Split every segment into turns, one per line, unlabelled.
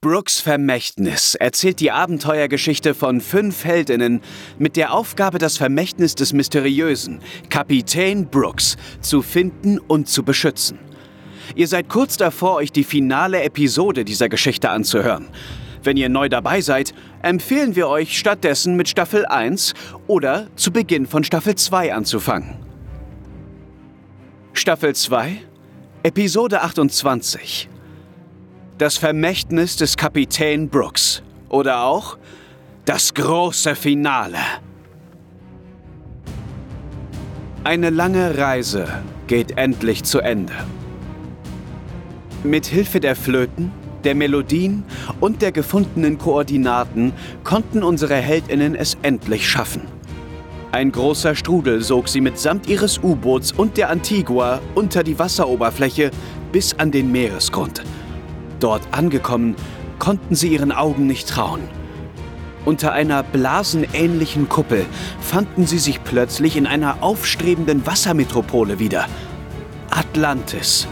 Brooks Vermächtnis erzählt die Abenteuergeschichte von fünf Heldinnen mit der Aufgabe, das Vermächtnis des Mysteriösen, Kapitän Brooks, zu finden und zu beschützen. Ihr seid kurz davor, euch die finale Episode dieser Geschichte anzuhören. Wenn ihr neu dabei seid, empfehlen wir euch stattdessen mit Staffel 1 oder zu Beginn von Staffel 2 anzufangen. Staffel 2, Episode 28. Das Vermächtnis des Kapitän Brooks oder auch das große Finale. Eine lange Reise geht endlich zu Ende. Mit Hilfe der Flöten, der Melodien und der gefundenen Koordinaten konnten unsere Heldinnen es endlich schaffen. Ein großer Strudel sog sie mitsamt ihres U-Boots und der Antigua unter die Wasseroberfläche bis an den Meeresgrund. Dort angekommen, konnten sie ihren Augen nicht trauen. Unter einer blasenähnlichen Kuppel fanden sie sich plötzlich in einer aufstrebenden Wassermetropole wieder. Atlantis.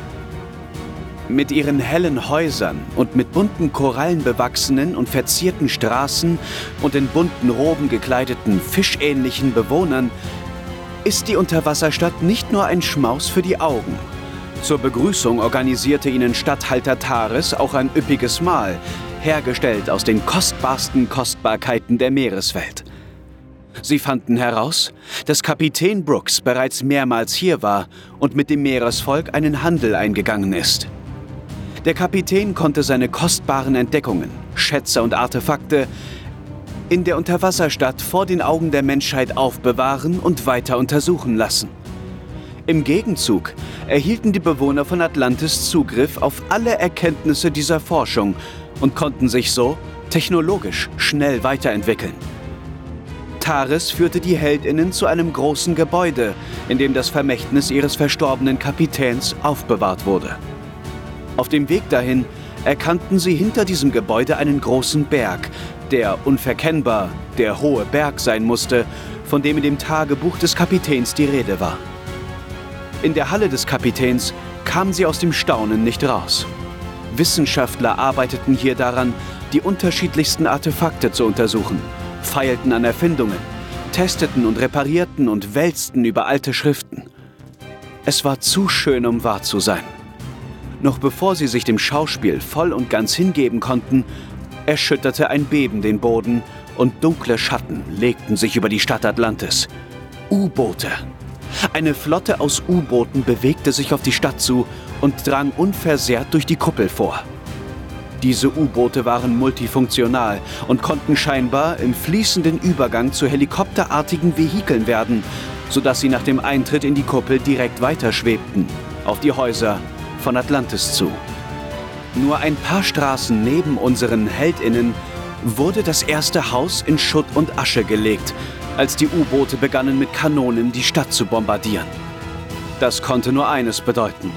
Mit ihren hellen Häusern und mit bunten Korallen bewachsenen und verzierten Straßen und in bunten Roben gekleideten fischähnlichen Bewohnern ist die Unterwasserstadt nicht nur ein Schmaus für die Augen. Zur Begrüßung organisierte ihnen Statthalter Taris auch ein üppiges Mahl, hergestellt aus den kostbarsten Kostbarkeiten der Meereswelt. Sie fanden heraus, dass Kapitän Brooks bereits mehrmals hier war und mit dem Meeresvolk einen Handel eingegangen ist. Der Kapitän konnte seine kostbaren Entdeckungen, Schätze und Artefakte in der Unterwasserstadt vor den Augen der Menschheit aufbewahren und weiter untersuchen lassen. Im Gegenzug erhielten die Bewohner von Atlantis Zugriff auf alle Erkenntnisse dieser Forschung und konnten sich so technologisch schnell weiterentwickeln. Taris führte die Heldinnen zu einem großen Gebäude, in dem das Vermächtnis ihres verstorbenen Kapitäns aufbewahrt wurde. Auf dem Weg dahin erkannten sie hinter diesem Gebäude einen großen Berg, der unverkennbar der hohe Berg sein musste, von dem in dem Tagebuch des Kapitäns die Rede war. In der Halle des Kapitäns kamen sie aus dem Staunen nicht raus. Wissenschaftler arbeiteten hier daran, die unterschiedlichsten Artefakte zu untersuchen, feilten an Erfindungen, testeten und reparierten und wälzten über alte Schriften. Es war zu schön, um wahr zu sein. Noch bevor sie sich dem Schauspiel voll und ganz hingeben konnten, erschütterte ein Beben den Boden und dunkle Schatten legten sich über die Stadt Atlantis. U-Boote. Eine Flotte aus U-Booten bewegte sich auf die Stadt zu und drang unversehrt durch die Kuppel vor. Diese U-Boote waren multifunktional und konnten scheinbar im fließenden Übergang zu helikopterartigen Vehikeln werden, sodass sie nach dem Eintritt in die Kuppel direkt weiterschwebten, auf die Häuser von Atlantis zu. Nur ein paar Straßen neben unseren Heldinnen wurde das erste Haus in Schutt und Asche gelegt, als die U-Boote begannen mit Kanonen die Stadt zu bombardieren. Das konnte nur eines bedeuten.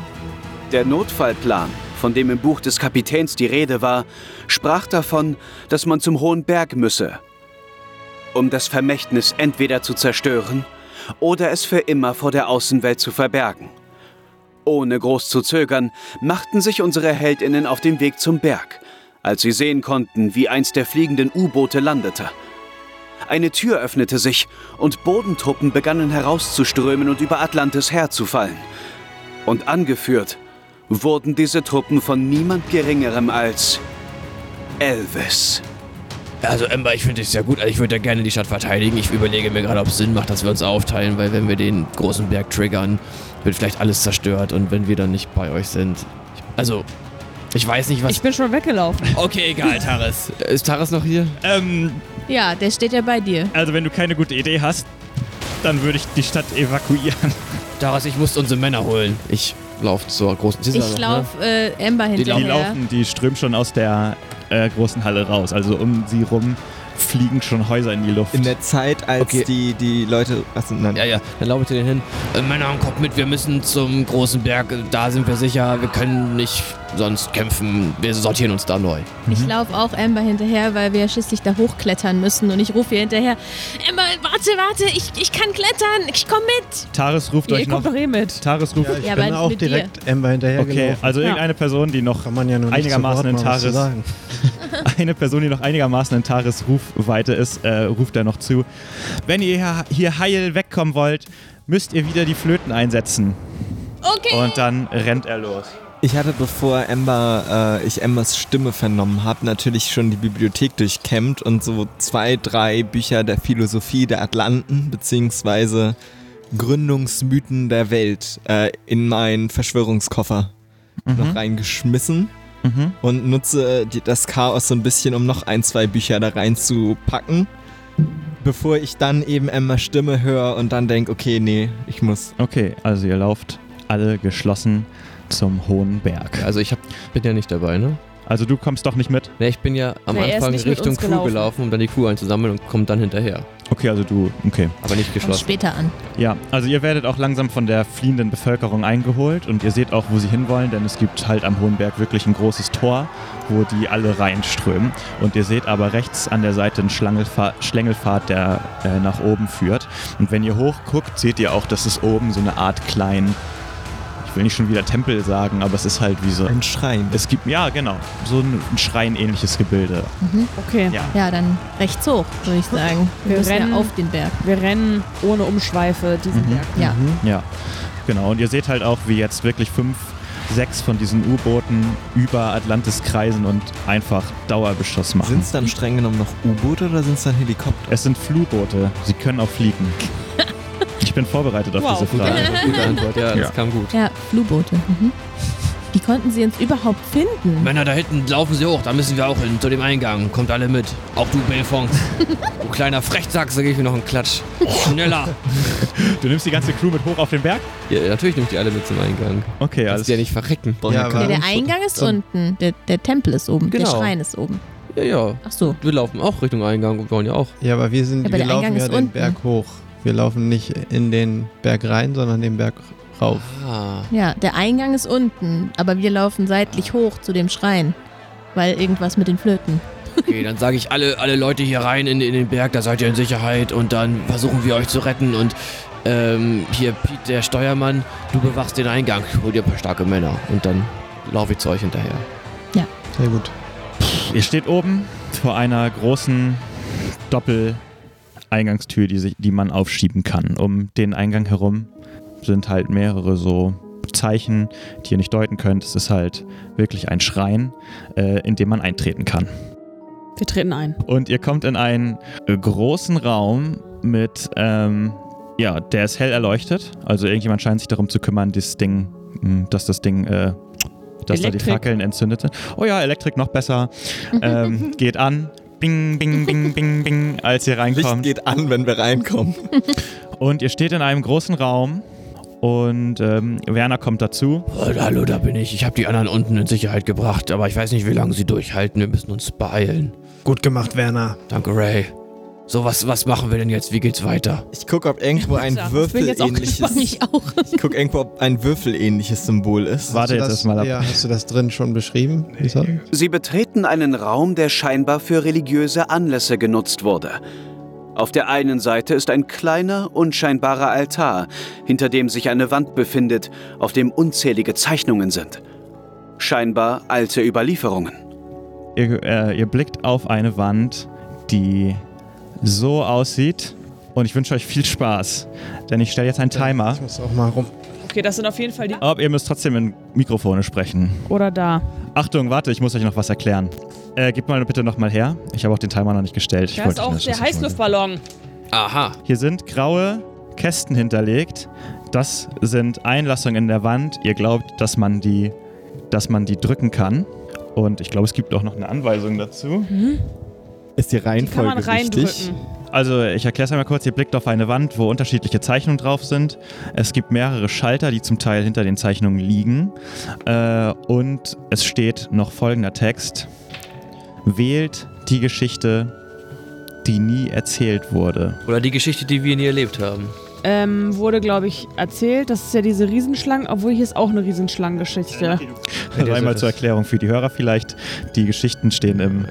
Der Notfallplan, von dem im Buch des Kapitäns die Rede war, sprach davon, dass man zum Hohen Berg müsse, um das Vermächtnis entweder zu zerstören oder es für immer vor der Außenwelt zu verbergen. Ohne groß zu zögern, machten sich unsere Heldinnen auf den Weg zum Berg, als sie sehen konnten, wie eins der fliegenden U-Boote landete. Eine Tür öffnete sich und Bodentruppen begannen herauszuströmen und über Atlantis herzufallen. Und angeführt wurden diese Truppen von niemand Geringerem als Elvis.
Also Ember, ich finde dich sehr gut. Also ich würde ja gerne die Stadt verteidigen. Ich überlege mir gerade, ob es Sinn macht, dass wir uns aufteilen, weil wenn wir den großen Berg triggern, wird vielleicht alles zerstört und wenn wir dann nicht bei euch sind. Also, ich weiß nicht, was.
Ich bin schon weggelaufen.
okay, egal, Taris. Ist Taris noch hier?
Ähm,
Ja, der steht ja bei dir.
also wenn du keine gute Idee hast, dann würde ich die Stadt evakuieren.
Taris, ich muss unsere Männer holen. Ich laufe zur großen Tisla.
Ich laufe äh, Amber
Die
hinterher.
laufen, die strömen schon aus der äh, großen Halle raus. Also um sie rum fliegen schon Häuser in die Luft.
In der Zeit, als
Okay.
die, die Leute. Was sind
ne? Ja, ja, dann laufe ich dir hin. Äh, Männer, kommt mit, wir müssen zum großen Berg. Äh, Da sind wir sicher. Wir können nicht sonst kämpfen. Wir sortieren uns da neu.
Ich laufe auch Amber hinterher, weil wir schließlich da hochklettern müssen. Und ich rufe ihr hinterher, Amber, warte, warte, ich, ich kann klettern, ich komme mit.
Taris ruft euch noch.
eh mit.
Taris ruft.
ich
Ja,
bin
aber
auch
mit dir.
direkt Ember hinterher
okay,
gelaufen.
also
Ja.
irgendeine Person, die noch
Kann man ja nur nicht
Einigermaßen
zu Wort mal was
in
zu
Taris.
sagen.
eine Person, die noch einigermaßen in Tares Rufweite ist, äh, ruft da noch zu. Wenn ihr hier- hier heil wegkommen wollt, müsst ihr wieder die Flöten einsetzen.
Okay.
Und dann rennt er los.
Ich hatte, bevor Ember, äh, ich Embers Stimme vernommen habe, natürlich schon die Bibliothek durchkämmt und so zwei, drei Bücher der Philosophie der Atlanten beziehungsweise Gründungsmythen der Welt äh, in meinen Verschwörungskoffer
Mhm,
noch reingeschmissen
Mhm.
und nutze äh, die, das Chaos so ein bisschen, um noch ein, zwei Bücher da reinzupacken, bevor ich dann eben Embers Stimme höre und dann denke, okay, nee, ich muss.
Okay, also ihr lauft alle geschlossen zum Hohen Berg.
Also ich hab, bin ja nicht dabei, ne?
Also du kommst doch nicht mit.
Ne, ich bin ja am
Nee, er ist
Anfang
nicht mit
Richtung
uns
Crew
gelaufen.
gelaufen, um dann die Crew einzusammeln und kommt dann hinterher.
Okay, also du, okay.
Aber nicht
Kommt
geschlossen.
später an.
Ja, also ihr werdet auch langsam von der fliehenden Bevölkerung eingeholt und ihr seht auch, wo sie hinwollen, denn es gibt halt am Hohen Berg wirklich ein großes Tor, wo die alle reinströmen. Und ihr seht aber rechts an der Seite einen Schlangelfa Schlängelpfad, der äh, nach oben führt. Und wenn ihr hochguckt, seht ihr auch, dass es oben so eine Art kleinen, ich will nicht schon wieder Tempel sagen, aber es ist halt wie so...
Ein Schrein.
Es gibt, ja genau, so ein, ein Schrein-ähnliches Gebilde.
Okay.
Ja.
Ja, dann rechts hoch, würde ich sagen. Wir,
Wir
müssen
rennen.
ja auf den Berg.
Wir rennen ohne Umschweife diesen
Mhm.
Berg.
Ja.
Ja, genau. Und ihr seht halt auch, wie jetzt wirklich fünf, sechs von diesen U-Booten über Atlantis kreisen und einfach Dauerbeschuss machen.
Sind es dann streng genommen noch U-Boote oder sind es dann Helikopter?
es sind Flugboote. Sie können auch fliegen. Ich bin vorbereitet auf
Wow.
diese
Gute,
Frage.
gute Antwort, ja, das
Ja.
kam gut.
Ja, Flugboote. Mhm. Wie konnten sie uns überhaupt finden?
Männer, da hinten laufen sie hoch, da müssen wir auch hin, zu dem Eingang. Kommt alle mit. Auch du, Belfond. du kleiner Frechsack, sag ich mir noch einen Klatsch. Schneller.
Du nimmst die ganze Crew mit hoch auf den Berg?
Ja, natürlich nimmt die alle mit zum Eingang.
Okay,
Dass
alles
die ja nicht verrecken.
Boah, Ja, Herr aber-
Ja,
Warum
der Eingang ist
dann?
unten, der, der Tempel ist oben, der
Genau.
Schrein ist oben.
Ja, ja.
Ach so.
Wir laufen auch Richtung Eingang und wollen ja auch.
Ja, aber wir sind,
Ja, aber
wir
der Eingang
laufen ja
ist
den
unten.
Berg hoch. Wir laufen nicht in den Berg rein, sondern den Berg rauf.
Ah.
Ja, der Eingang ist unten, aber wir laufen seitlich hoch zu dem Schrein. Weil irgendwas mit den Flöten.
Okay, dann sage ich alle, alle Leute hier rein in, in den Berg, da seid ihr in Sicherheit und dann versuchen wir euch zu retten. Und ähm, hier, Pete, der Steuermann, du bewachst den Eingang, hol dir ein paar starke Männer und dann laufe ich zu euch hinterher.
Sehr gut.
Ihr steht oben vor einer großen Doppel-Eingangstür, die, sich, die man aufschieben kann. Um den Eingang herum sind halt mehrere so Zeichen, die ihr nicht deuten könnt. Es ist halt wirklich ein Schrein, äh, in den man eintreten kann.
Wir treten ein.
Und ihr kommt in einen äh, großen Raum mit, ähm, ja, der ist hell erleuchtet. Also irgendjemand scheint sich darum zu kümmern, dieses Ding, mh, dass das Ding, äh, dass da die
Elektrik.
Fackeln entzündet sind. Oh ja, Elektrik noch besser. ähm, geht an. Bing, bing, bing, bing, bing, als ihr
Licht
reinkommt.
geht an, wenn wir reinkommen.
Und ihr steht in einem großen Raum und ähm, Werner kommt dazu.
Oh, hallo, da bin ich. Ich habe die anderen unten in Sicherheit gebracht, aber ich weiß nicht, wie lange sie durchhalten. Wir müssen uns beeilen.
Gut gemacht, Werner.
Danke, Ray. So, was, was machen wir denn jetzt? Wie geht's weiter?
Ich gucke, ob irgendwo ein
Ja, ich bin jetzt auch
Würfelähnliches.
gespannt.
Ich
Ich auch.
gucke irgendwo, ob ein Würfelähnliches Symbol ist.
Warte
Hast du
jetzt
das-
erstmal ab.
Ja, hast du das drin schon beschrieben? Lisa?
Sie betreten einen Raum, der scheinbar für religiöse Anlässe genutzt wurde. Auf der einen Seite ist ein kleiner, unscheinbarer Altar, hinter dem sich eine Wand befindet, auf dem unzählige Zeichnungen sind. Scheinbar alte Überlieferungen.
Ihr, äh, ihr blickt auf eine Wand, die so aussieht. Und ich wünsche euch viel Spaß, denn ich stelle jetzt einen Timer.
Ich muss auch mal rum.
Okay, das sind auf jeden Fall die.
Aber ihr müsst trotzdem in Mikrofone sprechen.
Oder da.
Achtung, warte, ich muss euch noch was erklären. Äh, gebt mal bitte nochmal her. Ich habe auch den Timer noch nicht gestellt. Ich
Da ist
wollte
auch
nicht,
der
dass ich-
Heißluftballon.
Aha.
Hier sind graue Kästen hinterlegt. Das sind Einlassungen in der Wand. Ihr glaubt, dass man die, dass man die drücken kann. Und ich glaube, es gibt auch noch eine Anweisung dazu.
Ist die
Die kann man
Reihenfolge richtig?
reindrücken.
Also, ich erkläre es einmal kurz. Ihr blickt auf eine Wand, wo unterschiedliche Zeichnungen drauf sind. Es gibt mehrere Schalter, die zum Teil hinter den Zeichnungen liegen. Äh, und es steht noch folgender Text. Wählt die Geschichte, die nie erzählt wurde.
Oder die Geschichte, die wir nie erlebt haben.
Ähm, wurde, glaube ich, erzählt. Das ist ja diese Riesenschlangen, obwohl hier ist auch eine Riesenschlangengeschichte.
Also
Ja,
einmal
so
zur
das-
Erklärung für die Hörer vielleicht. Die Geschichten stehen im,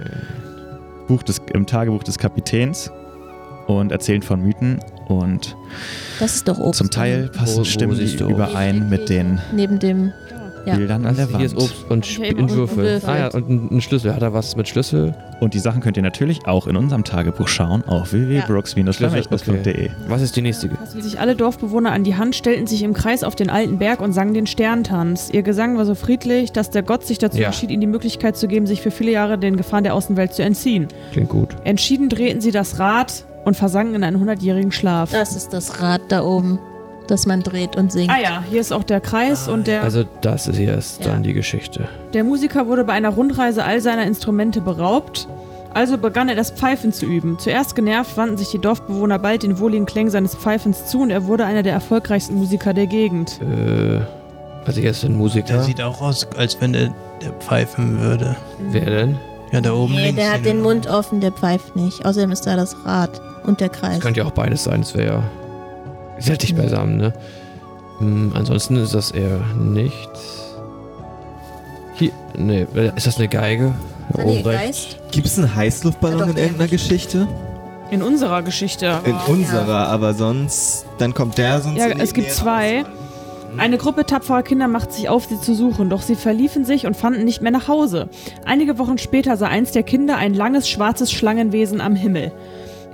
Buch des, im Tagebuch des Kapitäns und erzählen von Mythen. Und
Das ist doch oben.
zum Teil
Wo- wo
passen Stimmen die
siehst du?
überein mit den
Neben dem Ja.
Bildern an der
Hier ist
Wand.
Obst und,
Ich
Sp-
hab
und
eben
Würfel.
Würfel.
Ah ja, und ein, ein Schlüssel. Hat er was mit Schlüssel?
Und die Sachen könnt ihr natürlich auch in unserem Tagebuch schauen auf www.brooks-vermächtnis.de.
Was ist die nächste?
Hielten Sich alle Dorfbewohner an die Hand, stellten sich im Kreis auf den alten Berg und sangen den Sterntanz. Ihr Gesang war so friedlich, dass der Gott sich dazu
Ja.
entschied, ihnen die Möglichkeit zu geben, sich für viele Jahre den Gefahren der Außenwelt zu entziehen.
Klingt gut.
Entschieden drehten sie das Rad und versanken in einen hundertjährigen Schlaf.
Das ist das Rad da oben, das man dreht und singt.
Ah ja, hier ist auch der Kreis und der,
Also das ist- hier ist
Ja.
dann die Geschichte.
der Musiker wurde bei einer Rundreise all seiner Instrumente beraubt. Also begann er das Pfeifen zu üben. Zuerst genervt wandten sich die Dorfbewohner bald den wohligen Klängen seines Pfeifens zu und er wurde einer der erfolgreichsten Musiker der Gegend.
Äh, also hier ist ein
Der
Musiker.
sieht auch aus, als wenn der, der pfeifen würde.
Wer denn?
Ja, da oben
Nee,
links.
der hat den Mund offen, der pfeift nicht. Außerdem ist da das Rad und der Kreis.
Das könnte ja auch beides sein. Das wäre ja sehr dicht beisammen, ne? Hm, ansonsten ist das eher nichts. Hier, ne, ist das eine Geige? Da
Kann
oben
ihr
rechts.
Geist?
Gibt's einen Heißluftballon
Ja, doch, Ah,
in irgendeiner Geschichte?
In unserer Geschichte.
In unserer, aber sonst. Dann kommt der sonst.
Ja,
in die
es gibt
Nähe
zwei.
raus.
Eine Gruppe tapferer Kinder macht sich auf, sie zu suchen, doch sie verliefen sich und fanden nicht mehr nach Hause. Einige Wochen später sah eins der Kinder ein langes schwarzes Schlangenwesen am Himmel.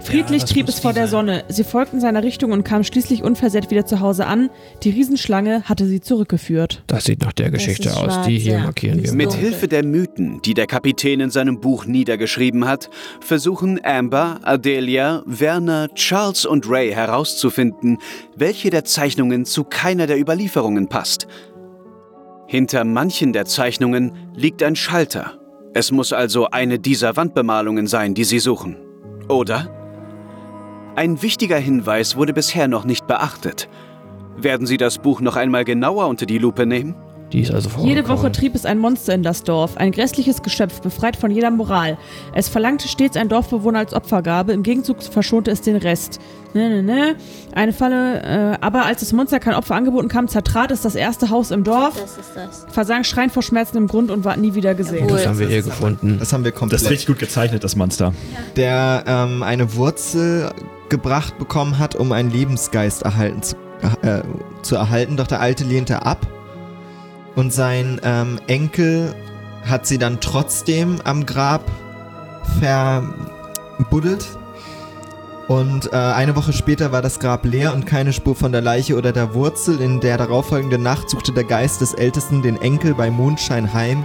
Friedlich
das
trieb
muss
es vor
die
der
sein.
Sonne. Sie folgten seiner Richtung und kamen schließlich unversehrt wieder zu Hause an. Die Riesenschlange hatte sie zurückgeführt.
Das sieht nach der
Das
Geschichte
ist
aus.
schwarz,
die hier
ja.
markieren wir.
Ist
mal.
Mit Hilfe der Mythen, die der Kapitän in seinem Buch niedergeschrieben hat, versuchen Amber, Adelia, Werner, Charles und Ray herauszufinden, welche der Zeichnungen zu keiner der Überlieferungen passt. Hinter manchen der Zeichnungen liegt ein Schalter. Es muss also eine dieser Wandbemalungen sein, die sie suchen. Oder? Ein wichtiger Hinweis wurde bisher noch nicht beachtet. Werden Sie das Buch noch einmal genauer unter die Lupe nehmen?
Die ist also vorgekommen.
Jede Woche trieb es ein Monster in das Dorf, ein grässliches Geschöpf, befreit von jeder Moral. Es verlangte stets ein Dorfbewohner als Opfergabe, im Gegenzug verschonte es den Rest. Ne, ne, ne. Eine Falle, äh, aber als das Monster kein Opfer angeboten kam, zertrat es das erste Haus im Dorf,
Das ist das.
versank schreiend vor Schmerzen im Grund und ward nie wieder gesehen.
Jawohl.
Das haben wir hier gefunden.
Das haben wir
Das ist
komplett.
richtig gut gezeichnet, das Monster.
Der ähm, eine Wurzel gebracht bekommen hat, um einen Lebensgeist erhalten zu, äh, zu erhalten. Doch der Alte lehnte ab. Und sein ähm, Enkel hat sie dann trotzdem am Grab verbuddelt. Und äh, eine Woche später war das Grab leer und keine Spur von der Leiche oder der Wurzel. In der darauffolgenden Nacht suchte der Geist des Ältesten den Enkel bei Mondschein heim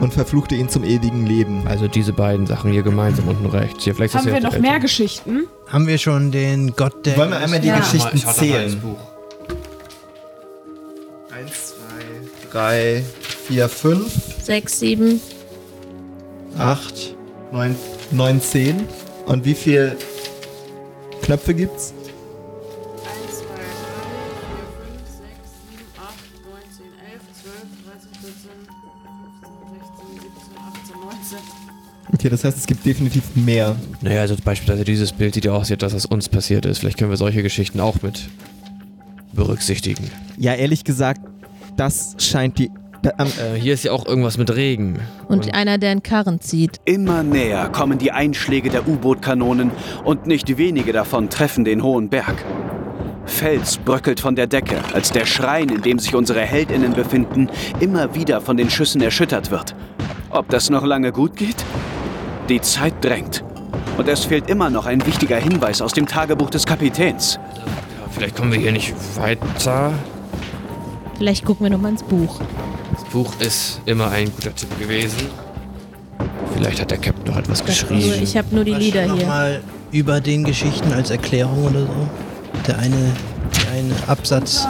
und verfluchte ihn zum ewigen Leben.
Also diese beiden Sachen hier gemeinsam unten rechts. Hier vielleicht ist
Haben
das
wir
ja
noch
der
mehr
ältere.
Geschichten?
Haben wir schon den Gott der.
Wollen wir einmal die
Ja.
Geschichten
Ich hab noch ein
zählen?
Buch.
Eins, zwei, drei, vier, fünf,
Sechs, sieben.
acht, neun, neun, zehn. Und wie viel Knöpfe gibt's? Okay, das heißt, es gibt definitiv mehr.
Naja, also beispielsweise dieses Bild sieht ja auch, dass das uns passiert ist. Vielleicht können wir solche Geschichten auch mit berücksichtigen.
Ja, ehrlich gesagt, das scheint die. Da, am-
Äh, hier ist ja auch irgendwas mit Regen.
Und einer, der einen Karren zieht.
Immer näher kommen die Einschläge der U-Boot-Kanonen und nicht wenige davon treffen den hohen Berg. Fels bröckelt von der Decke, als der Schrein, in dem sich unsere Heldinnen befinden, immer wieder von den Schüssen erschüttert wird. Ob das noch lange gut geht? Die Zeit drängt. Und es fehlt immer noch ein wichtiger Hinweis aus dem Tagebuch des Kapitäns.
Ja, vielleicht kommen wir hier nicht weiter.
Vielleicht gucken wir nochmal ins Buch.
Das Buch ist immer ein guter Tipp gewesen. Vielleicht hat der Captain noch etwas
Das- nur-
geschrieben.
Also, Ich habe nur die
Was
Lieder
noch
hier.
mal über den Geschichten als Erklärung oder so. Der eine, der eine Absatz.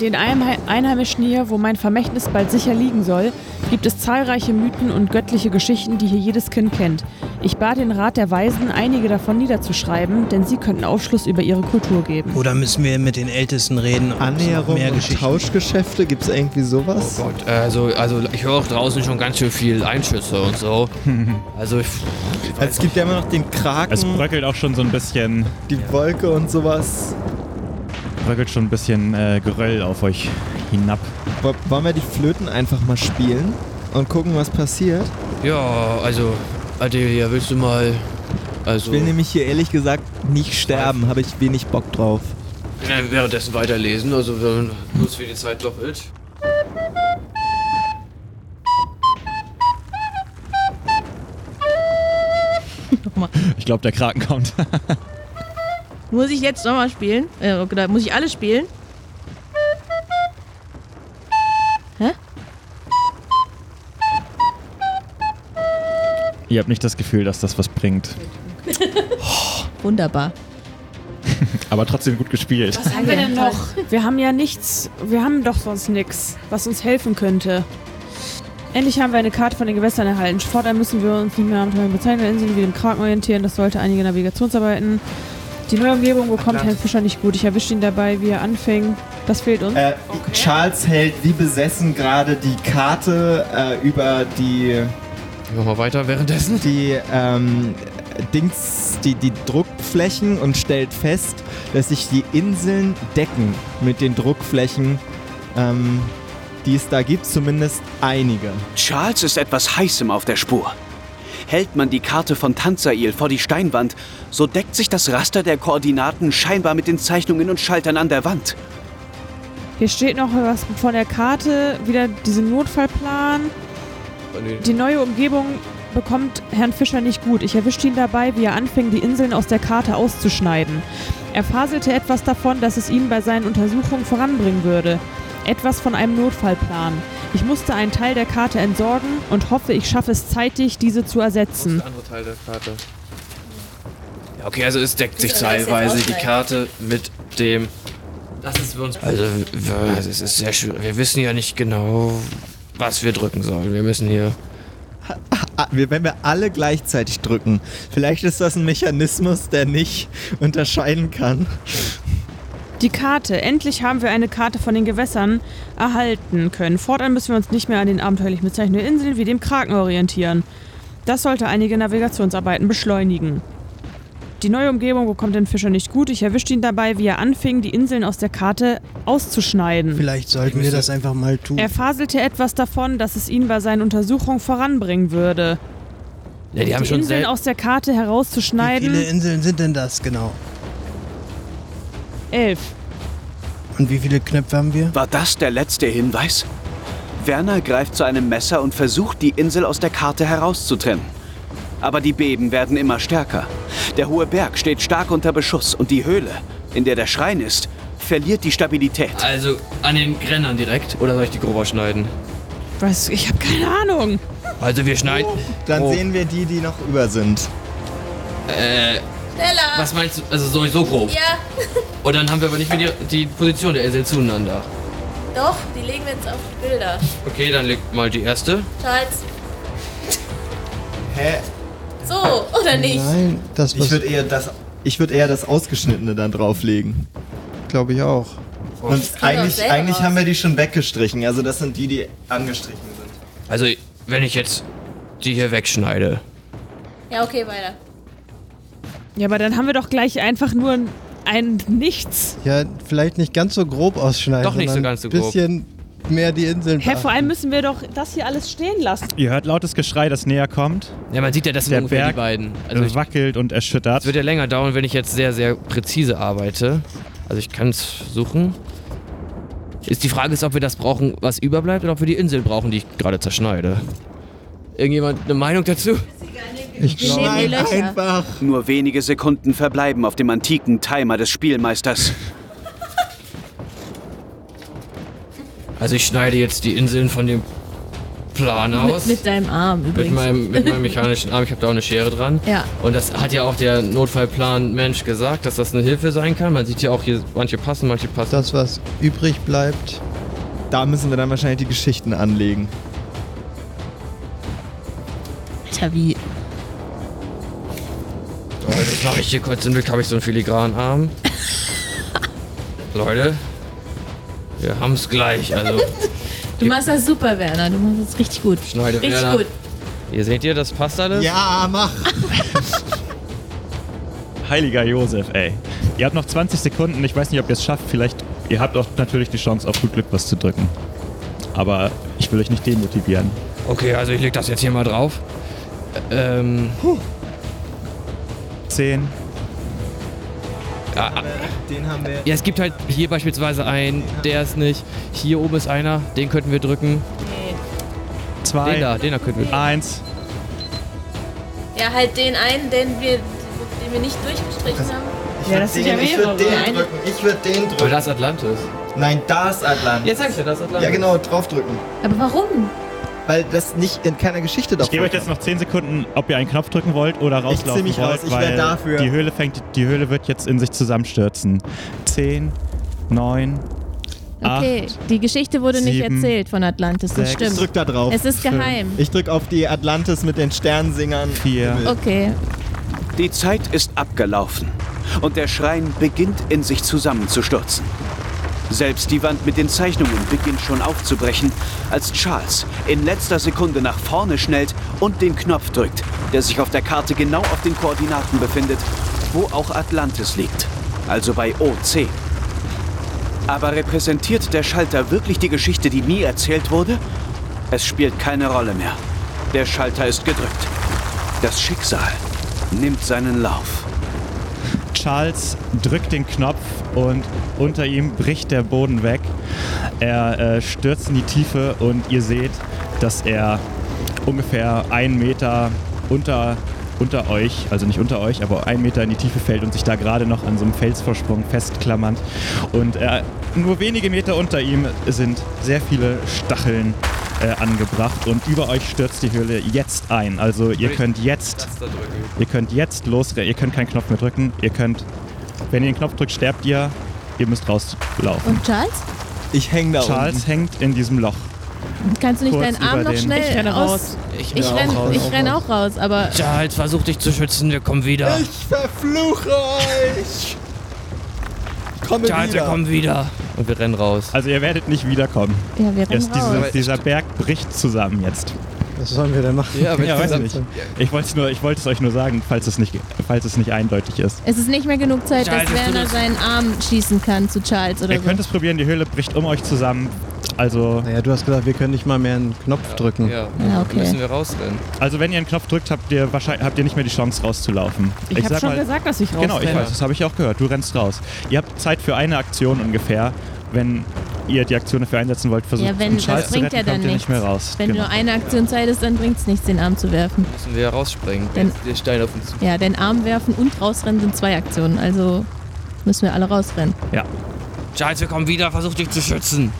Den Einhei- Einheimischen hier, wo mein Vermächtnis bald sicher liegen soll, gibt es zahlreiche Mythen und göttliche Geschichten, die hier jedes Kind kennt. Ich bat den Rat der Weisen, einige davon niederzuschreiben, denn sie könnten Aufschluss über ihre Kultur geben.
Oder müssen wir mit den Ältesten reden? und
Annäherung
mehr
und
Geschichten?
Tauschgeschäfte, gibt's irgendwie sowas?
Gott, also, also ich höre auch draußen schon ganz schön viel Einschüsse und so. Also ich,
es gibt ja immer noch den
Es
Mhm.
Kraken,
bröckelt auch schon so ein bisschen,
die Wolke und sowas.
bröckelt schon ein bisschen äh, Geröll auf euch hinab.
Wo- Wollen wir die Flöten einfach mal spielen und gucken, was passiert?
ja, also Adelia, willst du mal... Also,
Ich will nämlich hier ehrlich gesagt nicht sterben, habe ich wenig Bock drauf.
währenddessen weiterlesen, also wenn uns für die Zeit doppelt.
Guck mal.
Ich glaube, der Kraken kommt.
Muss ich jetzt nochmal spielen? Äh, oder muss ich alle spielen? Hä?
Ihr habt nicht das Gefühl, dass das was bringt.
Wunderbar.
Aber trotzdem gut gespielt.
Was haben wir denn noch? Wir haben ja nichts. Wir haben doch sonst nichts, was uns helfen könnte. Endlich haben wir eine Karte von den Gewässern erhalten. Fortan müssen wir uns nicht mehr am Teil bezeichnen, Inseln wie dem Kraken orientieren. Das sollte einige Navigationsarbeiten. Die neue Umgebung bekommt Herrn Fischer nicht gut. Ich erwische ihn dabei, wie er anfing. Das fehlt uns.
Äh, Charles hält wie besessen gerade die Karte äh, über die,
Wir machen mal weiter währenddessen.
die ähm, Dings, die, die Druckflächen und stellt fest, dass sich die Inseln decken mit den Druckflächen, ähm, die es da gibt, zumindest einige.
Charles ist etwas Heißem auf der Spur. Hält man die Karte von Tanzail vor die Steinwand, so deckt sich das Raster der Koordinaten scheinbar mit den Zeichnungen und Schaltern an der Wand.
Hier steht noch was von der Karte. Wieder diesen Notfallplan. Die neue Umgebung bekommt Herrn Fischer nicht gut. Ich erwischte ihn dabei, wie er anfing, die Inseln aus der Karte auszuschneiden. Er faselte etwas davon, dass es ihn bei seinen Untersuchungen voranbringen würde. Etwas von einem Notfallplan. Ich musste einen Teil der Karte entsorgen und hoffe, ich schaffe es zeitig, diese zu ersetzen.
Der andere Teil der Karte. Ja, okay, also es deckt sich teilweise die Karte mit dem. Das ist für uns. Also, w- es ist sehr schwierig. Wir wissen ja nicht genau, was wir drücken sollen. Wir müssen hier.
Ah, wir, wenn wir alle gleichzeitig drücken, vielleicht ist das ein Mechanismus, der nicht unterscheiden kann.
Die Karte. Endlich haben wir eine Karte von den Gewässern erhalten können. Fortan müssen wir uns nicht mehr an den abenteuerlich bezeichneten Inseln wie dem Kraken orientieren. Das sollte einige Navigationsarbeiten beschleunigen. Die neue Umgebung bekommt den Fischer nicht gut. Ich erwischte ihn dabei, wie er anfing, die Inseln aus der Karte auszuschneiden.
Vielleicht sollten wir das einfach mal tun.
Er faselte etwas davon, dass es ihn bei seinen Untersuchungen voranbringen würde.
Ja, Ne, die haben
die
schon
Inseln
sel
aus der Karte
Wie viele
herauszuschneiden.
Inseln sind denn das genau?
Elf.
Und wie viele Knöpfe haben wir?
War das der letzte Hinweis? Werner greift zu einem Messer und versucht, die Insel aus der Karte herauszutrennen. Aber die Beben werden immer stärker. Der hohe Berg steht stark unter Beschuss und die Höhle, in der der Schrein ist, verliert die Stabilität.
Also an den Rändern direkt. Oder soll ich die grober schneiden?
Was? Ich habe keine Ahnung.
Also wir schneiden.
Dann
Oh.
sehen wir die, die noch über sind.
Schneller!
Was meinst du? Also so, so grob.
Ja,
Und dann haben wir aber nicht mehr die, die Position der Insel zueinander.
doch, die legen wir jetzt auf die Bilder.
Okay, dann legt mal die erste.
Charles.
Hä?
So, oder nicht?
Nein, das
Ich
was
würde eher das. Ich würde eher das Ausgeschnittene dann drauflegen.
glaube ich auch.
Und
kommt auch
eigentlich,
selber
eigentlich
raus.
haben wir die schon weggestrichen. Also das sind die, die angestrichen sind.
Also, wenn ich jetzt die hier wegschneide.
Ja, okay, weiter.
Ja, aber dann haben wir doch gleich einfach nur ein, ein Nichts.
Ja, vielleicht nicht ganz so grob ausschneiden.
Doch nicht so
sondern
ganz so grob.
bisschen mehr die Inseln.
Hä, vor
beachten.
allem müssen wir doch das hier alles stehen lassen.
Ihr hört lautes Geschrei, das näher kommt,
Ja, man sieht ja, das sind
Der
ungefähr
Berg Äh,
die beiden. Also ich,
wackelt und erschüttert.
es wird ja länger dauern, wenn ich jetzt sehr, sehr präzise arbeite. Also ich kann es suchen. Ist die Frage ist, ob wir das brauchen, was überbleibt, oder ob wir die Insel brauchen, die ich gerade zerschneide. Irgendjemand eine Meinung dazu?
Ich
Wir
glaube,
schämen die Löcher.
Einfach.
Nur wenige Sekunden verbleiben auf dem antiken Timer des Spielmeisters.
Also ich schneide jetzt die Inseln von dem Plan aus.
Mit, mit deinem Arm
Mit
übrigens.
meinem, mit meinem mechanischen Arm, ich habe da auch eine Schere dran.
Ja.
Und das hat ja auch der Notfallplan-Mensch gesagt, dass das eine Hilfe sein kann. Man sieht ja auch hier, manche passen, manche passen.
das, was übrig bleibt.
Da müssen wir dann wahrscheinlich die Geschichten anlegen.
Alter, wie.
Leute, glaube ich, hier kurz im Blick habe ich so einen filigranen Arm. Leute, wir haben es gleich. Also,
Du machst das super, Werner. Du machst das richtig gut.
Schneide
richtig
Werner.
gut.
ihr seht ihr, das passt alles?
Ja, mach!
Heiliger Josef, ey. Ihr habt noch 20 Sekunden. Ich weiß nicht, ob ihr es schafft. Vielleicht, ihr habt auch natürlich die Chance, auf gut Glück was zu drücken. Aber ich will euch nicht demotivieren.
Okay, also ich leg das jetzt hier mal drauf. Ähm,
10,
ah, ah,
Den haben wir.
ja, es gibt halt hier beispielsweise einen, der ist nicht. Hier oben ist einer, den könnten wir drücken. Den da,
2,
den da könnten wir.
1.
Ja, halt den einen, den wir, den wir nicht durchgestrichen haben.
Ich
Ja,
würd
das sind ja
den, ich
mehrere. ne?
würde den
Eine-
drücken. Ich würde den drücken.
Ah. Aber das Atlantis.
Nein, das Atlantis.
sag ich ja, das Atlantis.
Ja, genau, draufdrücken.
Aber warum?
Weil das nicht in keiner Geschichte
Ich
davon
gebe euch jetzt noch 10 Sekunden, ob ihr einen Knopf drücken wollt oder rauslaufen
zieh mich
wollt,
raus, ich wär
weil
dafür.
die Höhle fängt, die Höhle wird jetzt in sich zusammenstürzen. 10, 9,
Okay, die Geschichte wurde nicht
sieben,
erzählt von Atlantis, das
sechs,
stimmt.
Ich drück da drauf.
Es ist geheim.
Ich drück auf die Atlantis mit den Sternsingern.
Vier.
Okay,
Die Zeit ist abgelaufen und der Schrein beginnt in sich zusammenzustürzen. Selbst die Wand mit den Zeichnungen beginnt schon aufzubrechen, als Charles in letzter Sekunde nach vorne schnellt und den Knopf drückt, der sich auf der Karte genau auf den Koordinaten befindet, wo auch Atlantis liegt, also bei OC. Aber repräsentiert der Schalter wirklich die Geschichte, die nie erzählt wurde? Es spielt keine Rolle mehr. Der Schalter ist gedrückt. Das Schicksal nimmt seinen Lauf.
Charles drückt den Knopf und unter ihm bricht der Boden weg. Er äh, stürzt in die Tiefe und ihr seht, dass er ungefähr einen Meter unter, unter euch, also nicht unter euch, aber einen Meter in die Tiefe fällt und sich da gerade noch an so einem Felsvorsprung festklammernd. Und äh, nur wenige Meter unter ihm sind sehr viele Stacheln äh, angebracht und über euch stürzt die Höhle jetzt ein. Also ihr könnt jetzt Ihr könnt jetzt los, ihr könnt keinen Knopf mehr drücken. Ihr könnt, wenn ihr den Knopf drückt, sterbt ihr. Ihr müsst rauslaufen.
und Charles?
Ich häng da
Charles hängt in diesem Loch.
Kannst du nicht
Kurz
deinen Arm
über
noch
den-
schnell
Ich renne
aus...
raus.
Ich,
Ich renn, ich renn auch raus, aber
Charles, versuch dich zu schützen, wir kommen wieder.
Ich verfluche euch! Komme
Charles, wir
wieder.
kommen wieder. Und wir rennen raus.
Also ihr werdet nicht wiederkommen.
ja, wir rennen
Es,
raus.
diese, dieser Berg bricht zusammen jetzt.
Was sollen wir denn machen?
Ja,
Ja, weiß ich nicht. Ich wollte es nur- ich wollte es euch nur sagen, falls es nicht, falls es nicht eindeutig ist.
Es ist nicht mehr genug Zeit,
Charles,
dass
hast du
Werner
das-
seinen Arm schießen kann zu Charles oder
Ihr
so.
könnt es probieren, die Höhle bricht um euch zusammen. Also,
Naja, du hast gesagt, wir können nicht mal mehr einen Knopf drücken.
Ja,
Ja, okay.
müssen wir rausrennen.
also wenn ihr einen Knopf drückt, habt ihr wahrscheinlich habt ihr nicht mehr die Chance rauszulaufen.
Ich, habe
sag
schon
mal-
gesagt, dass ich raus
Genau, ich
renne.
weiß, das habe ich auch gehört. Du rennst raus. Ihr habt Zeit für eine Aktion ungefähr. Wenn ihr die Aktion dafür einsetzen wollt, versucht
Ja, wenn-
um Charles
das
zu
bringt
retten,
ja dann
kommt ihr nicht
nichts.
mehr raus.
Wenn
genau.
du nur eine Aktion Zeit hast, dann bringt's nichts, den Arm zu werfen.
Müssen wir ja rausspringen.
Dann-
Jetzt der Stein auf uns zu.
Ja, den Arm werfen und rausrennen sind zwei Aktionen, also müssen wir alle rausrennen.
Charles, wir kommen wieder, versuch dich zu schützen.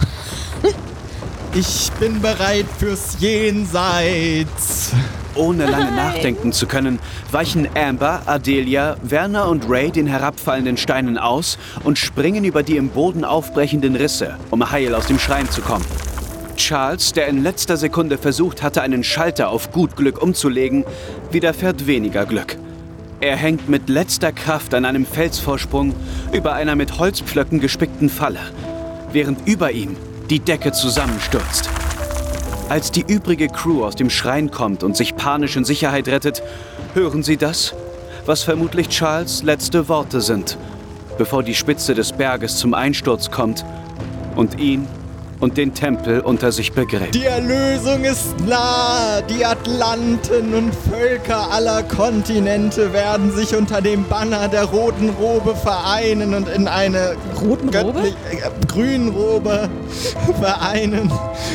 Ich bin bereit fürs Jenseits.
Ohne lange nachdenken zu können, weichen Amber, Adelia, Werner und Ray den herabfallenden Steinen aus und springen über die im Boden aufbrechenden Risse, um heil aus dem Schrein zu kommen. Charles, der in letzter Sekunde versucht hatte, einen Schalter auf gut Glück umzulegen, widerfährt weniger Glück. Er hängt mit letzter Kraft an einem Felsvorsprung über einer mit Holzpflöcken gespickten Falle, während über ihm die Decke zusammenstürzt. Als die übrige Crew aus dem Schrein kommt und sich panisch in Sicherheit rettet, hören sie das, was vermutlich Charles letzte Worte sind, bevor die Spitze des Berges zum Einsturz kommt und ihn und den Tempel unter sich begräbt.
Die Erlösung ist nah. Die Atlanten und Völker aller Kontinente werden sich unter dem Banner der roten Robe vereinen und in eine
Roten Robe?
göttlich- äh, grünen Robe vereinen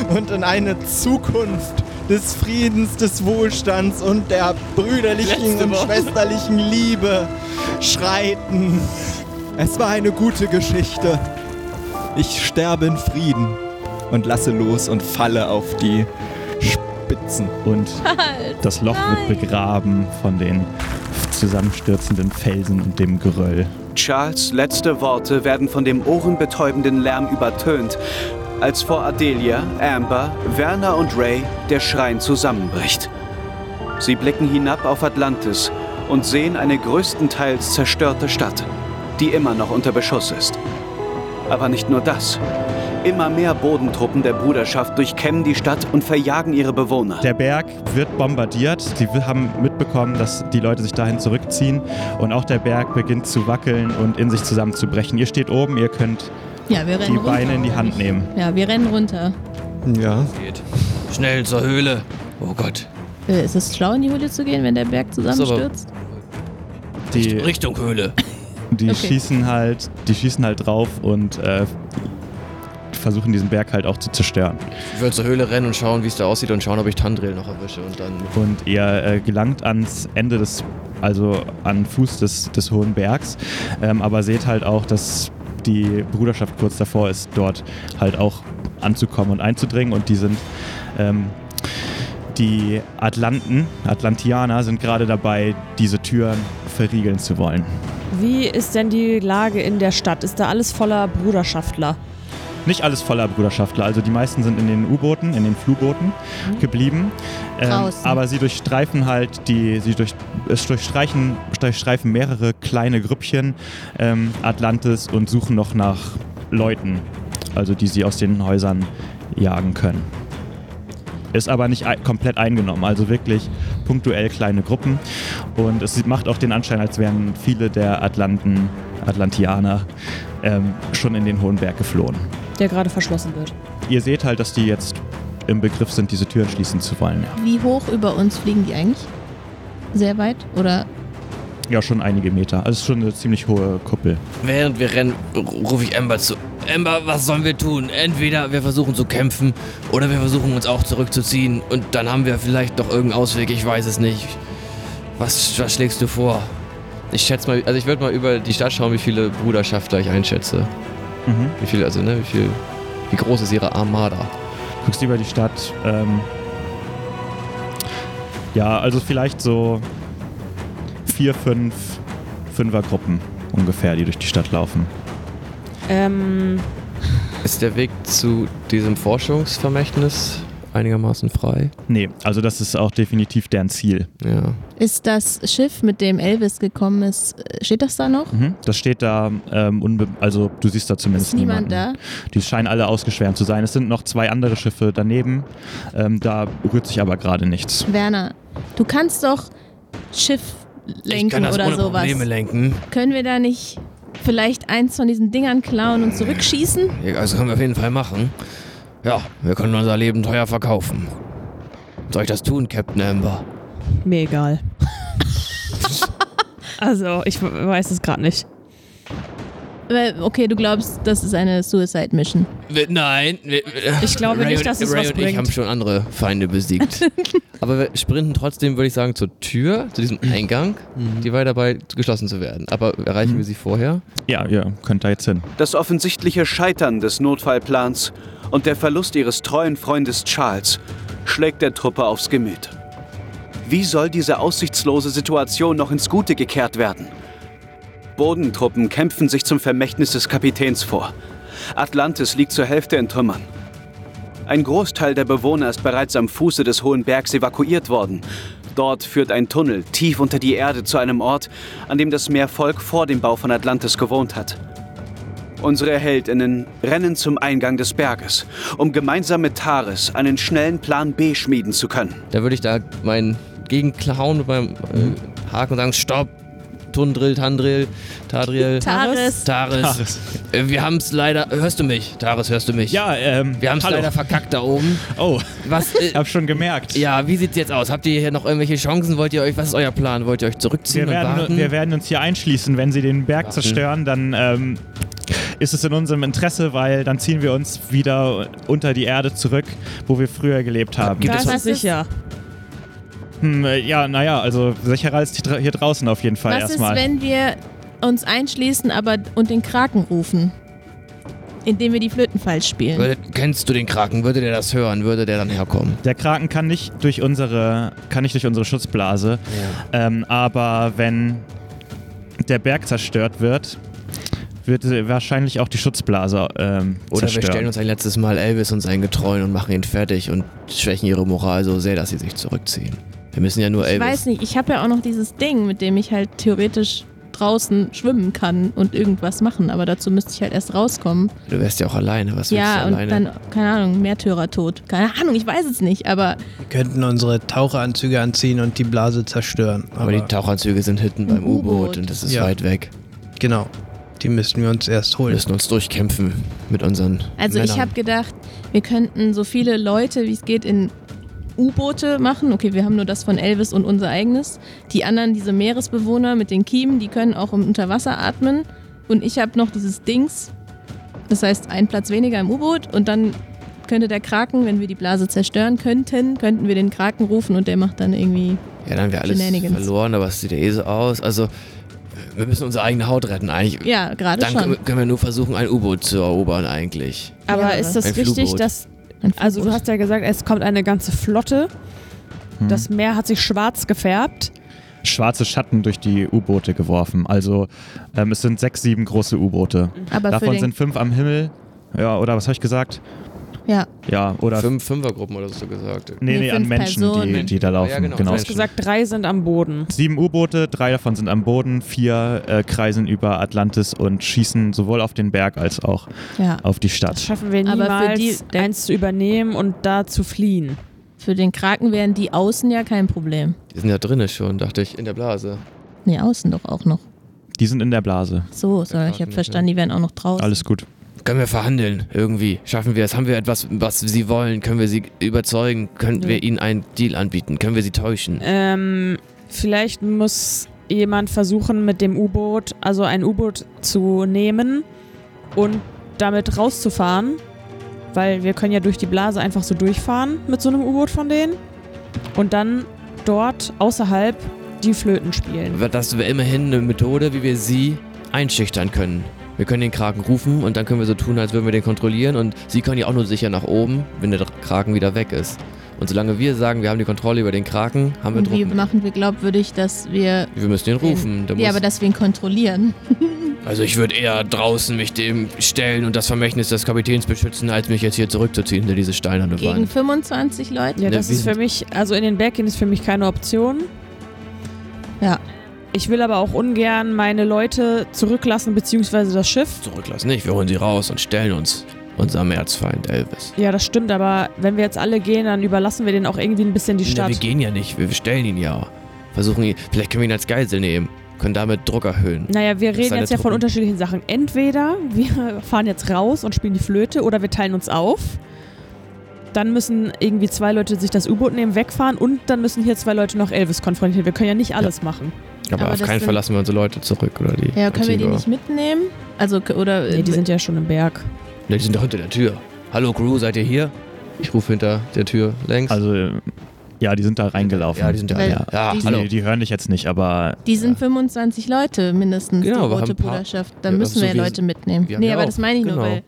und in eine Zukunft des Friedens, des Wohlstands und der brüderlichen und schwesterlichen Liebe schreiten. Es war eine gute Geschichte. Ich sterbe in Frieden und lasse los und falle auf die Spitzen.
und
Halt,
das Loch wird begraben von den zusammenstürzenden Felsen und dem Geröll.
Charles' letzte Worte werden von dem ohrenbetäubenden Lärm übertönt, als vor Adelia, Amber, Werner und Ray der Schrein zusammenbricht. Sie blicken hinab auf Atlantis und sehen eine größtenteils zerstörte Stadt, die immer noch unter Beschuss ist. Aber nicht nur das. Immer mehr Bodentruppen der Bruderschaft durchkämmen die Stadt und verjagen ihre Bewohner.
Der Berg wird bombardiert. Sie wi- haben mitbekommen, dass die Leute sich dahin zurückziehen und auch der Berg beginnt zu wackeln und in sich zusammenzubrechen. Ihr steht oben, ihr könnt
Ja, wir rennen
die
runter.
Beine in die Hand nehmen.
Ja, wir rennen runter.
Ja.
Geht. Schnell zur Höhle. Oh Gott.
Äh, Ist es schlau, in die Höhle zu gehen, wenn der Berg zusammenstürzt?
Die
Richtung Höhle.
Die
Okay.
schießen halt, die schießen halt drauf und äh, versuchen diesen Berg halt auch zu zerstören.
Ich würde zur Höhle rennen und schauen, wie es da aussieht und schauen, ob ich Tandril noch erwische und dann.
Und ihr äh, gelangt ans Ende des, also an Fuß des, des hohen Bergs, ähm, aber seht halt auch, dass die Bruderschaft kurz davor ist, dort halt auch anzukommen und einzudringen und die sind, ähm, die Atlanten, Atlantianer sind gerade dabei, diese Türen verriegeln zu wollen.
Wie ist denn die Lage in der Stadt? Ist da alles voller Bruderschaftler?
Nicht alles voller Bruderschaftler, also die meisten sind in den U-Booten, in den Flugbooten geblieben. Ähm,
Draußen.
aber sie durchstreifen halt die, sie durch, es durchstreichen, durchstreifen mehrere kleine Grüppchen ähm, Atlantis und suchen noch nach Leuten, also die sie aus den Häusern jagen können. Ist aber nicht ei- komplett eingenommen, also wirklich punktuell kleine Gruppen. Und es sieht- macht auch den Anschein, als wären viele der Atlanten, Atlantianer ähm, schon in den Hohen Berg geflohen
Der gerade verschlossen wird.
ihr seht halt, dass die jetzt im Begriff sind, diese Türen schließen zu wollen. Ja,
Wie hoch über uns fliegen die eigentlich? Sehr weit? Oder
ja schon einige Meter. Also es ist schon eine ziemlich hohe Kuppel.
Während wir rennen, rufe ich Ember zu. Ember, was sollen wir tun? Entweder wir versuchen zu kämpfen oder wir versuchen uns auch zurückzuziehen und dann haben wir vielleicht noch irgendeinen Ausweg, ich weiß es nicht. Was, was schlägst du vor? Ich schätze mal, also ich würde mal über die Stadt schauen, wie viele Bruderschafter ich einschätze.
Mhm.
Wie viel, also, ne, wie viel, wie groß ist ihre Armada?
Guckst über die Stadt. Ähm, ja, also vielleicht so vier, fünf Fünfergruppen ungefähr, die durch die Stadt laufen.
Ähm,
Ist der Weg zu diesem Forschungsvermächtnis einigermaßen frei?
Nee, also das ist auch definitiv deren Ziel.
Ja.
ist das Schiff, mit dem Elvis gekommen ist, äh, steht das da noch?
Mhm. Das steht da, ähm, unbe also du siehst da zumindest
Ist niemand
niemanden.
da?
Die scheinen alle ausgeschwärmt zu sein. Es sind noch zwei andere Schiffe daneben. Ähm, da rührt sich aber gerade nichts.
Werner, du kannst doch Schiff lenken
ich kann das
oder
ohne
sowas.
Probleme lenken.
Können wir da nicht vielleicht eins von diesen Dingern klauen und zurückschießen?
Ja, Das können wir auf jeden Fall machen. Ja, wir können unser Leben teuer verkaufen. Soll ich das tun, Captain Amber?
mir egal. also, ich w- weiß es gerade nicht.
Äh, Okay, du glaubst, das ist eine Suicide Mission.
Wir- Nein. wir-
Ich glaube
Ray
nicht,
und-
dass es
Ray
was
und ich
bringt.
haben schon andere Feinde besiegt. Aber wir sprinten trotzdem, würde ich sagen, zur Tür, zu diesem
Mhm.
Eingang. Die war dabei, geschlossen zu werden. Aber erreichen
Mhm.
wir sie vorher?
Ja, ihr könnt da jetzt hin.
Das offensichtliche Scheitern des Notfallplans und der Verlust ihres treuen Freundes Charles schlägt der Truppe aufs Gemüt. Wie soll diese aussichtslose Situation noch ins Gute gekehrt werden? Bodentruppen kämpfen sich zum Vermächtnis des Kapitäns vor. Atlantis liegt zur Hälfte in Trümmern. Ein Großteil der Bewohner ist bereits am Fuße des hohen Bergs evakuiert worden. Dort führt ein Tunnel tief unter die Erde zu einem Ort, an dem das Meervolk vor dem Bau von Atlantis gewohnt hat. Unsere Heldinnen rennen zum Eingang des Berges, um gemeinsam mit Taris einen schnellen Plan B schmieden zu können.
Da würde ich da meinen Gegenklauen mit meinem
Mhm.
äh, Haken und sagen, stopp. Tundril, Tandril, Tadriel,
Taris.
Taris. Äh, Wir haben es leider... Hörst du mich? Taris, hörst du mich?
Ja, ähm,
Wir haben es
hallo.
leider verkackt da oben.
Oh,
Was, äh,
ich hab schon gemerkt.
ja, wie sieht's jetzt aus? Habt ihr hier noch irgendwelche Chancen? Wollt ihr euch, was ist euer Plan? Wollt ihr euch zurückziehen
Wir
und warten?
werden, wir werden uns hier einschließen. Wenn sie den Berg zerstören, dann ähm, ist es in unserem Interesse, weil dann ziehen wir uns wieder unter die Erde zurück, wo wir früher gelebt haben.
Gibt
Da
es
ist
was-
es sicher.
Hm, äh, ja, naja, also sicherer als die dra- hier draußen auf jeden Fall
Was ist,
erstmal.
wenn wir uns einschließen aber und den Kraken rufen? Indem wir die Flöten falsch spielen.
Würde, kennst du den Kraken? Würde der das hören? Würde der dann herkommen?
Der Kraken kann nicht durch unsere, kann nicht durch unsere Schutzblase. Ähm, aber wenn der Berg zerstört wird, wird äh, wahrscheinlich auch die Schutzblase ähm,
Oder
zerstört.
wir stellen uns ein letztes Mal Elvis und seinen Getreuen und machen ihn fertig und schwächen ihre Moral so sehr, dass sie sich zurückziehen. Wir müssen ja nur
Ich
Elvis.
weiß nicht, ich habe ja auch noch dieses Ding, mit dem ich halt theoretisch draußen schwimmen kann und irgendwas machen, aber dazu müsste ich halt erst rauskommen.
Du wärst ja auch alleine. Was
ja,
willst
und
du alleine?
dann, keine Ahnung, Märtyrer tot. Keine Ahnung, ich weiß es nicht, aber
Wir könnten unsere Taucheranzüge anziehen und die Blase zerstören.
aber die Tauchanzüge sind hinten beim U-Boot
U-Boot.
und das ist
Ja.
weit weg.
genau, die müssten wir uns erst
Wir
holen.
müssen uns durchkämpfen mit unseren
Also
Männern.
ich habe gedacht, wir könnten so viele Leute, wie es geht, in U-Boote machen. Okay, wir haben nur das von Elvis und unser eigenes. Die anderen, diese Meeresbewohner mit den Kiemen, die können auch im Unterwasser atmen. Und ich habe noch dieses Dings Das heißt, ein Platz weniger im U-Boot und dann könnte der Kraken, wenn wir die Blase zerstören könnten, könnten wir den Kraken rufen und der macht dann irgendwie.
Ja, dann haben wir alles
Shenanigans.
verloren, aber es sieht ja eh so aus. Also, wir müssen unsere eigene Haut retten eigentlich.
Ja, gerade
dann
schon.
können- können wir nur versuchen, ein U-Boot zu erobern eigentlich.
Aber
Ja,
ist das
ein
richtig,
Flugboot.
dass. Also, du hast ja gesagt, es kommt eine ganze Flotte. Das Meer hat sich schwarz gefärbt.
schwarze Schatten durch die U-Boote geworfen. Also ähm, es sind sechs, sieben große U-Boote.
Aber für
Davon
den,
sind fünf am Himmel. Ja, oder was habe ich gesagt?
ja,
Ja, oder.
Fünf Fünfergruppen oder so gesagt.
Nee,
Nee,
nee, an
fünf
Menschen, die,
Personen.
die da laufen.
Ja, genau.
genau.
Du hast gesagt, drei sind am Boden.
Sieben U-Boote, drei davon sind am Boden, vier äh, kreisen über Atlantis und schießen sowohl auf den Berg als auch
ja.
auf die
Das
Stadt.
schaffen wir
Aber für
niemals,
die-
eins zu übernehmen und da zu fliehen.
Für den Kraken wären die außen ja kein Problem.
Die sind ja drinnen schon, dachte ich, in der Blase.
Nee, außen doch auch noch.
Die sind in der Blase.
So, sondern
Kraken
ich habe
ist
verstanden, die wären auch noch draußen.
Alles gut.
Können wir verhandeln irgendwie? Schaffen wir es? Haben wir etwas, was sie wollen? Können wir sie überzeugen? Können wir ihnen einen Deal anbieten? Können wir sie täuschen?
Ähm, vielleicht muss jemand versuchen, mit dem U-Boot, also ein U-Boot zu nehmen und damit rauszufahren. Weil wir können ja durch die Blase einfach so durchfahren mit so einem U-Boot von denen. Und dann dort außerhalb die Flöten spielen.
Das wäre immerhin eine Methode, wie wir sie einschüchtern können. Wir können den Kraken rufen und dann können wir so tun, als würden wir den kontrollieren und sie können ja auch nur sicher nach oben, wenn der Kraken wieder weg ist. Und solange wir sagen, wir haben die Kontrolle über den Kraken, haben wir
Und wie
Druck. mit-
machen wir glaubwürdig, dass wir.
Wir müssen ihn rufen. Der
Ja,
muss-
aber dass wir ihn kontrollieren.
also ich würde eher draußen mich dem stellen und das Vermächtnis des Kapitäns beschützen, als mich jetzt hier zurückzuziehen hinter diese steinerne
Gegen
Wand.
25 Leute?
Ja,
Ne,
das
wir
ist für
sind-
mich, also in den Berg gehen ist für mich keine Option.
Ja.
Ich will aber auch ungern meine Leute zurücklassen, beziehungsweise das Schiff.
Zurücklassen nicht, wir holen sie raus und stellen uns unserem Erzfeind Elvis.
Ja, das stimmt, aber wenn wir jetzt alle gehen, dann überlassen wir denen auch irgendwie ein bisschen die
Na,
Stadt.
wir gehen ja nicht, wir stellen ihn ja. Versuchen ihn, vielleicht können wir ihn als Geisel nehmen, können damit Druck erhöhen.
naja, wir
Das
reden
seine
jetzt ja von
Truppen.
unterschiedlichen Sachen. Entweder wir fahren jetzt raus und spielen die Flöte oder wir teilen uns auf. Dann müssen irgendwie zwei Leute sich das U-Boot nehmen, wegfahren und dann müssen hier zwei Leute noch Elvis konfrontieren. Wir können ja nicht alles machen.
Aber,
Aber
auf
das
keinen
sind-
Fall lassen wir unsere Leute zurück, oder die?
Ja, können wir die
Antigua.
nicht mitnehmen? Also, k- oder.
Nee, die sind ja schon im Berg.
Ne, die sind doch hinter der Tür. Hallo Crew, seid ihr hier? Ich rufe hinter der Tür längs.
Also, äh, ja, die sind da reingelaufen.
ja, die sind da.
Weil-
Ja, ja
die-
hallo.
Die, die hören dich jetzt nicht, aber
Die sind 25 Leute mindestens,
Genau, wir
die
haben
rote
ein paar-
Bruderschaft. Da
Ja,
müssen
so
wir
wie-
ja Leute mitnehmen.
wir haben
Nee,
ja
aber
auch,
das meine ich nur,
genau.
weil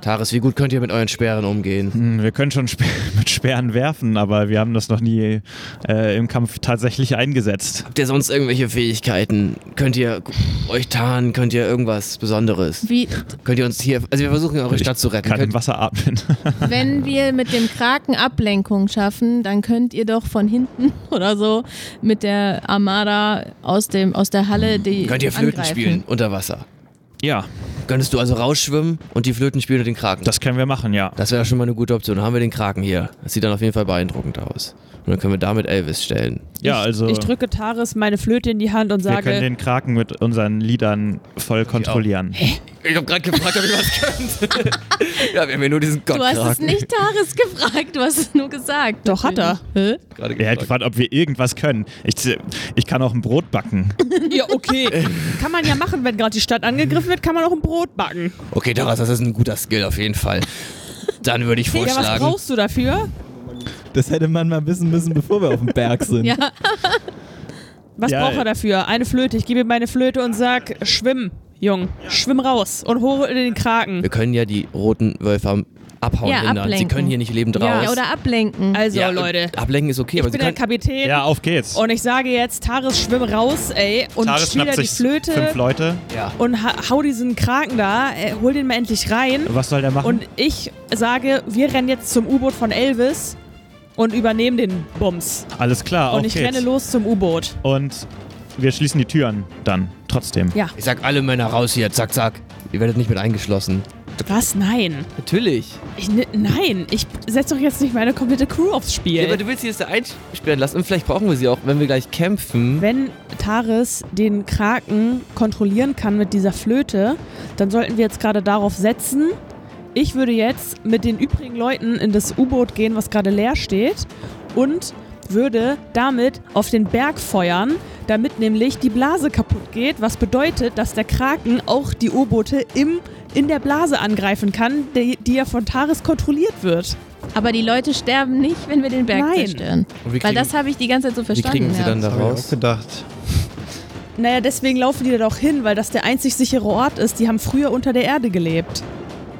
Taris, wie gut könnt ihr mit euren Sperren umgehen?
Hm, Wir können schon spe mit Sperren werfen, aber wir haben das noch nie äh, im Kampf tatsächlich eingesetzt.
Habt ihr sonst irgendwelche Fähigkeiten? Könnt ihr euch tarnen? Könnt ihr irgendwas Besonderes?
wie,
Könnt ihr uns hier. Also, wir versuchen eure
Ich
Stadt zu retten.
Kann im
Könnt,
Wasser atmen.
wenn wir mit dem Kraken Ablenkung schaffen, dann könnt ihr doch von hinten oder so mit der Armada aus, dem, aus der Halle die.
Hm. könnt ihr Flöten
angreifen.
spielen unter Wasser?
ja,
Könntest du also rausschwimmen und die Flöten spielen und den Kraken?
das können wir machen, ja.
Das wäre schon mal eine gute Option. Dann haben wir den Kraken hier. Das sieht dann auf jeden Fall beeindruckend aus. Und dann können wir damit Elvis stellen.
ja, also
Ich drücke Taris meine Flöte in die Hand und
wir
sage,
können den Kraken mit unseren Liedern voll kontrollieren.
Ich habe gerade gefragt, ob ich was könnt. ja, wir haben ja nur diesen
Du hast es
Gottkraken
nicht Taris gefragt, du hast es nur gesagt.
Doch, hat er.
Hä?
gerade
Er hat
gefragt.
gefragt, ob wir irgendwas können. Ich, ich kann auch ein Brot backen.
Ja, okay. kann man ja machen, wenn gerade die Stadt angegriffen wird, kann man auch ein Brot backen.
Okay, Taras, das ist ein guter Skill auf jeden Fall. Dann würde ich
Digga, was
vorschlagen.
brauchst du dafür?
Das hätte man mal wissen müssen, bevor wir auf dem Berg sind.
Ja,
Was
Ja,
braucht er
äh.
dafür? Eine Flöte. Ich gebe ihm meine Flöte und sag, schwimm, Jung. Schwimm raus und hole in den Kraken.
Wir können ja die roten Wölfe am Abhauen
Ja,
hindern. Sie
ablenken.
können hier nicht lebend
Ja,
raus.
ja, oder ablenken.
Also,
Ja,
Leute.
Ablenken ist okay, aber
Ich
sie
bin der
können.
Kapitän
Ja, auf geht's.
und ich sage jetzt, Taris, schwimm raus, ey. Und
Taris
spiel da
schnappt
die
sich fünf
Flöte
Leute.
Ja.
und ha hau diesen Kraken da. Äh, hol den mal endlich rein.
Was soll der machen?
Und ich sage, wir rennen jetzt zum U-Boot von Elvis und übernehmen den Bums.
Alles klar, auf
und ich
geht's.
renne los zum U-Boot.
Und wir schließen die Türen dann trotzdem.
Ja.
Ich sag alle Männer raus hier, zack, zack. Ihr werdet nicht mit eingeschlossen.
Was? Nein.
Natürlich.
Ich, ne- nein, ich setze doch jetzt nicht meine komplette Crew aufs Spiel.
Ja, aber du willst sie jetzt da einsperren lassen und vielleicht brauchen wir sie auch, wenn wir gleich kämpfen.
Wenn Taris den Kraken kontrollieren kann mit dieser Flöte, dann sollten wir jetzt gerade darauf setzen. Ich würde jetzt mit den übrigen Leuten in das U-Boot gehen, was gerade leer steht, und würde damit auf den Berg feuern, damit nämlich die Blase kaputt geht, was bedeutet, dass der Kraken auch die U-Boote im in der Blase angreifen kann, die, die ja von Taris kontrolliert wird.
Aber die Leute sterben nicht, wenn wir den Berg
Nein.
zerstören.
Und wir
Weil
kriegen,
das habe ich die ganze Zeit so
wie
verstanden.
kriegen sie
ja.
dann da
Hab ich auch
raus?
gedacht.
Naja, deswegen laufen die da doch hin, weil das der einzig sichere Ort ist. Die haben früher unter der Erde gelebt.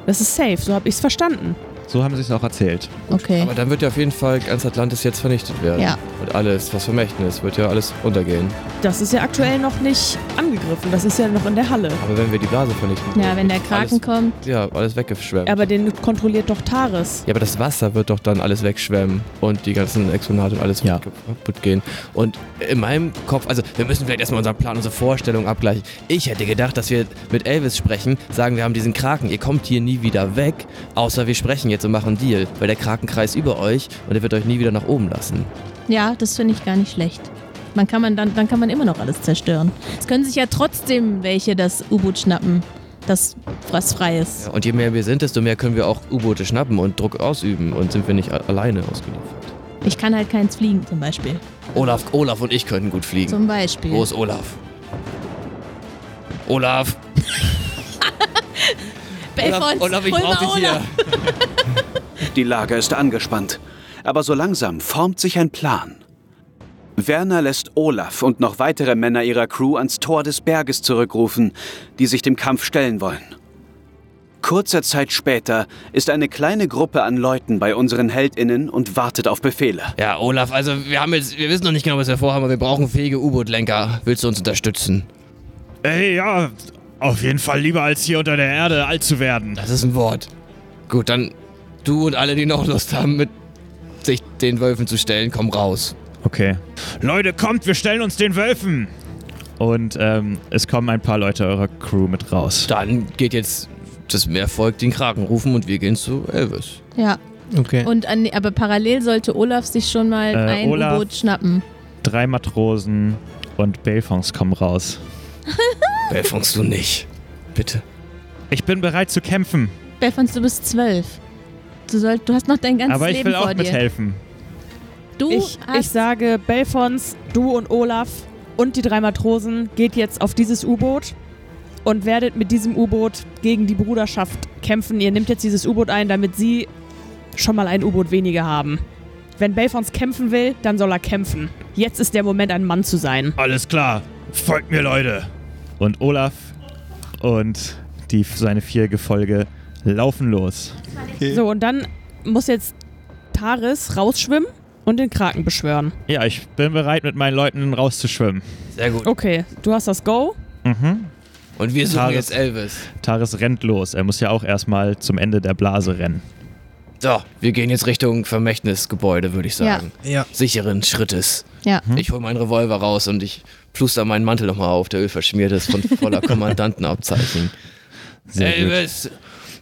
Das ist safe, so habe ich es verstanden.
So haben sie es auch erzählt.
Okay.
Aber dann wird ja auf jeden Fall ganz Atlantis jetzt vernichtet werden.
Ja.
Und alles, was vermächten ist, wird ja alles untergehen.
Das ist ja aktuell noch nicht angegriffen. Das ist ja noch in der Halle.
Aber wenn wir die Blase vernichten,
Ja, wenn der Kraken
Alles-
kommt.
ja, alles weggeschwemmt.
Aber den kontrolliert doch Taris.
Ja, aber das Wasser wird doch dann alles wegschwemmen und die ganzen Exponate und alles
Ja.
wird kaputt gehen. Und in meinem Kopf, also wir müssen vielleicht erstmal unseren Plan, unsere Vorstellung abgleichen. Ich hätte gedacht, dass wir mit Elvis sprechen, sagen, wir haben diesen Kraken, ihr kommt hier nie wieder weg, außer wir sprechen jetzt und machen einen Deal, weil der Kraken kreist über euch und er wird euch nie wieder nach oben lassen.
Ja, das finde ich gar nicht schlecht. Man kann man dann, dann kann man immer noch alles zerstören. Es können sich ja trotzdem welche das U-Boot schnappen, das was frei ist.
Ja, und je mehr wir sind, desto mehr können wir auch U-Boote schnappen und Druck ausüben und sind wir nicht a- alleine ausgeliefert.
Ich kann halt keins fliegen, zum Beispiel.
Olaf, Olaf und ich könnten gut fliegen.
Zum Beispiel.
Wo ist Olaf? Olaf!
Belfons,
Olaf, ich
hol
brauche dich
mal
hier.
Olaf.
Die Lage ist angespannt, aber so langsam formt sich ein Plan. Werner lässt Olaf und noch weitere Männer ihrer Crew ans Tor des Berges zurückrufen, die sich dem Kampf stellen wollen. Kurzer Zeit später ist eine kleine Gruppe an Leuten bei unseren Heldinnen und wartet auf Befehle.
Ja, Olaf, also wir haben jetzt, wir wissen noch nicht genau, was wir vorhaben, aber wir brauchen fähige U-Boot-Lenker. Willst du uns unterstützen?
Ey, ja, auf jeden Fall lieber als hier unter der Erde alt zu werden.
Das ist ein Wort. Gut, dann du und alle, die noch Lust haben, mit sich den Wölfen zu stellen, komm raus.
Okay. Leute, kommt, wir stellen uns den Wölfen! Und ähm, es kommen ein paar Leute eurer Crew mit raus.
Dann geht jetzt das Meervolk den Kraken rufen und wir gehen zu Elvis.
Ja,
Okay.
und an, aber parallel sollte Olaf sich schon mal
Äh,
ein
Olaf.
U-Boot schnappen.
Drei Matrosen und Belfons kommen raus.
Belfungst du nicht. Bitte.
Ich bin bereit zu kämpfen,
Belfons, du bist zwölf. Du, soll, du hast noch dein ganzes
aber ich
Leben
will auch
vor dir.
mithelfen.
Du
Ich, ich
hast
sage, Belfons, du und Olaf und die drei Matrosen geht jetzt auf dieses U-Boot und werdet mit diesem U-Boot gegen die Bruderschaft kämpfen. Ihr nehmt jetzt dieses U-Boot ein, damit sie schon mal ein U-Boot weniger haben. Wenn Belfons kämpfen will, dann soll er kämpfen. Jetzt ist der Moment, ein Mann zu sein.
Alles klar, folgt mir, Leute! Und Olaf und die, seine vier Gefolge laufen los.
So, und dann muss jetzt Taris rausschwimmen und den Kraken beschwören.
Ja, ich bin bereit, mit meinen Leuten rauszuschwimmen.
Sehr gut.
Okay, du hast das Go.
Mhm.
Und wir suchen
Tages-
jetzt Elvis.
Taris rennt los. Er muss ja auch erstmal zum Ende der Blase rennen.
So, wir gehen jetzt Richtung Vermächtnisgebäude, würde ich
Ja.
sagen.
Ja,
Sicheren Schrittes.
ja.
Hm?
Ich hole meinen Revolver raus und ich pluster meinen Mantel nochmal auf, der ölverschmiert ist von voller Kommandantenabzeichen.
Sehr gut.
Elvis,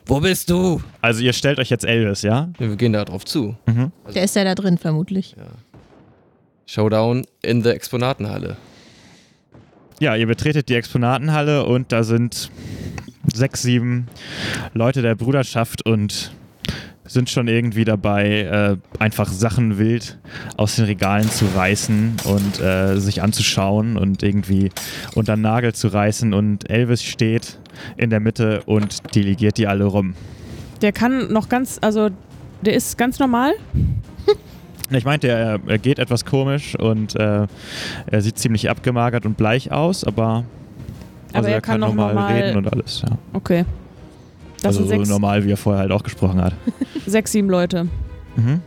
wo bist du?
Also ihr stellt euch jetzt Elvis, ja?
Ja, wir gehen da drauf zu.
Der ist ja da drin, vermutlich.
Showdown in der Exponatenhalle.
Ja, ihr betretet die Exponatenhalle und da sind sechs, sieben Leute der Bruderschaft und sind schon irgendwie dabei, äh, einfach Sachen wild aus den Regalen zu reißen und äh, sich anzuschauen und irgendwie unter den Nagel zu reißen. Und Elvis steht in der Mitte und delegiert die alle rum.
Der kann noch ganz, also der ist ganz normal.
Ich meinte, er, er geht etwas komisch und äh, er sieht ziemlich abgemagert und bleich aus, aber, also
Aber er kann noch normal-
reden und alles. Ja.
Okay. Das
Also
sind
so
sechs,
normal, wie er vorher halt auch gesprochen hat.
sechs, sieben Leute.
Mhm.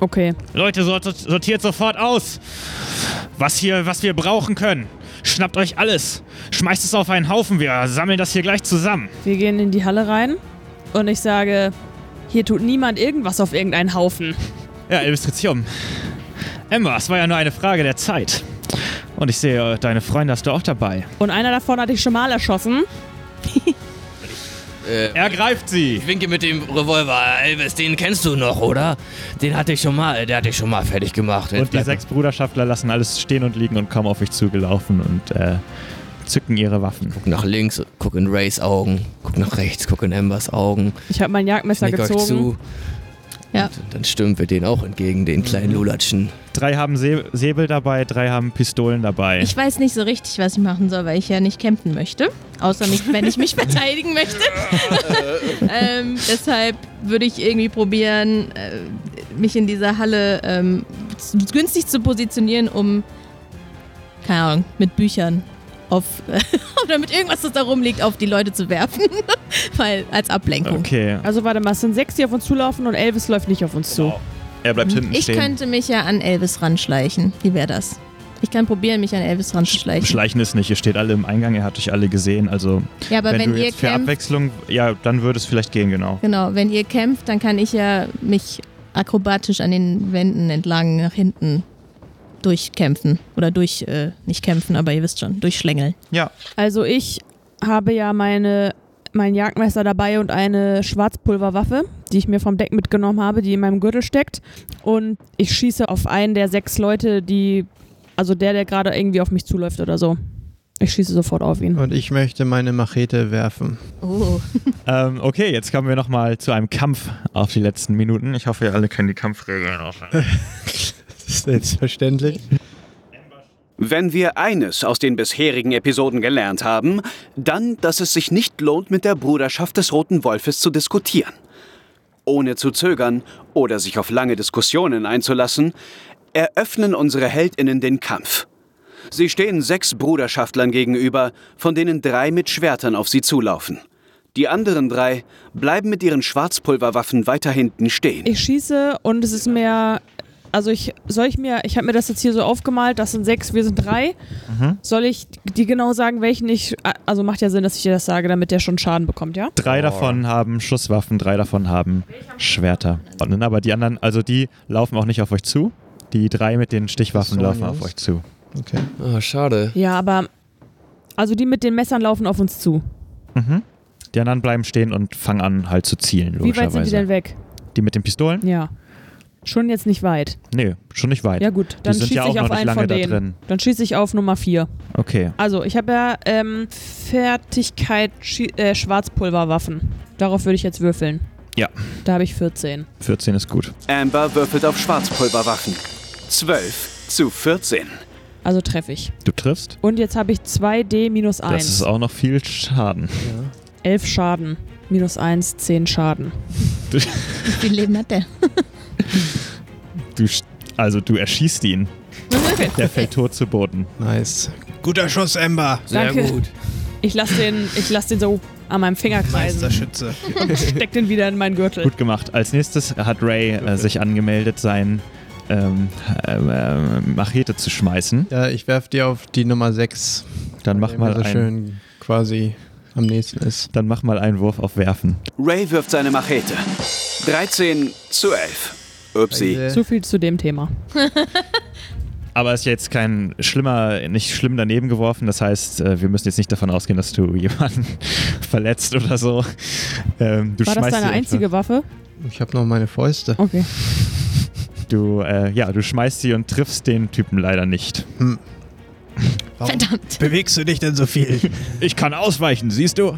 Okay.
Leute, sort- sortiert sofort aus, was, hier, was wir brauchen können. Schnappt euch alles, schmeißt es auf einen Haufen, wir sammeln das hier gleich zusammen.
Wir gehen in die Halle rein und ich sage, hier tut niemand irgendwas auf irgendeinen Haufen.
Ja, Elvis dreht sich um. Emma, es war ja nur eine Frage der Zeit. Und ich sehe, deine Freunde hast du auch dabei.
Und einer davon hatte ich schon mal erschossen.
Äh,
Er greift sie.
ich winke mit dem Revolver. Elvis, den kennst du noch, oder? Den hatte ich schon mal, der hatte ich schon mal fertig gemacht. Jetzt
Und die
bleib-
sechs Bruderschaftler lassen alles stehen und liegen und kommen auf euch zugelaufen und äh, zücken ihre Waffen.
Guck nach links, guck in Rays Augen, guck nach rechts, guck in Ambers Augen.
Ich habe mein Jagdmesser
Nick euch
gezogen.
zu.
Ja.
Und dann stürmen wir denen auch entgegen, den
Mhm.
kleinen Lulatschen.
Drei haben Se Säbel dabei, drei haben Pistolen dabei.
Ich weiß nicht so richtig, was ich machen soll, weil ich ja nicht campen möchte. Außer mich, wenn ich mich verteidigen möchte. ähm, deshalb würde ich irgendwie probieren, äh, mich in dieser Halle ähm, z- günstig zu positionieren, um, keine Ahnung, mit Büchern auf, oder mit irgendwas, das da rumliegt, auf die Leute zu werfen. weil, als Ablenkung.
okay.
Also warte mal, es sind sechs, die auf uns zulaufen und Elvis läuft nicht auf uns zu.
Genau. Er bleibt hinten
Ich
stehen.
könnte mich ja an Elvis ranschleichen. Wie wäre das? Ich kann probieren, mich an Elvis ranzuschleichen.
Schleichen ist nicht, ihr steht alle im Eingang, ihr habt euch alle gesehen. Also
ja, aber
wenn,
wenn,
du
ihr
jetzt für
kämpft,
Abwechslung, ja, dann würde es vielleicht gehen, genau.
Genau, wenn ihr kämpft, dann kann ich ja mich akrobatisch an den Wänden entlang nach hinten durchkämpfen. Oder durch, äh, nicht kämpfen, aber ihr wisst schon, durchschlängeln.
Also ich habe ja meine, mein Jagdmesser dabei und eine Schwarzpulverwaffe, die ich mir vom Deck mitgenommen habe, die in meinem Gürtel steckt. Und ich schieße auf einen der sechs Leute, die, also der, der gerade irgendwie auf mich zuläuft oder so. Ich schieße sofort auf ihn.
Und ich möchte meine Machete werfen.
Oh.
Ähm, okay, jetzt kommen wir nochmal zu einem Kampf auf die letzten Minuten. Ich hoffe, ihr alle kennen die Kampfregeln auch.
Selbstverständlich.
Wenn wir eines aus den bisherigen Episoden gelernt haben, dann, dass es sich nicht lohnt, mit der Bruderschaft des Roten Wolfes zu diskutieren. Ohne zu zögern oder sich auf lange Diskussionen einzulassen, eröffnen unsere Heldinnen den Kampf. Sie stehen sechs Bruderschaftlern gegenüber, von denen drei mit Schwertern auf sie zulaufen. Die anderen drei bleiben mit ihren Schwarzpulverwaffen weiter hinten stehen.
Ich schieße und es ist mir, also ich, soll ich mir, ich habe mir das jetzt hier so aufgemalt, das sind sechs, wir sind drei. Soll ich die genau sagen, welchen ich, also macht ja Sinn, dass ich dir das sage, damit der schon Schaden bekommt, ja?
Drei davon haben Schusswaffen, drei davon haben Schwerter. Und, aber die anderen, also die laufen auch nicht auf euch zu. Die drei mit den Stichwaffen
So,
laufen auf
Jungs.
euch zu.
Okay.
Oh, schade.
Ja, aber. Also die mit den Messern laufen auf uns zu.
Die anderen bleiben stehen und fangen an halt zu zielen,
Wie weit sind die
logischerweise.
denn weg?
die mit den Pistolen?
Ja. Schon jetzt nicht weit.
Nee, schon nicht weit.
Ja gut, dann
sind
schieße
ja auch
ich auf
noch nicht
einen
lange
von
da
denen.
drin.
Dann schieße ich auf Nummer 4.
Okay.
Also, ich habe ja ähm, Fertigkeit Schie äh, Schwarzpulverwaffen. Darauf würde ich jetzt würfeln.
Ja.
Da habe ich 14.
14 ist gut.
Amber würfelt auf Schwarzpulverwaffen. 12 zu 14.
Also treffe ich.
Du triffst.
Und jetzt habe ich 2D minus
Das ist
1.
auch noch viel Schaden.
11 Schaden. Minus 1, 10 Schaden.
Wie viel Leben hat der?
Du, sch- also du erschießt ihn. Der fällt tot zu Boden.
Nice. Guter Schuss, Ember.
Sehr
Danke.
gut.
Ich lasse den, ich lass den so an meinem Finger kreisen
Meisterschütze.
und steck den wieder in meinen Gürtel.
Gut gemacht. Als nächstes hat Ray äh, sich angemeldet, sein ähm, ähm, ähm, Machete zu schmeißen.
Ja, ich werf dir auf die Nummer 6.
Dann mach mal
so
einen.
schön quasi am nächsten ist.
Dann mach mal einen Wurf auf Werfen.
Ray wirft seine Machete. 13 zu 11. Upsi.
So viel zu dem Thema.
Aber ist jetzt kein schlimmer, nicht schlimm daneben geworfen. Das heißt, äh, wir müssen jetzt nicht davon ausgehen, dass du jemanden verletzt oder so. Ähm, du
War das
schmeißt
deine
sie einfach-
einzige Waffe?
Ich habe noch meine Fäuste.
Okay.
Du, äh, ja, du schmeißt sie und triffst den Typen leider nicht.
Verdammt.
Bewegst du dich denn so viel?
Ich kann ausweichen, siehst du?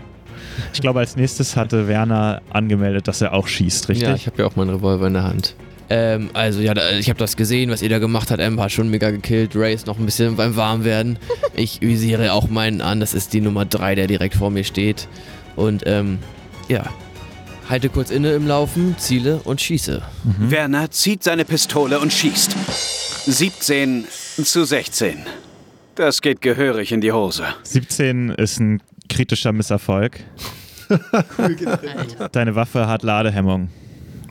Ich glaube, als nächstes hatte Werner angemeldet, dass er auch schießt, richtig?
Ja, ich habe ja auch meinen Revolver in der Hand. Ähm, also ja, da- ich habe das gesehen, was ihr da gemacht habt. Amber hat schon mega gekillt. Ray ist noch ein bisschen beim Warmwerden. Ich visiere auch meinen an. Das ist die Nummer 3, der direkt vor mir steht. Und ähm, ja, halte kurz inne im Laufen, ziele und schieße.
Werner zieht seine Pistole und schießt. 17 zu 16. Das geht gehörig in die Hose.
17 ist ein kritischer Misserfolg. Deine Waffe hat Ladehemmung.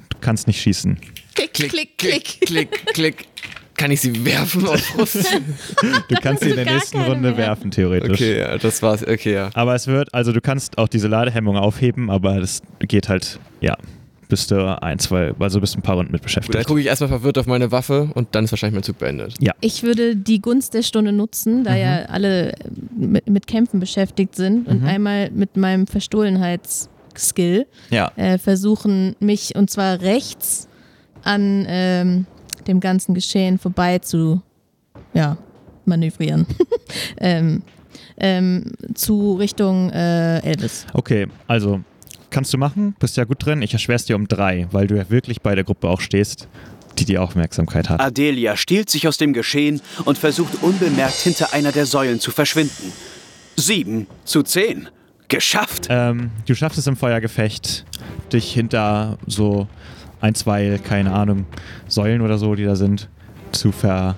Du kannst nicht schießen.
Klick, klick, klick.
klick, klick. Kann ich sie werfen auf Brust?
Du kannst sie in der
Gar
nächsten
keine
Runde
mehr.
werfen, theoretisch.
Okay, ja, das war's. Okay, ja.
Aber es wird, also du kannst auch diese Ladehemmung aufheben, aber das geht halt, ja, bist du ein, zwei, also bist ein paar Runden mit
Dann
beschäftigt.
gucke ich erstmal verwirrt auf meine Waffe und dann ist wahrscheinlich mein Zug beendet.
Ich würde die Gunst der Stunde nutzen, da ja alle äh, mit, mit Kämpfen beschäftigt sind und einmal mit meinem Verstohlenheits-Skill
Ja.
äh, versuchen, mich und zwar rechts an ähm, dem ganzen Geschehen vorbei zu ja, manövrieren. ähm, ähm, zu Richtung äh, Elvis.
Okay, also kannst du machen, bist ja gut drin. Ich erschwer's dir um drei, weil du ja wirklich bei der Gruppe auch stehst, die die Aufmerksamkeit
Also
hat.
Adelia stiehlt sich aus dem Geschehen und versucht unbemerkt hinter einer der Säulen zu verschwinden. Sieben zu zehn. Geschafft!
Ähm, du schaffst es im Feuergefecht, dich hinter so ein, zwei, keine Ahnung, Säulen oder so, die da sind, zu, ver,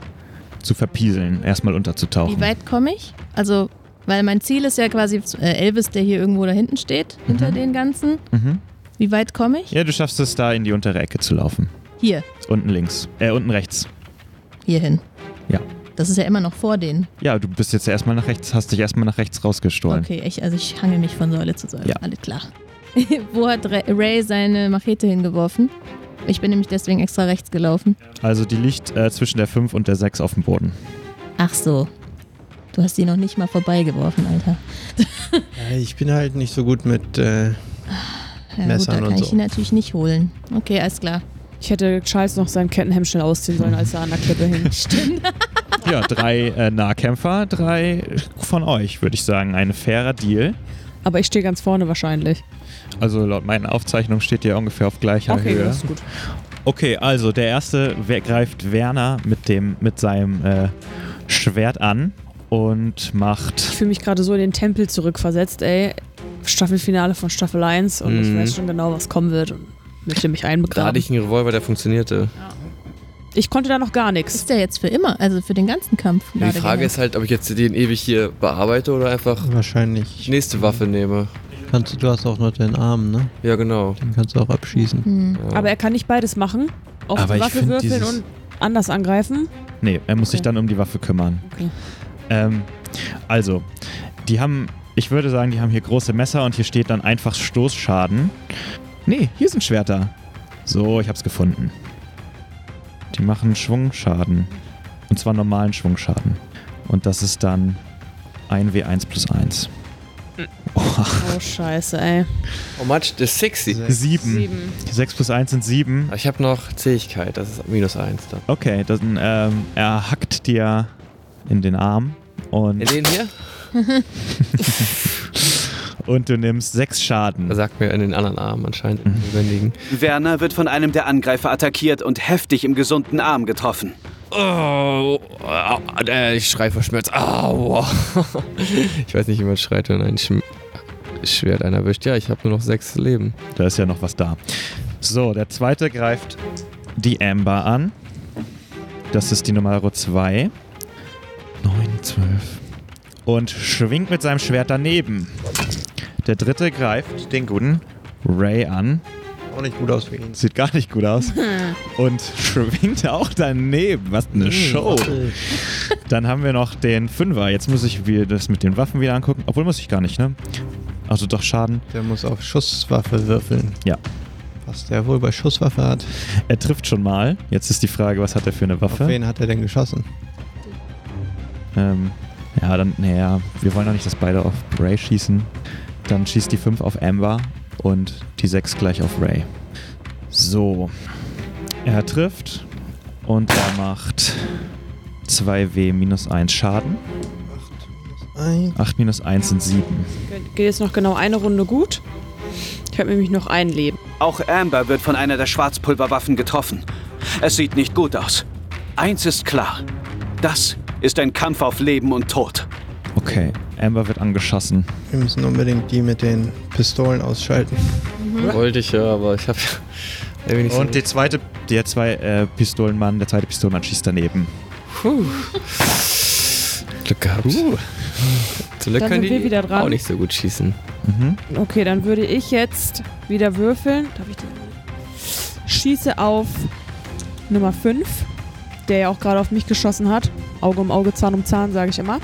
zu verpieseln, erstmal unterzutauchen.
Wie weit komme ich? Also, weil mein Ziel ist ja quasi äh, Elvis, der hier irgendwo da hinten steht, hinter den ganzen.
Mhm.
Wie weit komme ich?
Ja, du schaffst es da in die untere Ecke zu laufen.
Hier,
Unten links. Äh, unten rechts.
hier hin.
Ja.
Das ist ja immer noch vor denen.
Ja, du bist jetzt erstmal nach rechts, hast dich erstmal nach rechts rausgestohlen.
Okay, ich, also ich hangel mich von Säule zu Säule.
Ja.
Alles klar. Wo hat Ra- Ray seine Machete hingeworfen? Ich bin nämlich deswegen extra rechts gelaufen.
Also die liegt äh, zwischen der 5 und der 6 auf dem Boden.
Ach so. Du hast die noch nicht mal vorbeigeworfen, Alter.
Ja, ich bin halt nicht so gut mit. Äh,
Ja, gut,
Messern
da kann
und
ich
so.
ihn natürlich nicht holen. Okay, alles klar.
Ich hätte Charles noch sein Kettenhemd schnell ausziehen sollen, als er an der Klippe hing.
Ja, drei äh, Nahkämpfer, drei von euch, würde ich sagen. Ein fairer Deal.
Aber ich stehe ganz vorne wahrscheinlich.
Also laut meinen Aufzeichnungen steht ihr ungefähr auf gleicher
Okay,
Höhe.
das ist gut.
Okay, also der erste we- greift Werner mit, dem, mit seinem äh, Schwert an und macht
Ich fühle mich gerade so in den Tempel zurückversetzt, ey. Staffelfinale von Staffel 1 und ich
Mhm.
weiß schon genau, was kommen wird und möchte mich
Da hatte
einbegraben.
ich einen Revolver, der funktionierte.
Ich konnte da noch gar nichts.
Ist der jetzt für immer, also für den ganzen Kampf?
Die Frage
genau.
ist halt, ob ich jetzt den ewig hier bearbeite oder einfach
wahrscheinlich.
die nächste Waffe nehme.
Kannst, du- du hast auch noch den Arm, ne?
Ja, genau.
Den kannst du auch abschießen.
Hm.
Ja.
Aber er kann nicht beides machen. Auf
Aber
die
ich
Waffe
find
würfeln
dieses-
und anders angreifen.
Nee, er muss sich
Okay.
dann um die Waffe kümmern.
Okay.
Ähm, also, die haben, ich würde sagen, die haben hier große Messer und hier steht dann einfach Stoßschaden. Nee, hier sind Schwerter. So, ich hab's gefunden. Die machen Schwungschaden. Und zwar normalen Schwungschaden. Und das ist dann 1W1 plus 1. Oha,
Oh, scheiße, ey.
How much? Oh, Das ist sexy.
7.
Sieben.
6 plus 1 sind 7.
Ich habe noch Zähigkeit, das ist minus eins dann.
Okay, dann ähm, er hackt dir in den Arm. Und,
Ja, den hier?
und du nimmst 6 Schaden.
Also
Er sagt mir in den anderen Arm anscheinend, in den lebendigen.
Werner wird von einem der Angreifer attackiert und heftig im gesunden Arm getroffen.
Oh, au, äh, ich schrei vor Schmerz. Aua. Ich weiß nicht, wie man schreit, wenn ein Schm Schwert einer erwischt. Ja, ich habe nur noch sechs Leben.
Da ist ja noch was da. So, der zweite greift die Amber an. Das ist die Nummer 2. 9, 12. Und schwingt mit seinem Schwert daneben. Der dritte greift den guten Ray an.
Auch nicht gut aus für ihn.
Sieht gar nicht gut aus. Und schwingt auch daneben. Was eine Show. Dann haben wir noch den Fünfer. Jetzt muss ich mir das mit den Waffen wieder angucken. Obwohl muss ich gar nicht, ne? Also doch Schaden.
Der muss auf Schusswaffe würfeln.
Ja.
Was der wohl bei Schusswaffe hat.
Er trifft schon mal. Jetzt ist die Frage, was hat er für eine Waffe?
Auf wen hat er denn geschossen?
Ähm, ja, dann, naja, wir wollen doch nicht, dass beide auf Ray schießen. Dann schießt die 5 auf Amber und die 6 gleich auf Ray. So. Er trifft und er macht 2W minus 1 Schaden.
Ein.
8 minus 1 sind 7.
Geht jetzt noch genau eine Runde gut. Ich habe nämlich noch ein Leben.
Auch Amber wird von einer der Schwarzpulverwaffen getroffen. Es sieht nicht gut aus. Eins ist klar. Das ist ein Kampf auf Leben und Tod.
Okay, Amber wird angeschossen.
Wir müssen unbedingt die mit den Pistolen ausschalten.
Wollte ich ja, aber ich habe irgendwie nicht
Und die zweite, der zwei äh, Pistolenmann, der zweite Pistolenmann schießt daneben.
so Glück gehabt. Uh. Zum Glück können
Dann sind wir
die
wieder dran.
auch nicht so gut schießen.
Mhm.
Okay, dann würde ich jetzt wieder würfeln. Darf ich den? Schieße auf Nummer 5, der ja auch gerade auf mich geschossen hat. Auge um Auge, Zahn um Zahn, sage ich immer.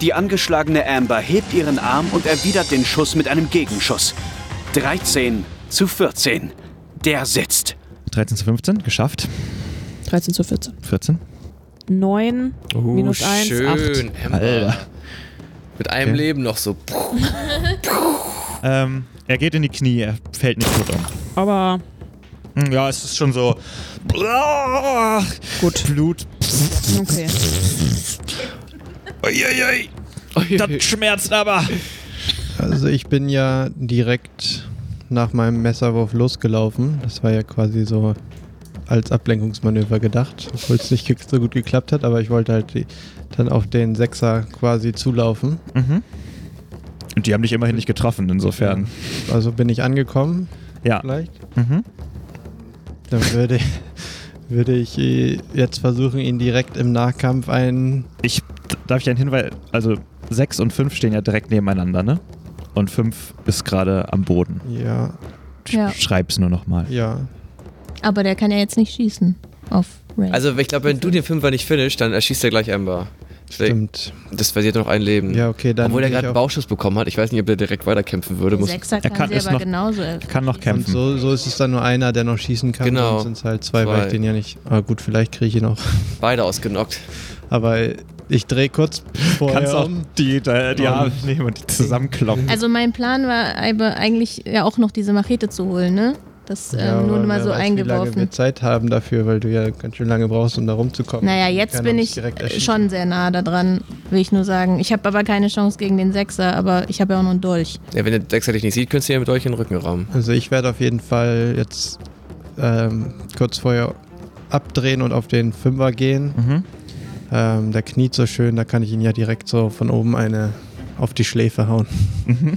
Die angeschlagene Amber hebt ihren Arm und erwidert den Schuss mit einem Gegenschuss. 13 zu 14. Der sitzt.
13 zu 15, geschafft.
13 zu 14.
14.
9.
Oh,
Minus eins,
schön. Emma.
Alter.
Mit einem
Okay.
Leben noch so. Puh.
Ähm, er geht in die Knie, er fällt nicht tot um.
Aber
Hm, Ja, es ist schon so. Gut. Blut.
okay.
Uiuiui. Das schmerzt aber.
Also ich bin ja direkt nach meinem Messerwurf losgelaufen. Das war ja quasi so als Ablenkungsmanöver gedacht, obwohl es nicht ge- so gut geklappt hat, aber ich wollte halt die, dann auf den Sechser quasi zulaufen.
Mhm. Und die haben dich immerhin nicht getroffen, insofern.
Also bin ich angekommen
Ja.
vielleicht.
Mhm.
Dann würde ich, würde ich äh, jetzt versuchen, ihn direkt im Nahkampf einen
Ich darf ich einen Hinweis. Also 6 und 5 stehen ja direkt nebeneinander, ne? Und 5 ist gerade am Boden.
Ja,
Sch
Ja.
Schreib's nur nochmal.
ja.
Aber der kann ja jetzt nicht schießen auf Ray.
Also ich glaube, wenn du den Fünfer nicht finisht, dann erschießt er gleich Amber. Deswegen- Hm.
Stimmt.
Das verliert noch ein Leben.
Ja, okay, dann.
Obwohl er
würd ich
gerade einen
auf-
Bauschuss bekommen hat. Ich weiß nicht, ob der direkt weiterkämpfen würde.
der
Muss,
Sechser
er
kann,
kann-
sie
ist
aber
noch-
genauso. elf.
Kann noch
Und
kämpfen.
so, so ist es dann nur einer, der noch schießen kann.
Genau.
Sonst sind es halt zwei, weil
Zwei.
ich den ja nicht. Ah, gut, vielleicht kriege ich ihn auch.
beide ausgenockt.
Aber ich drehe kurz vorher
Kannst auch
um.
die, die, die
Um.
Arme nehmen und die zusammenkloppen.
Also mein Plan war aber eigentlich ja auch noch diese Machete zu holen, ne? Das ähm,
Ja,
nur
aber
mal
wer
so
weiß, Wie lange
eingeworfen.
wir Zeit haben dafür, weil du ja ganz schön lange brauchst, um da rumzukommen.
Naja,
Die
jetzt
kann
bin
uns
ich
direkt
äh,
erschießen.
schon sehr nah daran, will ich nur sagen. Ich habe aber keine Chance gegen den Sechser, aber ich habe ja auch noch einen Dolch.
Ja, wenn der Dexter dich nicht sieht, könntest du ja mit euch in den Rücken rammen.
Also ich werde auf jeden Fall jetzt ähm, kurz vorher abdrehen und auf den Fünfer gehen.
Mhm.
Ähm, der kniet so schön, da kann ich ihn ja direkt so von oben eine auf die Schläfe hauen.
Mhm.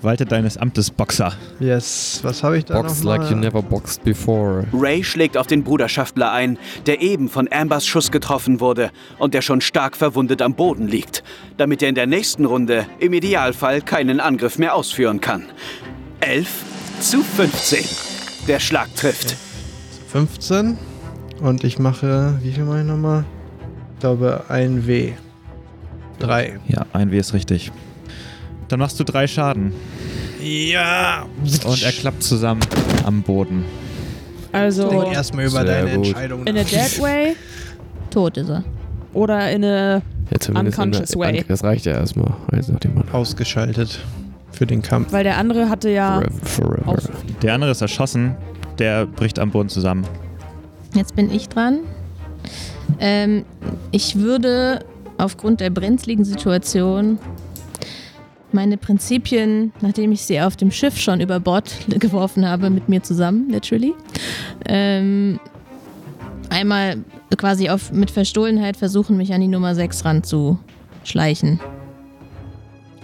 Walte deines Amtes, Boxer.
Yes, was habe ich da
Box
noch mal?
like you never boxed before.
Ray schlägt auf den Bruderschaftler ein, der eben von Ambers Schuss getroffen wurde und der schon stark verwundet am Boden liegt, damit er in der nächsten Runde im Idealfall keinen Angriff mehr ausführen kann. 11 zu 15. Der Schlag trifft.
15 und ich mache, wie viel mache ich nochmal? Ich glaube, ein W. Drei.
Ja, ein W ist richtig. Dann machst du drei Schaden.
Ja!
Und er klappt zusammen am Boden.
Also
Denk erstmal über
Sehr
deine
gut.
Entscheidung
in a
nach.
dead way
Tot ist er.
oder in a
Ja, zumindest in der-
Unconscious way.
Das reicht ja erstmal. Also nachdem man
Ausgeschaltet für den Kampf.
weil der andere hatte
Ah.
ja
forever, forever.
Aus-
Der andere ist erschossen, der bricht am Boden zusammen.
Jetzt bin ich dran. Ähm, ich würde aufgrund der brenzligen Situation meine Prinzipien, nachdem ich sie auf dem Schiff schon über Bord geworfen habe, mit mir zusammen, naturally, ähm, einmal quasi auf, mit Verstohlenheit versuchen, mich an die Nummer 6 ranzuschleichen.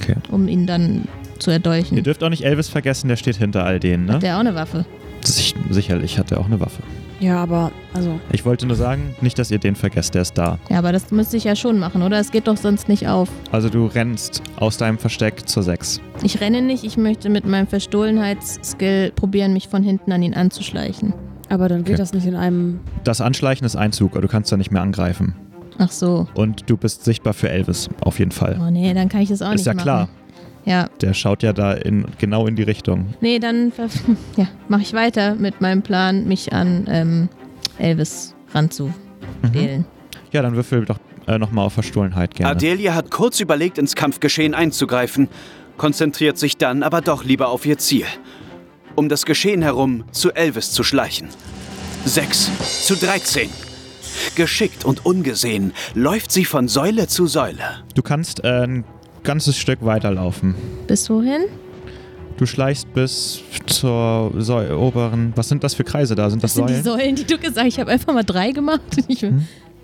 Okay.
Um ihn dann zu erdolchen.
Ihr dürft auch nicht Elvis vergessen, der steht hinter all denen, ne?
Hat der auch eine Waffe?
Sich, sicherlich hat er auch eine Waffe.
ja, aber also
Ich wollte nur sagen, nicht, dass ihr den vergesst, der ist da.
Ja, aber das müsste ich ja schon machen, oder? Es geht doch sonst nicht auf.
Also du rennst aus deinem Versteck zur 6.
Ich renne nicht, ich möchte mit meinem Verstohlenheitsskill probieren, mich von hinten an ihn anzuschleichen.
aber dann geht
Okay.
das nicht in einem
Das Anschleichen ist Einzug, aber du kannst da nicht mehr angreifen.
Ach so.
Und du bist sichtbar für Elvis, auf jeden Fall.
Oh nee, dann kann ich das auch
ist
nicht
ja
machen.
klar,
Ja,
der schaut ja da in, genau in die Richtung.
nee, dann ver- ja, mache ich weiter mit meinem Plan, mich an ähm, Elvis
Mhm.
ranzuwählen.
Ja, dann würfel doch äh, nochmal auf Verstohlenheit
Ah,
gerne.
Adelia hat kurz überlegt, ins Kampfgeschehen einzugreifen, konzentriert sich dann aber doch lieber auf ihr Ziel, um das Geschehen herum zu Elvis zu schleichen. 6 zu 13. Geschickt und ungesehen läuft sie von Säule zu Säule.
Du kannst äh, ein ganzes Stück weiterlaufen.
Bis wohin?
Du schleichst bis zur Säu oberen. Was sind das für Kreise da? Sind das,
Das sind die
Säulen?
Säulen, die du gesagt hast. Ich habe einfach mal drei gemacht.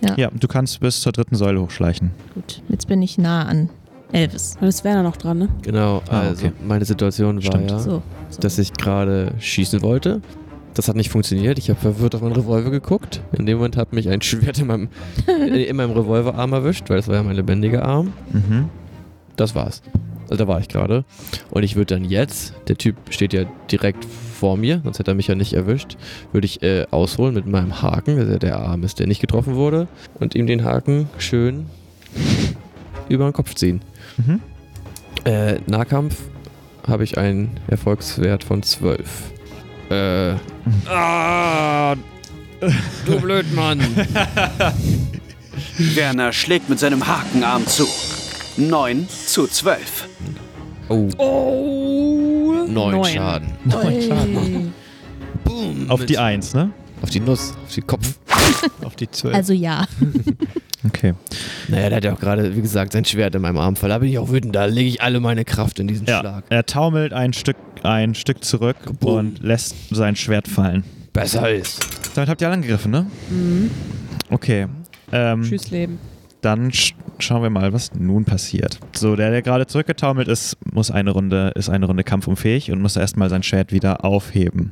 Ich,
ja, du kannst bis zur dritten Säule hochschleichen.
Gut, jetzt bin ich nah an Elvis.
dann ist Werner noch dran, ne?
Genau,
Ah,
also
okay.
meine Situation war
Stimmt.
ja,
So. so.
dass ich gerade schießen wollte. Das hat nicht funktioniert. Ich habe verwirrt auf meinen Revolver geguckt. In dem Moment hat mich ein Schwert in meinem, in meinem Revolverarm erwischt, weil das war ja mein lebendiger Arm.
Mhm.
Das war's. Also da war ich gerade. Und ich würde dann jetzt, der Typ steht ja direkt vor mir, sonst hätte er mich ja nicht erwischt, würde ich äh, ausholen mit meinem Haken, der ja der Arm ist, der nicht getroffen wurde, und ihm den Haken schön über den Kopf ziehen.
Mhm.
Äh, Nahkampf habe ich einen Erfolgswert von 12. Äh. Ah! Du Blödmann!
Werner schlägt mit seinem Hakenarm zu. 9 zu 12.
Oh,
Oh!
neun Schaden.
Ui.
Boom!
Auf
Mit-
die Eins, ne?
Auf die Nuss, auf den Kopf.
Auf die 12.
Also ja.
Okay.
Naja, der hat ja auch gerade, wie gesagt, sein Schwert in meinem Arm verloren. Da bin ich auch wütend. Da lege ich alle meine Kraft in diesen
Ja,
Schlag.
er taumelt ein Stück, ein Stück zurück und lässt sein Schwert fallen.
Besser ist.
Damit habt ihr alle angegriffen, ne? Okay. Ähm,
Tschüss, Leben.
Dann sch schauen wir mal, was nun passiert. So, der, der gerade zurückgetaumelt ist, muss eine Runde, ist eine Runde kampfunfähig und muss erstmal sein Schwert wieder aufheben.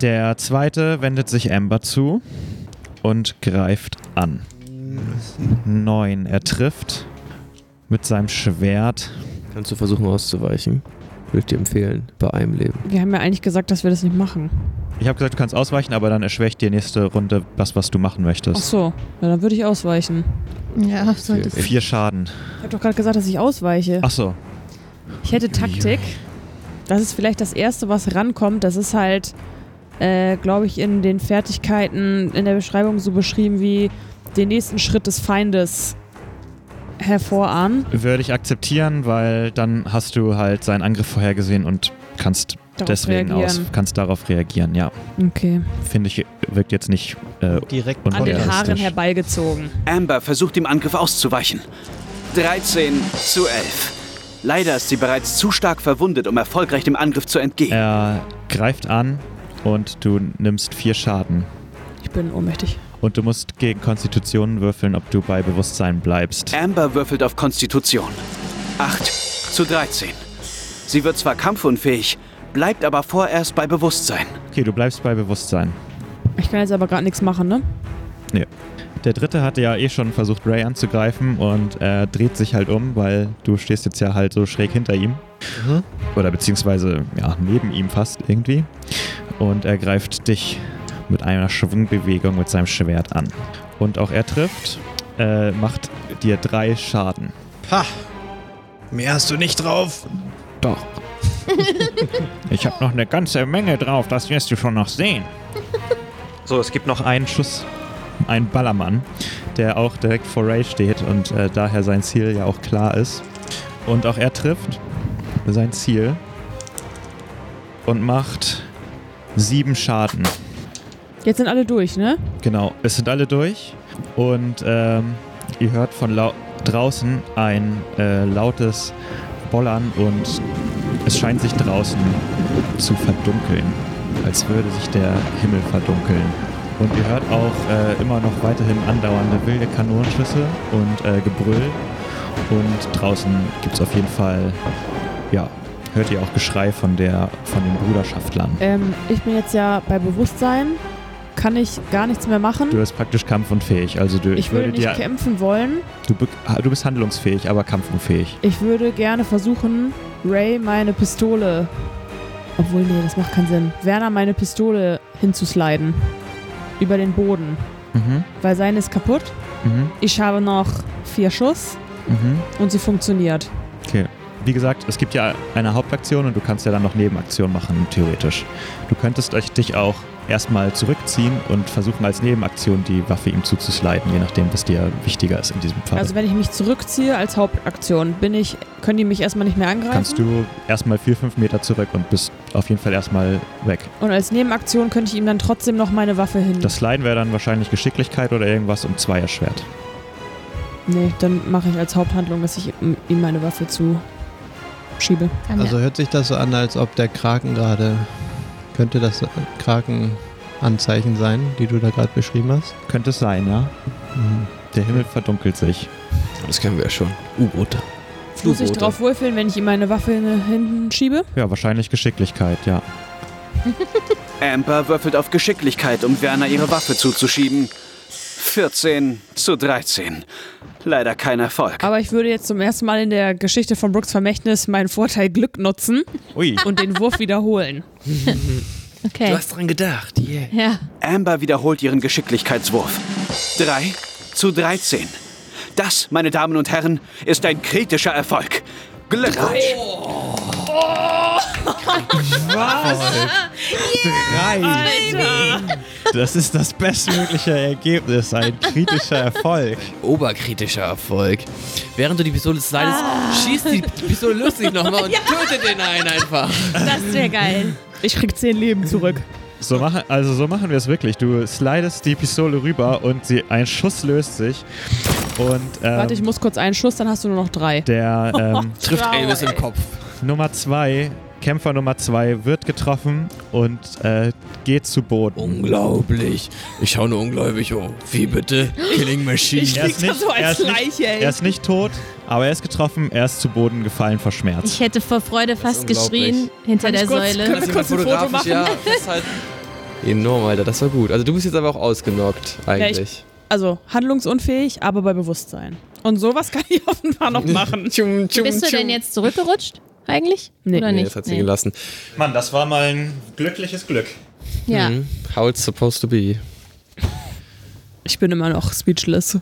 Der zweite wendet sich Amber zu und greift an. Neun. Er trifft mit seinem Schwert.
Kannst du versuchen auszuweichen? Würde ich dir empfehlen, bei einem Leben.
Wir haben ja eigentlich gesagt, dass wir das nicht machen.
Ich habe gesagt, du kannst ausweichen, aber dann erschwächt die nächste Runde das, was du machen
Ach
möchtest.
so, ja, dann würde ich ausweichen.
Ja, sollte ich.
Vier Schaden.
Ich habe doch gerade gesagt, dass ich ausweiche.
Ach so.
Ich hätte Taktik. Das ist vielleicht das Erste, was rankommt. Das ist halt, äh, glaube ich, in den Fertigkeiten in der Beschreibung so beschrieben wie den nächsten Schritt des Feindes hervorahnen.
Würde ich akzeptieren, weil dann hast du halt seinen Angriff vorhergesehen und kannst
Darauf
deswegen aus,
reagieren.
kannst darauf reagieren, ja.
Okay.
Finde ich, wirkt jetzt nicht äh,
Direkt
Und
An den
realistisch.
Haaren herbeigezogen.
Amber versucht dem Angriff auszuweichen. 13 zu 11. Leider ist sie bereits zu stark verwundet, um erfolgreich dem Angriff zu entgehen.
Er greift an und du nimmst vier Schaden.
Ich bin ohnmächtig.
Und du musst gegen Konstitutionen würfeln, ob du bei Bewusstsein bleibst.
Amber würfelt auf Konstitution. 8 zu 13. Sie wird zwar kampfunfähig, bleibt aber vorerst bei Bewusstsein.
Okay, du bleibst bei Bewusstsein.
Ich kann jetzt aber gerade nichts machen, ne?
Der dritte hatte ja eh schon versucht, Ray anzugreifen und er dreht sich halt um, weil du stehst jetzt ja halt so schräg hinter ihm. Oder beziehungsweise ja, neben ihm fast irgendwie. Und er greift dich mit einer Schwungbewegung mit seinem Schwert an. Und auch er trifft, äh, macht dir drei Schaden.
Mehr hast du nicht drauf.
Doch. ich habe noch eine ganze Menge drauf, das wirst du schon noch sehen. So, es gibt noch einen Schuss, einen Ballermann, der auch direkt vor Ray steht und äh, daher sein Ziel ja auch klar ist. Und auch er trifft sein Ziel und macht sieben Schaden.
Jetzt sind alle durch, ne?
Genau, es sind alle durch und ähm, ihr hört von lau draußen ein äh, lautes Bollern und es scheint sich draußen zu verdunkeln, als würde sich der Himmel verdunkeln. Und ihr hört auch äh, immer noch weiterhin andauernde wilde Kanonenschüsse und äh, Gebrüll und draußen gibt es auf jeden Fall, ja, hört ihr auch Geschrei von, der, von den Bruderschaftlern.
Ähm, ich bin jetzt ja bei Bewusstsein. Kann ich gar nichts mehr machen.
Du bist praktisch kampfunfähig, also du,
Ich würde nicht
dir
kämpfen wollen.
Du, be- ah, du bist handlungsfähig, aber kampfunfähig.
Ich würde gerne versuchen, Ray meine Pistole. Obwohl, nee, das macht keinen Sinn. Werner meine Pistole hinzusliden. Über den Boden.
Mhm.
Weil seine ist kaputt.
Mhm.
Ich habe noch vier Schuss
Mhm.
und sie funktioniert.
Wie gesagt, es gibt ja eine Hauptaktion und du kannst ja dann noch Nebenaktionen machen, theoretisch. Du könntest euch dich auch erstmal zurückziehen und versuchen als Nebenaktion die Waffe ihm zuzusliden, je nachdem, was dir wichtiger ist in diesem Fall.
Also wenn ich mich zurückziehe als Hauptaktion, bin ich, können die mich erstmal nicht mehr angreifen.
kannst du erstmal vier, fünf Meter zurück und bist auf jeden Fall erstmal weg.
Und als Nebenaktion könnte ich ihm dann trotzdem noch meine Waffe hin.
Das Sliden wäre dann wahrscheinlich Geschicklichkeit oder irgendwas um Zweierschwert.
nee, dann mache ich als Haupthandlung, dass ich ihm ihm meine Waffe zuschiebe.
Kann
Also hört sich das so an, als ob der Kraken gerade. Könnte das Krakenanzeichen sein, die du da gerade beschrieben hast?
Könnte es sein, ja?
Mhm.
Der Himmel verdunkelt sich.
Das kennen wir ja schon. U-Boote.
Muss ich
U-Boote.
drauf wohlfühlen, wenn ich ihm meine Waffe hin- hinten schiebe?
Ja, wahrscheinlich Geschicklichkeit, ja.
Amber würfelt auf Geschicklichkeit, um Werner ihre Waffe zuzuschieben. 14 zu 13. Leider kein Erfolg.
Aber ich würde jetzt zum ersten Mal in der Geschichte von Brooks Vermächtnis meinen Vorteil Glück nutzen
Ui.
und den Wurf wiederholen.
Okay.
dran gedacht, yeah.
ja.
Amber wiederholt ihren Geschicklichkeitswurf. 3 zu 13. Das, meine Damen und Herren, ist ein kritischer Erfolg. Glückwunsch!
Das ist das bestmögliche Ergebnis, ein kritischer Erfolg.
Oberkritischer Erfolg. Während du die Pistole slidest,
Ah.
schießt die Pistole lustig nochmal und tötet den einen einfach.
Das wäre geil.
Ich krieg zehn Leben zurück.
So machen, also so machen wir es wirklich. Du slidest die Pistole rüber und sie, ein Schuss löst sich. Und ähm,
Warte, ich muss kurz einen Schuss, dann hast du nur noch drei.
der ähm,
Trifft
Wow,
Elvis im
ey.
Kopf.
Nummer 2, Kämpfer Nummer 2, wird getroffen und äh, geht zu
Oh,
Boden.
Unglaublich. Ich schaue nur ungläubig hoch. Wie bitte? Killing Machine.
Er
Ich
ist
krieg das
nicht-
so
er
als
ist nicht-
Leiche, ey.
Er ist nicht tot, aber er ist getroffen, er ist zu Boden gefallen vor Schmerz.
Ich hätte vor Freude fast
unglaublich.
geschrien hinter
Kann ich
der
kurz-
Säule.
können wir kurz ein Foto machen?
Ja,
halt
festhalten. Enorm, Alter, das war gut. Also du bist jetzt aber auch ausgenockt, eigentlich.
Also handlungsunfähig, aber bei Bewusstsein. Und sowas kann ich offenbar noch machen.
tschum, tschum,
Bist du denn jetzt zurückgerutscht eigentlich?
Nee.
Oder
Nee,
nicht?
das hat sie gelassen.
Mann, das war mal ein glückliches Glück.
Ja.
Mhm. How it's supposed to be.
Ich bin immer noch speechless.
Mhm.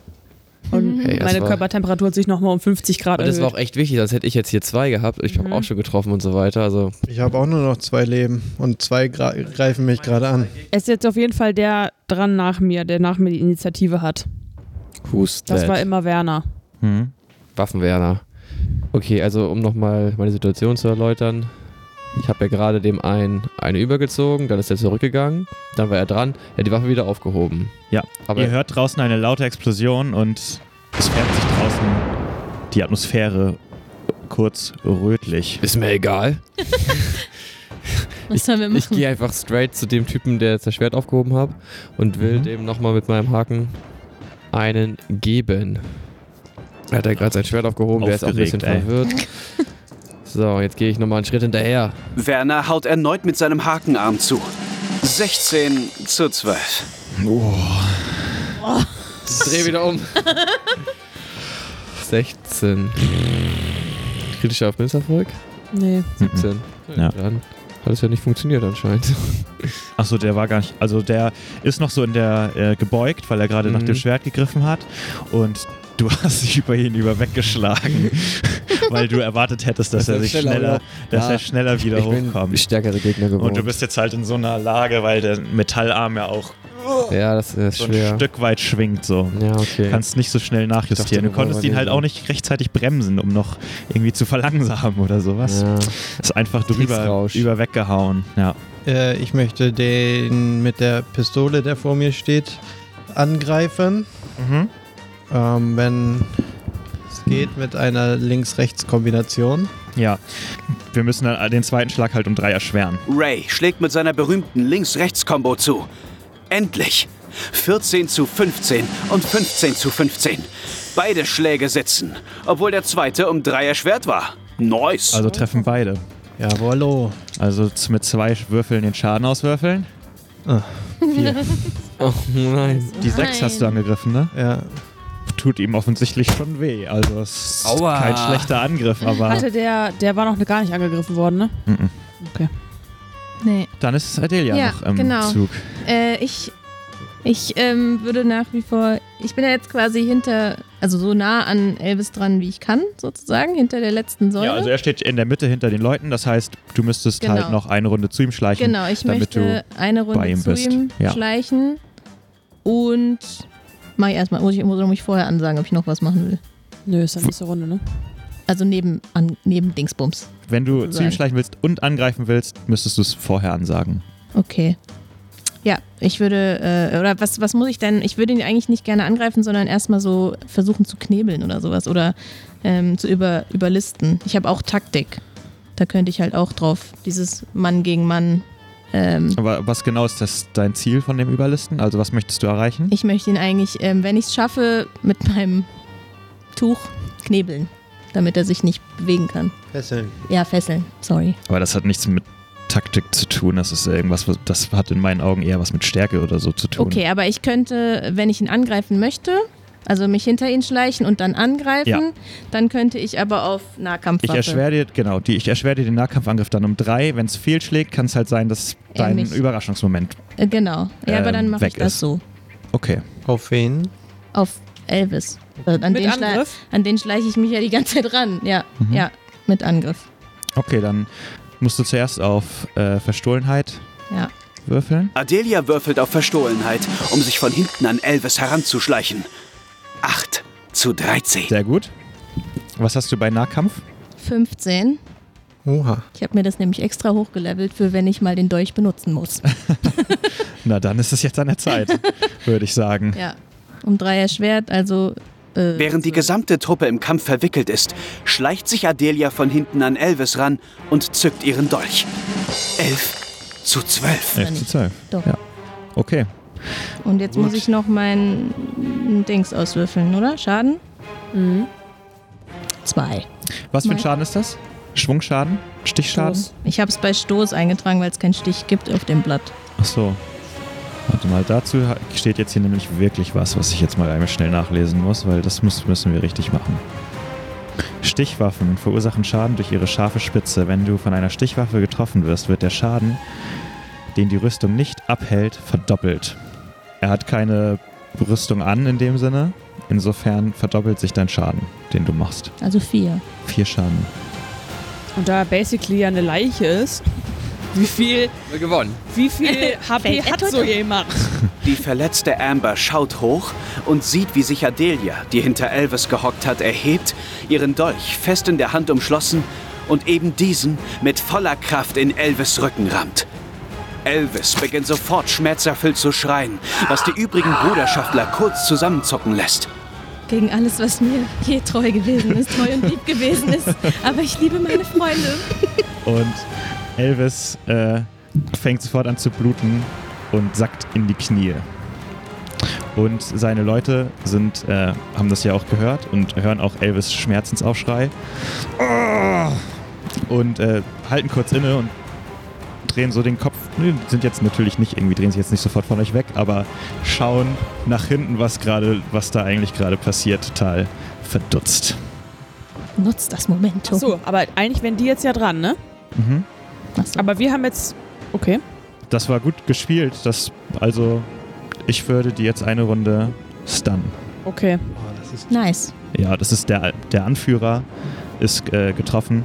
Und
Hey, das
meine
war-
Körpertemperatur hat sich nochmal um 50 Grad
Und das war
erhöht.
auch echt wichtig, sonst hätte ich jetzt hier zwei gehabt. Ich habe auch schon getroffen und so weiter. Also
Ich habe auch nur noch zwei Leben und zwei gra- greifen mich gerade an.
Es ist jetzt auf jeden Fall der dran nach mir, der nach mir die Initiative hat.
who's
Das
that?
war immer Werner.
Hm.
Waffenwerner. Okay, also um nochmal meine Situation zu erläutern. Ich habe ja gerade dem einen eine übergezogen, dann ist er zurückgegangen, dann war er dran, er hat die Waffe wieder aufgehoben.
Ja.
Aber
Ihr hört draußen eine laute Explosion und es färbt sich draußen die Atmosphäre kurz rötlich.
ist mir egal.
Was sollen wir
Ich
machen?
gehe einfach straight zu dem Typen, der jetzt das Schwert aufgehoben hat und will
Mhm.
dem nochmal mit meinem Haken einen geben. Er hat ja gerade sein Schwert aufgehoben, der ist auch ein bisschen
Aufgeregt, ey.
verwirrt. So, jetzt gehe ich nochmal einen Schritt hinterher.
Werner haut erneut mit seinem Hakenarm zu. 16 zu 12.
Dreh wieder um. 16. Kritischer auf Misserfolg?
Nee.
Mhm.
17.
Hm. Ja.
Dann hat es ja nicht funktioniert anscheinend.
Achso, der war gar nicht. Also der ist noch so in der äh, gebeugt, weil er gerade nach
Mhm.
dem Schwert gegriffen hat. Und du hast dich über ihn über weggeschlagen, weil du erwartet hättest, dass,
Dass er
er sich
schneller
schneller,
oder-
dass
Ja.
er schneller wieder
ich bin
hochkommt.
stärkere Gegner gewohnt.
Und du bist jetzt halt in so einer Lage, weil der Metallarm ja auch
ja, das ist
so ein
schwer.
Stück weit schwingt. So.
Ja, okay.
Kannst nicht so schnell
Ich dachte,
nachjustieren. Du
wir
konntest
wollen
ihn halt
überleben.
auch nicht rechtzeitig bremsen, um noch irgendwie zu verlangsamen oder sowas.
ja.
Ist einfach drüber
Kriegsrausch.
über weggehauen. Ja.
Äh, ich möchte den mit der Pistole, der vor mir steht, angreifen.
Mhm.
Ähm, wenn es geht, mit einer Links-Rechts-Kombination.
ja. Wir müssen dann den zweiten Schlag halt um drei erschweren.
Ray schlägt mit seiner berühmten Links-Rechts-Kombo zu. Endlich! 14 zu 15 und 15 zu 15. Beide Schläge sitzen, obwohl der zweite um drei erschwert war. Nice!
Also treffen beide.
Jawollo.
Also z- mit zwei Würfeln den Schaden auswürfeln.
Oh nein.
Die sechs hast du angegriffen, ne?
Ja.
Tut ihm offensichtlich schon weh. Also es ist
Aua.
kein schlechter Angriff, aber
Hatte der, der war noch gar nicht angegriffen worden, ne?
Mhm.
Okay.
nee.
dann ist Adelia
Ja,
noch im
genau.
Zug.
Äh, ich ich ähm, würde nach wie vor, ich bin ja jetzt quasi hinter, also so nah an Elvis dran, wie ich kann, sozusagen, hinter der letzten Säule.
Ja, also er steht in der Mitte hinter den Leuten. Das heißt, du müsstest
Genau.
halt noch eine Runde zu ihm schleichen.
genau, ich
damit
möchte eine
bei
Runde
ihm
zu
bist.
ihm
Ja.
schleichen und mache ich erstmal, muss ich muss ich vorher ansagen, ob ich noch was machen will.
Nö, ist dann nächste Runde, ne?
Also neben, an, neben Dingsbums.
Wenn du zu
Sozusagen.
ihm schleichen willst und angreifen willst, müsstest du es vorher ansagen.
Okay. Ja, ich würde, äh, oder was, was muss ich denn, ich würde ihn eigentlich nicht gerne angreifen, sondern erstmal so versuchen zu knebeln oder sowas oder ähm, zu über, überlisten. Ich habe auch Taktik. Da könnte ich halt auch drauf, dieses Mann gegen Mann. Ähm,
Aber was genau ist das dein Ziel von dem Überlisten? Also was möchtest du erreichen?
ich möchte ihn eigentlich, ähm, wenn ich es schaffe, mit meinem Tuch knebeln, damit er sich nicht bewegen kann.
Fesseln.
Ja, fesseln, sorry.
Aber das hat nichts mit Taktik zu tun. Das ist irgendwas, was- das hat in meinen Augen eher was mit Stärke oder so zu tun.
Okay, aber ich könnte, wenn ich ihn angreifen möchte, also mich hinter ihn schleichen und dann angreifen,
Ja.
dann könnte ich aber auf Nahkampfwaffe.
Ich erschwere dir, genau, die, ich erschwere dir den Nahkampfangriff dann um drei. Wenn es fehlschlägt, kann es halt sein, dass
Er
dein
mich-
Überraschungsmoment.
Äh, Genau. Ja, aber dann
ähm,
mache ich
weg
das
ist.
so.
Okay.
Auf wen?
Auf Elvis. Äh, An
Mit
den, schlei-
Angriff?
an den schleiche ich mich ja die ganze Zeit ran. Ja,
Mhm.
ja, mit Angriff.
Okay, dann musst du zuerst auf äh, Verstohlenheit
Ja.
würfeln.
Adelia würfelt auf Verstohlenheit, um sich von hinten an Elvis heranzuschleichen. 8 zu 13.
Sehr gut. Was hast du bei Nahkampf?
15.
Oha.
Ich habe mir das nämlich extra hochgelevelt, für wenn ich mal den Dolch benutzen muss.
Na, dann ist es jetzt an der Zeit, würde ich sagen.
ja. Um drei erschwert, also. Äh,
Während die gesamte Truppe im Kampf verwickelt ist, schleicht sich Adelia von hinten an Elvis ran und zückt ihren Dolch. Elf zu zwölf.
11 zu 12.
Doch.
Ja. Okay.
Und jetzt muss ich noch mein Dings auswürfeln, oder? Schaden?
Mhm.
Zwei.
Was für ein
Mal.
Schaden ist das? Schwungschaden? Stichschaden?
Ich habe es bei Stoß eingetragen, weil es keinen Stich gibt auf dem Blatt.
Ach so. Warte mal, dazu ha- steht jetzt hier nämlich wirklich was, was ich jetzt mal einmal schnell nachlesen muss, weil das muss, müssen wir richtig machen. Stichwaffen verursachen Schaden durch ihre scharfe Spitze. Wenn du von einer Stichwaffe getroffen wirst, wird der Schaden, den die Rüstung nicht abhält, verdoppelt. Er hat keine Rüstung an in dem Sinne. Insofern verdoppelt sich dein Schaden, den du machst.
Also vier.
Vier Schaden.
Und da er basically ja eine Leiche ist, wie viel,
Gewonnen.
wie viel HP
Fällt er
hat
tot
so
um?
jemand?
Die verletzte Amber schaut hoch und sieht, wie sich Adelia, die hinter Elvis gehockt hat, erhebt, ihren Dolch fest in der Hand umschlossen und eben diesen mit voller Kraft in Elvis Rücken rammt. Elvis beginnt sofort schmerzerfüllt zu schreien, was die übrigen Bruderschaftler kurz zusammenzucken lässt.
Gegen alles, was mir je treu gewesen ist, treu und lieb gewesen ist. Aber ich liebe meine Freunde.
Und Elvis äh, fängt sofort an zu bluten und sackt in die Knie. Und seine Leute sind, äh, haben das ja auch gehört und hören auch Elvis Schmerzensaufschrei. Ah! Und äh, halten kurz inne und drehen so den Kopf. Nö, Sind jetzt natürlich nicht irgendwie, drehen sich jetzt nicht sofort von euch weg, aber schauen nach hinten, was gerade, was da eigentlich gerade passiert, total verdutzt.
Nutzt das Momentum.
So, aber eigentlich wären die jetzt ja dran, ne?
Mhm.
Ach so.
Aber wir haben jetzt. Okay.
Das war gut gespielt. Das, also, ich würde die jetzt eine Runde stunnen.
Okay.
Nice.
Ja, das ist der, der Anführer, ist äh, getroffen.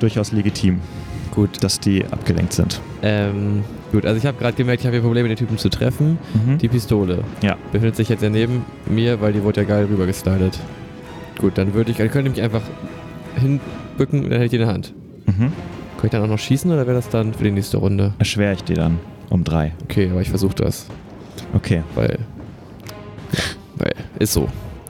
Durchaus legitim,
Gut.
dass die abgelenkt sind.
Ähm, gut, also ich habe gerade gemerkt, ich habe hier Probleme, den Typen zu treffen.
Mhm.
Die Pistole.
Ja.
Befindet sich jetzt ja neben mir, weil die wurde ja geil rübergeslidet. Gut, dann würde ich, dann könnte ich mich einfach hinbücken und dann hätte ich die in der Hand.
Mhm.
Könnte ich dann auch noch schießen oder wäre das dann für die nächste Runde?
Erschwere ich die dann um drei.
Okay, aber ich versuche das,
Okay.
weil. Weil, ist so.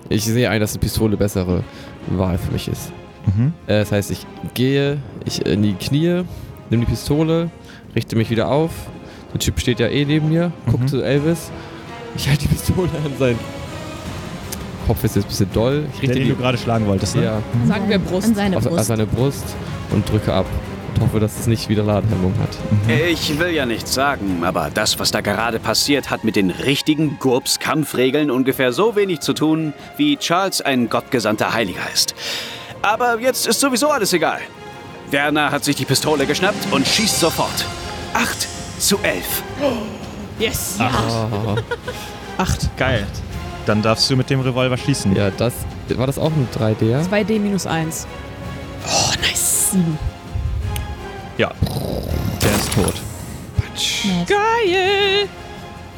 Ich sehe ein, dass eine Pistole bessere Wahl für mich ist.
Mhm.
Äh, das heißt, ich gehe ich äh, in die Knie, nehme die Pistole, richte mich wieder auf. Der Typ steht ja eh neben mir, guckt
Mhm.
zu Elvis. Ich halte die Pistole an seinen Kopf ist jetzt ein bisschen doll. Ich
Der,
richte
den du gerade schlagen wolltest,
die
ne?
ja,
Sagen wir Brust.
An seine
Also,
auf, auf
Brust.
seine Brust und drücke ab. Und hoffe, dass es nicht wieder Ladenhemmung hat.
Mhm.
Ich will ja nichts sagen, aber das, was da gerade passiert, hat mit den richtigen Gurps-Kampfregeln ungefähr so wenig zu tun, wie Charles ein gottgesandter Heiliger ist. Aber jetzt ist sowieso alles egal. Werner hat sich die Pistole geschnappt und schießt sofort. Acht zu elf.
Yes.
Ah,
Acht. Geil. Dann darfst du mit dem Revolver schießen.
ja, das. War das auch ein 3D?
2D minus 1. Oh, nice. 7.
Ja. Der ist tot.
Geil.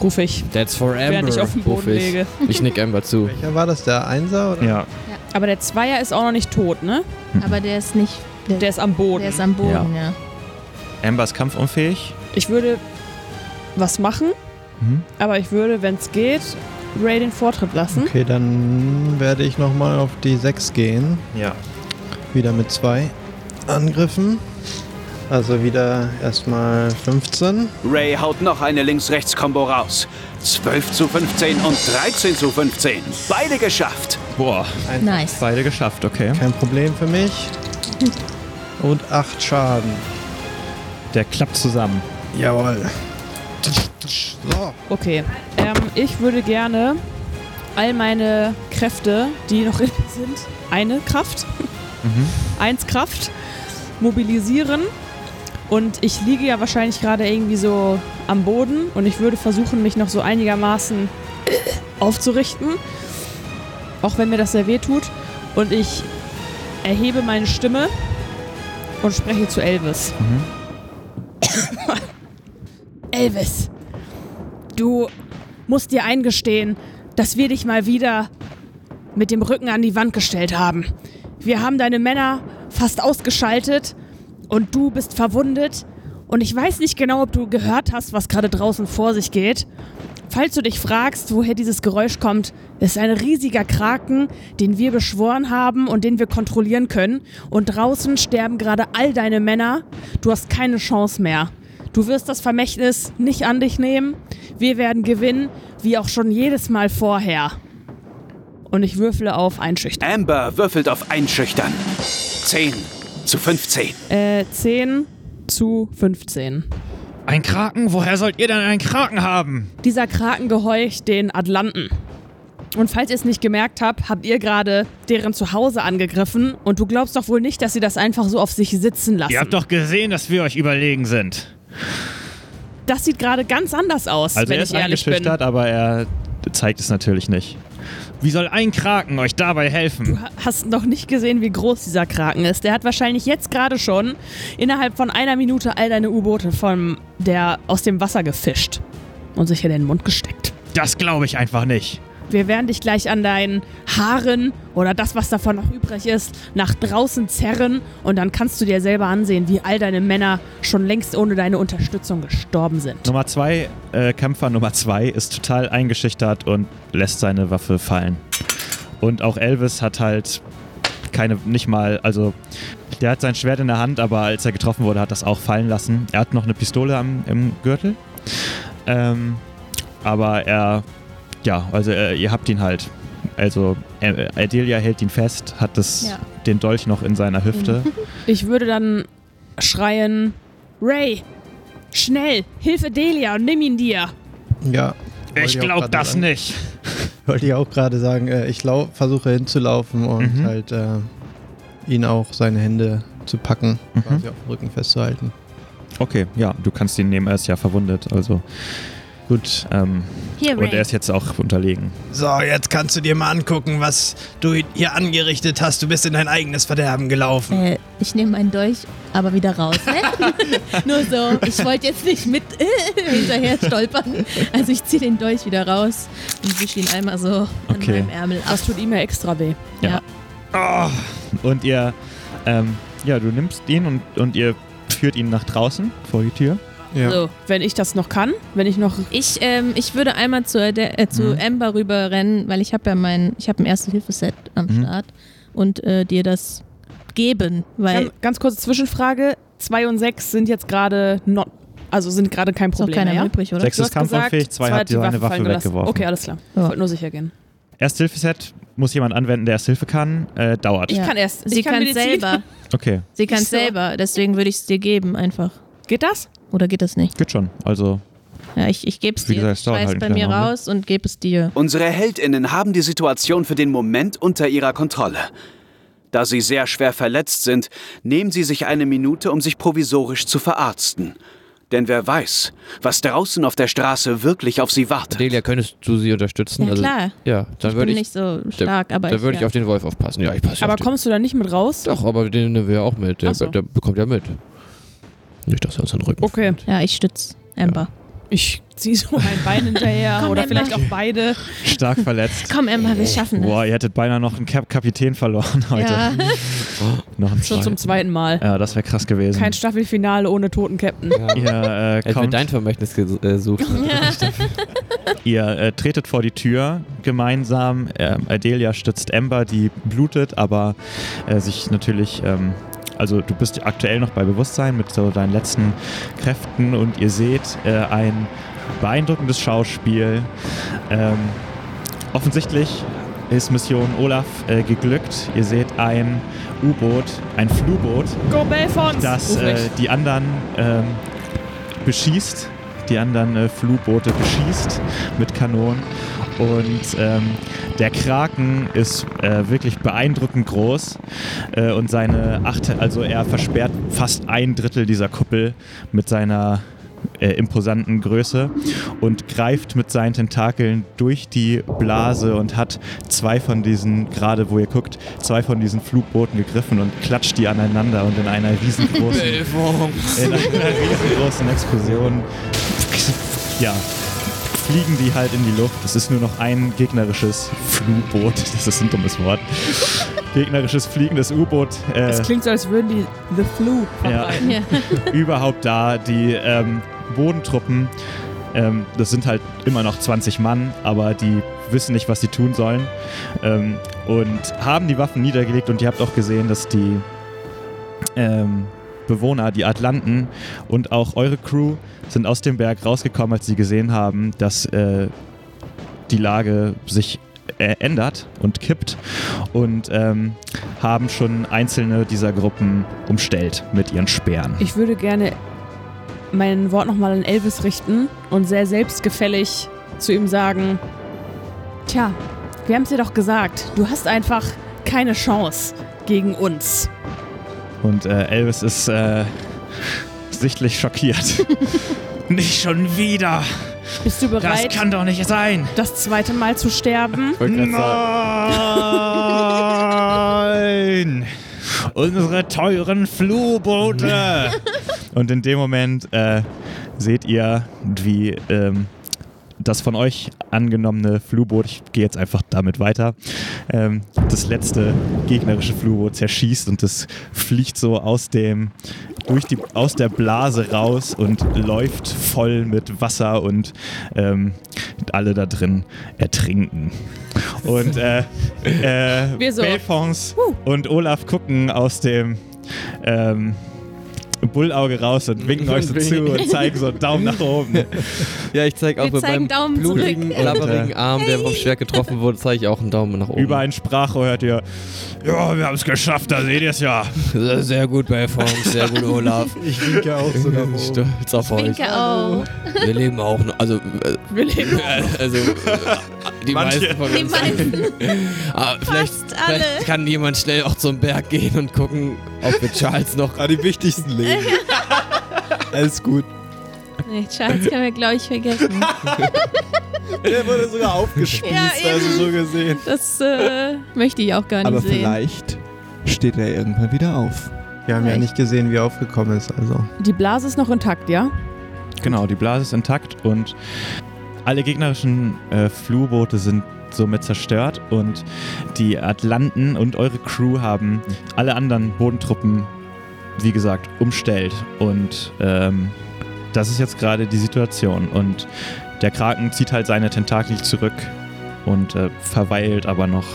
Rufe ich,
That's for Amber.
während ich auf den Boden
rufe ich.
lege.
Ich nick Amber zu.
Welcher war das? Der Einser? Oder?
Ja.
Aber der Zweier ist auch noch nicht tot, ne?
also-
Aber der ist nicht. Der,
Der ist am Boden.
der ist am Boden, ja.
Amber ist kampfunfähig.
ich würde was machen,
Mhm.
aber ich würde, wenn es geht, Ray den Vortritt lassen.
Okay, dann werde ich nochmal auf die 6 gehen.
Ja.
Wieder mit zwei Angriffen. Also wieder erstmal 15.
Ray haut noch eine Links-Rechts-Kombo raus. 12 zu 15 und 13 zu 15. Beide geschafft.
Boah,
Nice.
beide geschafft, okay.
Kein Problem für mich. Und 8 Schaden.
Der klappt zusammen.
Jawohl. So.
Okay. Ähm, ich würde gerne all meine Kräfte, die noch in mir sind, eine Kraft, eins Kraft, mobilisieren. Und ich liege ja wahrscheinlich gerade irgendwie so am Boden und ich würde versuchen, mich noch so einigermaßen aufzurichten. Auch wenn mir das sehr weh tut. Und ich erhebe meine Stimme und spreche zu Elvis. Elvis, Du musst dir eingestehen, dass wir dich mal wieder mit dem Rücken an die Wand gestellt haben. Wir haben deine Männer fast ausgeschaltet und du bist verwundet und ich weiß nicht genau, ob du gehört hast, was gerade draußen vor sich geht. Falls du dich fragst, woher dieses Geräusch kommt, es ist ein riesiger Kraken, den wir beschworen haben und den wir kontrollieren können. Und draußen sterben gerade all deine Männer. Du hast keine Chance mehr. Du wirst das Vermächtnis nicht an dich nehmen. Wir werden gewinnen, wie auch schon jedes Mal vorher. Und ich würfle auf Einschüchtern.
Amber würfelt auf Einschüchtern. 10 zu 15.
Äh, 10 zu 15.
Ein Kraken? Woher sollt ihr denn einen Kraken haben?
Dieser Kraken gehorcht den Atlanten. Und falls ihr es nicht gemerkt habt, habt ihr gerade deren Zuhause angegriffen. Und du glaubst doch wohl nicht, dass sie das einfach so auf sich sitzen lassen.
Ihr habt doch gesehen, dass wir euch überlegen sind.
Das sieht gerade ganz anders aus,
Also
wenn
er
ich
ist
ehrlich bin.
eingeschüchtert, aber er zeigt es natürlich nicht.
Wie soll ein Kraken euch dabei helfen?
Ha- Hast noch nicht gesehen, wie groß dieser Kraken ist. Der hat wahrscheinlich jetzt gerade schon innerhalb von einer Minute all deine U-Boote vom, der, aus dem Wasser gefischt und sich in den Mund gesteckt.
Das glaube ich einfach nicht.
Wir werden dich gleich an deinen Haaren oder das, was davon noch übrig ist, nach draußen zerren und dann kannst du dir selber ansehen, wie all deine Männer schon längst ohne deine Unterstützung gestorben sind.
Nummer zwei, äh, Kämpfer Nummer zwei ist total eingeschüchtert und lässt seine Waffe fallen. Und auch Elvis hat halt keine, nicht mal, also der hat sein Schwert in der Hand, aber als er getroffen wurde, hat das auch fallen lassen. Er hat noch eine Pistole am, im Gürtel. Ähm, aber er, ja, also äh, ihr habt ihn halt. Also äh, Adelia hält ihn fest, hat das,
Ja.
den Dolch noch in seiner Hüfte.
Ich würde dann schreien, Ray, schnell, hilfe Delia und nimm ihn dir.
Ja. wollte
Ich
auch
glaube
gerade
das
sagen.
nicht.
Wollte ich auch gerade sagen, äh, ich lau versuche hinzulaufen und
Mhm.
halt äh, ihn auch seine Hände zu packen, quasi auf dem Rücken festzuhalten.
Okay, ja, du kannst ihn nehmen, er ist ja verwundet, also gut. Ähm,
Hier,
Und er
Ray.
ist jetzt auch unterlegen.
So, jetzt kannst du dir mal angucken, was du hier angerichtet hast. Du bist in dein eigenes Verderben gelaufen.
Äh, ich nehme meinen Dolch, aber wieder raus. Ne? Nur so. Ich wollte jetzt nicht mit äh, hinterher stolpern. Also ich ziehe den Dolch wieder raus und wische ihn einmal so an
Okay.
meinem Ärmel ab.
Das tut ihm ja extra weh.
Ah, und ihr, ähm, ja, du nimmst ihn und, und ihr führt ihn nach draußen vor die Tür.
Ja.
So, wenn ich das noch kann, wenn ich noch
Ich, ähm, ich würde einmal zu, Ade- äh, zu
Mhm.
Amber rüber rennen, weil ich habe ja mein, ich habe ein Erste-Hilfe-Set am
Mhm.
Start und äh, dir das geben, weil
Ganz- ganz kurze Zwischenfrage. 2 und 6 sind jetzt gerade not, also sind gerade kein
ist doch
Problem
keiner
mehr. ne?
mehr übrig, oder?
Sechs
Du
ist
hast gesagt,
kampfunfähig, zwei hat
die
seine Waffe
fallen gelassen.
weggeworfen.
Okay, alles klar.
Ja.
Ich wollte nur sicher gehen.
Ersthilfeset muss jemand anwenden, der Ersthilfe kann, äh, dauert.
Ich
Ja.
kann erst.
Sie
ich kann
kann
Medizin.
selber.
Okay,
Sie kann
Ich so-
selber, deswegen würde ich es dir geben einfach.
Geht das?
Oder geht das nicht?
geht schon. Also,
Ja, ich, ich gebe es
Wie
dir.
gesagt, es
Ich
dauert
weiß
halt einen
bei mir
kleinen Augenblick.
raus und gebe es dir.
Unsere Heldinnen haben die Situation für den Moment unter ihrer Kontrolle. Da sie sehr schwer verletzt sind, nehmen sie sich eine Minute, um sich provisorisch zu verarzten. Denn wer weiß, was draußen auf der Straße wirklich auf sie wartet.
Delia, könntest du sie unterstützen? Also,
Ja, klar.
Ja, dann
Ich bin
würde ich,
nicht so
da-
stark, aber
da
ich,
würde ich
ja.
auf den Wolf aufpassen. Ja, ich passe
Aber
auf den-
kommst du da nicht mit raus?
Doch, aber den nehmen wir ja auch mit. Der,
Ach so.
der bekommt ja mit. Nicht, dass er uns den Rücken
Okay.
fällt.
Ja, ich stütze Amber.
Ich ziehe so mein Bein hinterher
Komm,
oder
Emma.
vielleicht auch beide.
stark verletzt.
Komm, Amber, wir
ne?
schaffen das.
Boah, ihr hättet beinahe noch einen Kap Kapitän verloren heute.
Ja.
Noch einen
Schon zum
zweiten.
zweiten Mal.
Ja, Also- das wäre krass gewesen.
Kein Staffelfinale ohne toten Captain.
ihr äh,
Er hat mir
kommt,
dein Vermächtnis gesucht.
ihr äh, tretet vor die Tür gemeinsam. Ähm, Adelia stützt Amber, die blutet, aber äh, sich natürlich, ähm, also du bist aktuell noch bei Bewusstsein mit so deinen letzten Kräften und ihr seht äh, ein beeindruckendes Schauspiel. Ähm, offensichtlich ist Mission Olaf äh, geglückt. Ihr seht ein U-Boot, ein Fluboot,
Go Belfons!
das
Ruf
äh,
ich.
die anderen ähm, beschießt, die anderen äh, Flugboote beschießt mit Kanonen. Und ähm, der Kraken ist äh, wirklich beeindruckend groß äh, und seine acht, also er versperrt fast ein Drittel dieser Kuppel mit seiner äh, imposanten Größe und greift mit seinen Tentakeln durch die Blase und hat zwei von diesen, gerade wo ihr guckt, zwei von diesen Flugbooten gegriffen und klatscht die aneinander und in einer riesengroßen, in einer riesengroßen Explosion ja, fliegen die halt in die Luft. Es ist nur noch ein gegnerisches Flugboot. Das ist ein dummes Wort. gegnerisches fliegendes U-Boot. Äh,
Das klingt so, als würden die The Flu
ja,
verbreiten.
Ja.
überhaupt da. Die ähm, Bodentruppen, ähm, das sind halt immer noch 20 Mann, aber die wissen nicht, was sie tun sollen ähm, und haben die Waffen niedergelegt und ihr habt auch gesehen, dass die ähm, Bewohner, die Atlanten und auch eure Crew sind aus dem Berg rausgekommen, als sie gesehen haben, dass äh, die Lage sich äh, ändert und kippt und ähm, haben schon einzelne dieser Gruppen umstellt mit ihren Speeren.
Ich würde gerne mein Wort nochmal an Elvis richten und sehr selbstgefällig zu ihm sagen: Tja, wir haben es dir doch gesagt, du hast einfach keine Chance gegen uns.
Und äh, Elvis ist äh, sichtlich schockiert.
Nicht schon wieder.
Bist du
Das
bereit,
kann doch nicht sein.
das zweite Mal zu sterben?
Nein!
Unsere teuren Flugboote.
Und in dem Moment äh, seht ihr, wie ähm, das von euch angenommene Flugboot, ich gehe jetzt einfach damit weiter, ähm, das letzte gegnerische Flugboot zerschießt und das fliegt so aus dem durch die aus der Blase raus und läuft voll mit Wasser und ähm, alle da drin ertrinken. Und äh, äh,
Wir so.
Belfons und Olaf gucken aus dem ähm, Bullauge raus und winken euch so zu und zeigen so einen Daumen nach oben.
Ja, ich zeige auch
Wir
bei meinem
zeigen Daumen
blutigen,
zurück.
labberigen Arm, der vom Schwert getroffen wurde, zeige ich auch einen Daumen nach oben.
Über ein Sprachrohr hört ihr,
Ja, wir haben es geschafft, da seht ihr es ja.
Äh, Sehr gut, Belfons, sehr gut, Olaf.
Ich winke auch so nach oben.
Stolz auf euch.
Winke auch.
Wir leben auch noch. Also, äh,
Wir leben.
also äh, die meisten von
Die
uns.
meisten.
Aber vielleicht,
Fast alle.
vielleicht kann jemand schnell auch zum Berg gehen und gucken, ob wir Charles noch.
Ah, die wichtigsten leben. Alles gut.
Nee, Charles können wir, glaube ich, vergessen.
Der wurde sogar aufgespießt,
Ja, eben.
also so gesehen.
Das äh, möchte ich auch gar nicht
Aber
sehen.
vielleicht steht er irgendwann wieder auf.
Wir haben ja nicht gesehen, wie er aufgekommen ist, also.
Die Blase ist noch intakt, ja?
genau, die Blase ist intakt und alle gegnerischen äh, Flugboote sind somit zerstört und die Atlanten und eure Crew haben alle anderen Bodentruppen, wie gesagt, umstellt. Und ähm, das ist jetzt gerade die Situation. Und der Kraken zieht halt seine Tentakel zurück und äh, verweilt aber noch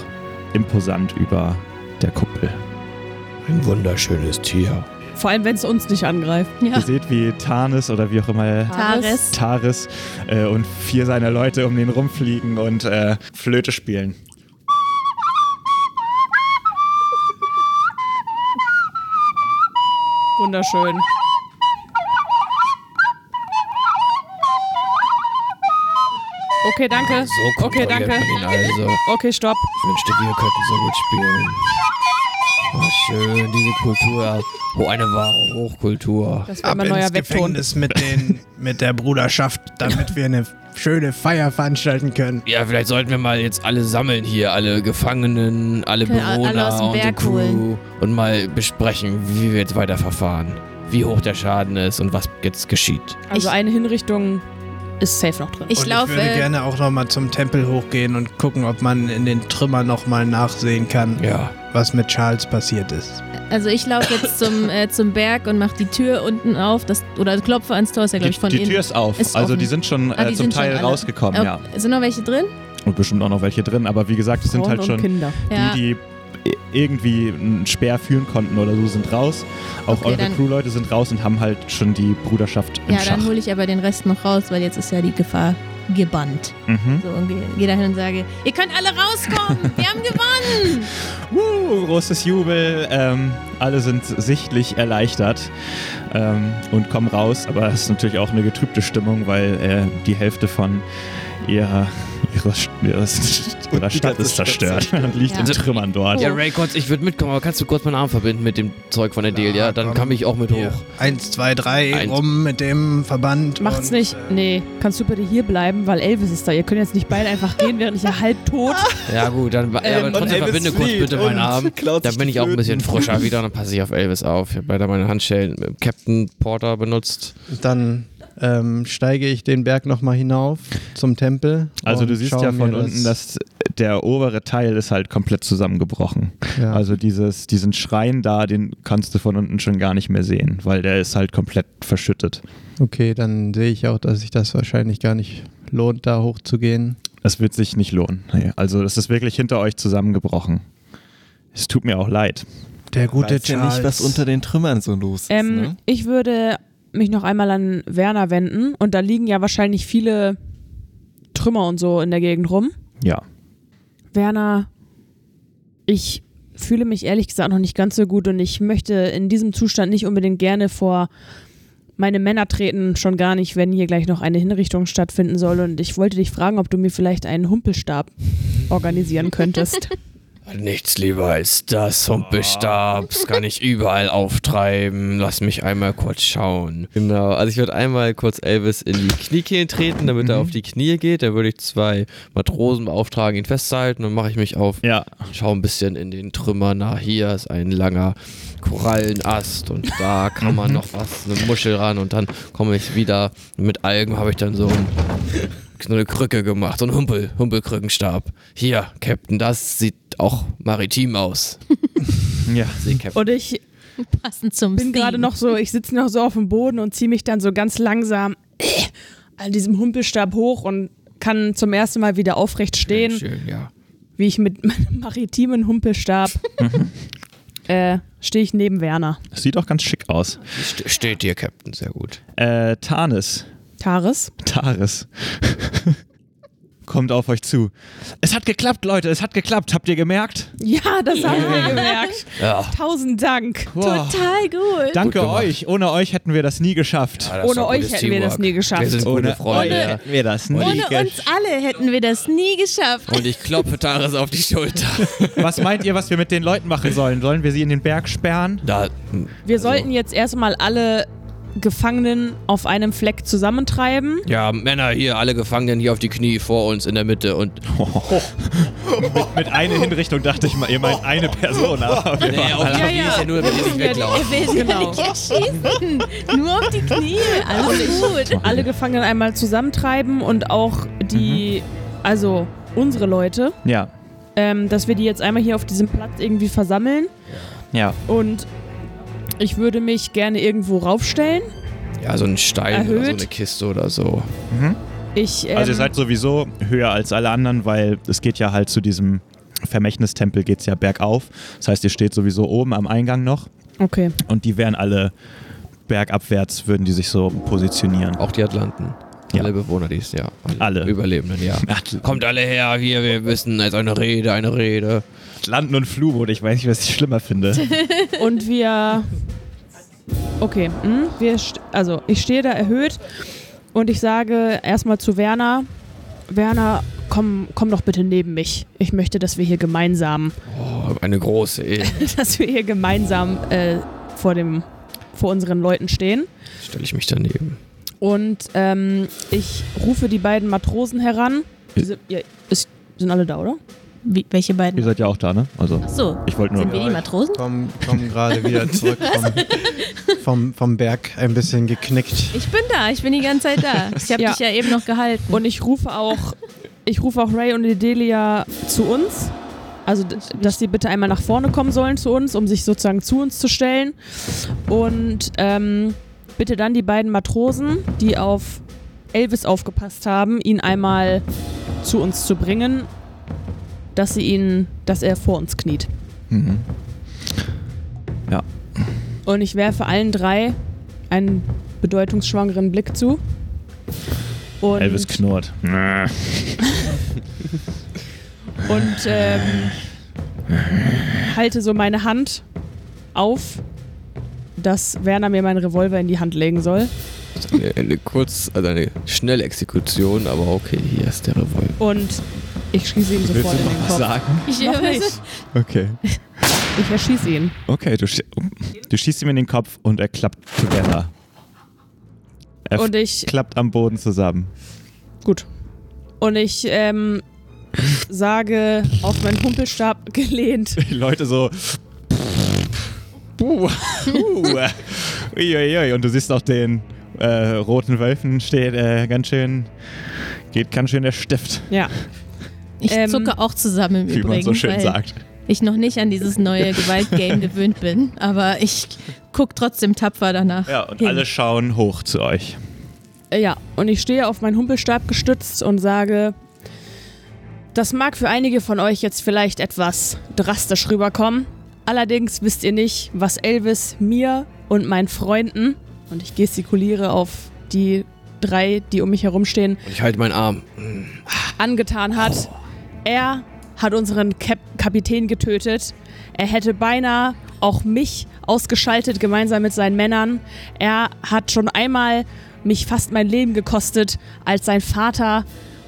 imposant über der Kuppel.
Ein wunderschönes Tier.
Vor allem, wenn es uns nicht angreift.
Ihr
Ja.
seht, wie Tarnis oder wie auch immer
Taris.
Taris äh, und vier seiner Leute um den rumfliegen und äh, Flöte spielen.
Wunderschön. Okay, danke.
So
okay,
kontrolliert
danke.
man Ihn also.
Okay, stopp.
Ich wünschte, wir könnten so gut spielen. Oh, schön, diese Kultur. Oh, eine wahre Hochkultur.
Das wird
Ab
mein neuer
ins
Webton.
Gefängnis mit, den, mit der Bruderschaft, damit wir eine schöne Feier veranstalten können.
Ja, vielleicht sollten wir mal jetzt alle sammeln hier, alle Gefangenen, alle
Können alle
Bewohner
aus dem
und die
Berg
Crew
holen.
und mal besprechen, wie wir jetzt weiter verfahren, wie hoch der Schaden ist und was jetzt geschieht.
Also
Ich-
eine Hinrichtung ist safe noch drin.
Ich
und
laufe.
ich würde gerne auch nochmal zum Tempel hochgehen und gucken, ob man in den Trümmern nochmal nachsehen kann,
Ja,
was mit Charles passiert ist.
Also ich laufe jetzt zum, äh, zum Berg und mache die Tür unten auf. Das, oder klopfe ans Tor, ist ja,
Die,
glaube ich, von
die
innen.
Tür ist auf,
Ist
also
offen.
die sind schon äh,
Ah, die
zum
sind
Teil
schon alle-
rausgekommen,
Äh,
ja.
Sind noch welche drin?
Und bestimmt auch noch welche drin, aber wie gesagt, es sind
Frauen
halt
und
schon
Kinder.
Ja.
die, die i- irgendwie einen Speer führen konnten oder so, sind raus. Auch
Okay,
eure
dann-
Crewleute sind raus und haben halt schon die Bruderschaft im
ja,
Schach.
dann hole ich aber den Rest noch raus, weil jetzt ist ja die Gefahr gebannt.
mhm.
So, und gehe geh dahin und sage, ihr könnt alle rauskommen, wir haben gewonnen.
Wuhu, großes Jubel. Ähm, alle sind sichtlich erleichtert ähm, und kommen raus. Aber es ist natürlich auch eine getrübte Stimmung, weil äh, die Hälfte von ihrer, ihrer, ihres, ihrer
die
Stadt
ganze
ist
Stadt
zerstört und liegt
Ja.
in Trümmern dort.
Ja, Ray, kurz, ich würde mitkommen, aber kannst du kurz meinen Arm verbinden mit dem Zeug von der
Klar,
Delia? Dann
komm.
komme ich auch mit
Hier.
hoch.
Eins, zwei, drei,
Eins.
rum mit dem Verband.
Macht's
und,
nicht.
äh,
Nee, kannst du bitte hier bleiben, weil Elvis ist da. Ihr könnt jetzt nicht beide einfach gehen, während ich ja halbtot.
Ja, gut, dann ja, aber
Ähm, und
trotzdem
Elvis
verbinde kurz
flieht
bitte
und
meinen Arm.
klaut sich
Dann bin
die
ich auch ein bisschen
Flöten.
frischer wieder und dann passe ich auf Elvis auf. Ich habe leider meine Handschellen mit dem Captain Porter benutzt.
Dann ähm, steige ich den Berg nochmal hinauf zum Tempel.
Also du
und
siehst
schaue
ja von
mir
unten, dass der obere Teil ist halt komplett zusammengebrochen.
Ja.
Also dieses, diesen Schrein da, den kannst du von unten schon gar nicht mehr sehen, weil der ist halt komplett verschüttet.
Okay, dann sehe ich auch, dass sich das wahrscheinlich gar nicht lohnt, da hochzugehen.
Es wird sich nicht lohnen. Nee, Also das ist wirklich hinter euch zusammengebrochen. Es tut mir auch leid.
Der gute
Weiß ja
Charles.
nicht, was unter den Trümmern so los ist.
Ähm,
ne?
Ich würde mich noch einmal an Werner wenden und da liegen ja wahrscheinlich viele Trümmer und so in der Gegend rum.
Ja.
Werner, ich fühle mich ehrlich gesagt noch nicht ganz so gut und ich möchte in diesem Zustand nicht unbedingt gerne vor meine Männer treten, schon gar nicht, wenn hier gleich noch eine Hinrichtung stattfinden soll. Und ich wollte dich fragen, ob du mir vielleicht einen Humpelstab organisieren könntest.
Nichts lieber als das Humpelstabs. Kann ich überall auftreiben. Lass mich einmal kurz schauen.
Genau, also ich würde einmal kurz Elvis in die Kniekehlen treten, damit
Mhm.
er auf die Knie geht. Dann würde ich zwei Matrosen beauftragen, ihn festzuhalten und mache ich mich auf.
Ja.
Schau ein bisschen in den Trümmern nach. Hier ist ein langer Korallenast und da kann
Mhm.
man noch was, eine Muschel ran und dann komme ich wieder. Mit Algen habe ich dann so, ein, so eine Krücke gemacht, so ein Humpel, Humpelkrückenstab. Hier, Captain, das sieht auch maritim aus.
Ja.
Sie, Captain.
Und ich
Passend zum
bin gerade noch so, ich sitze noch so auf dem Boden und ziehe mich dann so ganz langsam äh, an diesem Humpelstab hoch und kann zum ersten Mal wieder aufrecht stehen,
Schön, ja.
wie ich mit meinem maritimen Humpelstab
Mhm.
äh, stehe ich neben Werner.
Es sieht auch ganz schick aus.
Ste- Steht dir, Captain, sehr gut.
Äh, Tarnis.
Taris,
Taris. Kommt auf euch zu. Es hat geklappt, Leute, es hat geklappt. Habt ihr gemerkt?
Ja, das haben wir gemerkt.
Ja.
Tausend Dank.
Wow.
Total gut.
Danke
gemacht.
euch. Ohne euch hätten wir das nie geschafft.
Ja, das ist
Ohne
doch
euch
gutes
hätten wir das
Teamwork.
nie geschafft.
Wir sind
Ohne
gute Freunde.
euch hätten wir das nie
Ohne uns
geschafft.
alle hätten wir das nie geschafft.
Und ich klopfe Taris auf die Schulter.
Was meint ihr, was wir mit den Leuten machen sollen? Sollen wir sie in den Berg sperren?
Da,
Wir sollten jetzt erstmal alle Gefangenen auf einem Fleck zusammentreiben.
ja, Männer hier, alle Gefangenen hier auf die Knie vor uns in der Mitte und.
Mit einer Hinrichtung dachte ich mal, ihr meint eine Person. Aber wir
Nee, auf die Knie ist ja nur, damit die nicht weglaufen.
Er will sie
Genau.
nicht erschießen. Nur auf die Knie. Alles gut.
Alle Gefangenen einmal zusammentreiben und auch die,
Mhm.
also unsere Leute,
Ja,
ähm, dass wir die jetzt einmal hier auf diesem Platz irgendwie versammeln.
ja.
Und ich würde mich gerne irgendwo raufstellen.
Ja, so ein Stein oder so
Erhöht.
eine Kiste oder so.
Ich, ähm,
Also ihr seid sowieso höher als alle anderen, weil es geht ja halt zu diesem Vermächtnistempel geht's ja bergauf. Das heißt, ihr steht sowieso oben am Eingang noch
okay.
und die wären alle bergabwärts, würden die sich so positionieren.
Auch die Atlanten.
Ja.
Alle Bewohner dies, ja.
Alle.
Überlebenden, ja. Kommt alle her, hier, wir müssen als eine Rede, eine Rede.
Landen und Fluboot, ich weiß nicht, was ich schlimmer finde.
Und wir. Okay, hm, wir st- also ich stehe da erhöht und ich sage erstmal zu Werner: Werner, komm, komm doch bitte neben mich. Ich möchte, dass wir hier gemeinsam,
Oh, eine große Ehe.
dass wir hier gemeinsam äh, vor dem vor unseren Leuten stehen.
Stelle ich mich daneben.
Und ähm, ich rufe die beiden Matrosen heran.
Äh.
Die sind, ihr, ist, sind alle da, oder?
Wie, welche
Ihr
beiden?
seid ja auch da, ne? Also,
So,
ich wollte
sind wir
nur.
die Matrosen?
Komm, komm gerade wieder zurück vom, vom, vom Berg ein bisschen geknickt.
Ich bin da, ich bin die ganze Zeit da. Ich habe
Ja.
dich ja eben noch gehalten.
Und ich rufe auch, ich rufe auch Ray und Delia zu uns. Also, d- dass sie bitte einmal nach vorne kommen sollen zu uns, um sich sozusagen zu uns zu stellen. Und ähm, bitte dann die beiden Matrosen, die auf Elvis aufgepasst haben, ihn einmal zu uns zu bringen, dass sie ihn, dass er vor uns kniet.
Mhm.
Und ich werfe allen drei einen bedeutungsschwangeren Blick zu. Und
Elvis knurrt.
und ähm, halte so meine Hand auf, dass Werner mir meinen Revolver in die Hand legen soll.
Das ist Eine, eine kurz, also eine schnelle Exekution, aber okay, hier ist der Revolver.
Und ich schieße ihm sofort in den Kopf.
ich,
Noch nicht.
Okay.
Ich erschieße ihn.
Okay, du, schi- du schießt ihm in den Kopf und er klappt zu Werner. Er
Und ich,
klappt am Boden zusammen.
gut. Und ich ähm, sage, auf meinen Humpelstab gelehnt,
Die Leute so. Puh. Puh. Uiuiui. Und du siehst auch den äh, roten Wölfen steht äh, ganz schön, geht ganz schön der Stift,
Ja.
Ich
Ähm,
zucke auch zusammen im
wie man
Übrigen,
so schön
weil
sagt.
ich noch nicht an dieses neue Gewaltgame gewöhnt bin, aber ich gucke trotzdem tapfer danach.
Ja, und
hin.
alle schauen hoch zu euch.
Äh, Ja, und ich stehe auf meinen Humpelstab gestützt und sage, das mag für einige von euch jetzt vielleicht etwas drastisch rüberkommen. Allerdings wisst ihr nicht, was Elvis mir und meinen Freunden, und ich gestikuliere auf die drei, die um mich herumstehen,
Ich halte meinen Arm.
angetan hat. Er hat unseren Kap Kapitän getötet. Er hätte beinahe auch mich ausgeschaltet, gemeinsam mit seinen Männern. Er hat schon einmal mich fast mein Leben gekostet, als sein Vater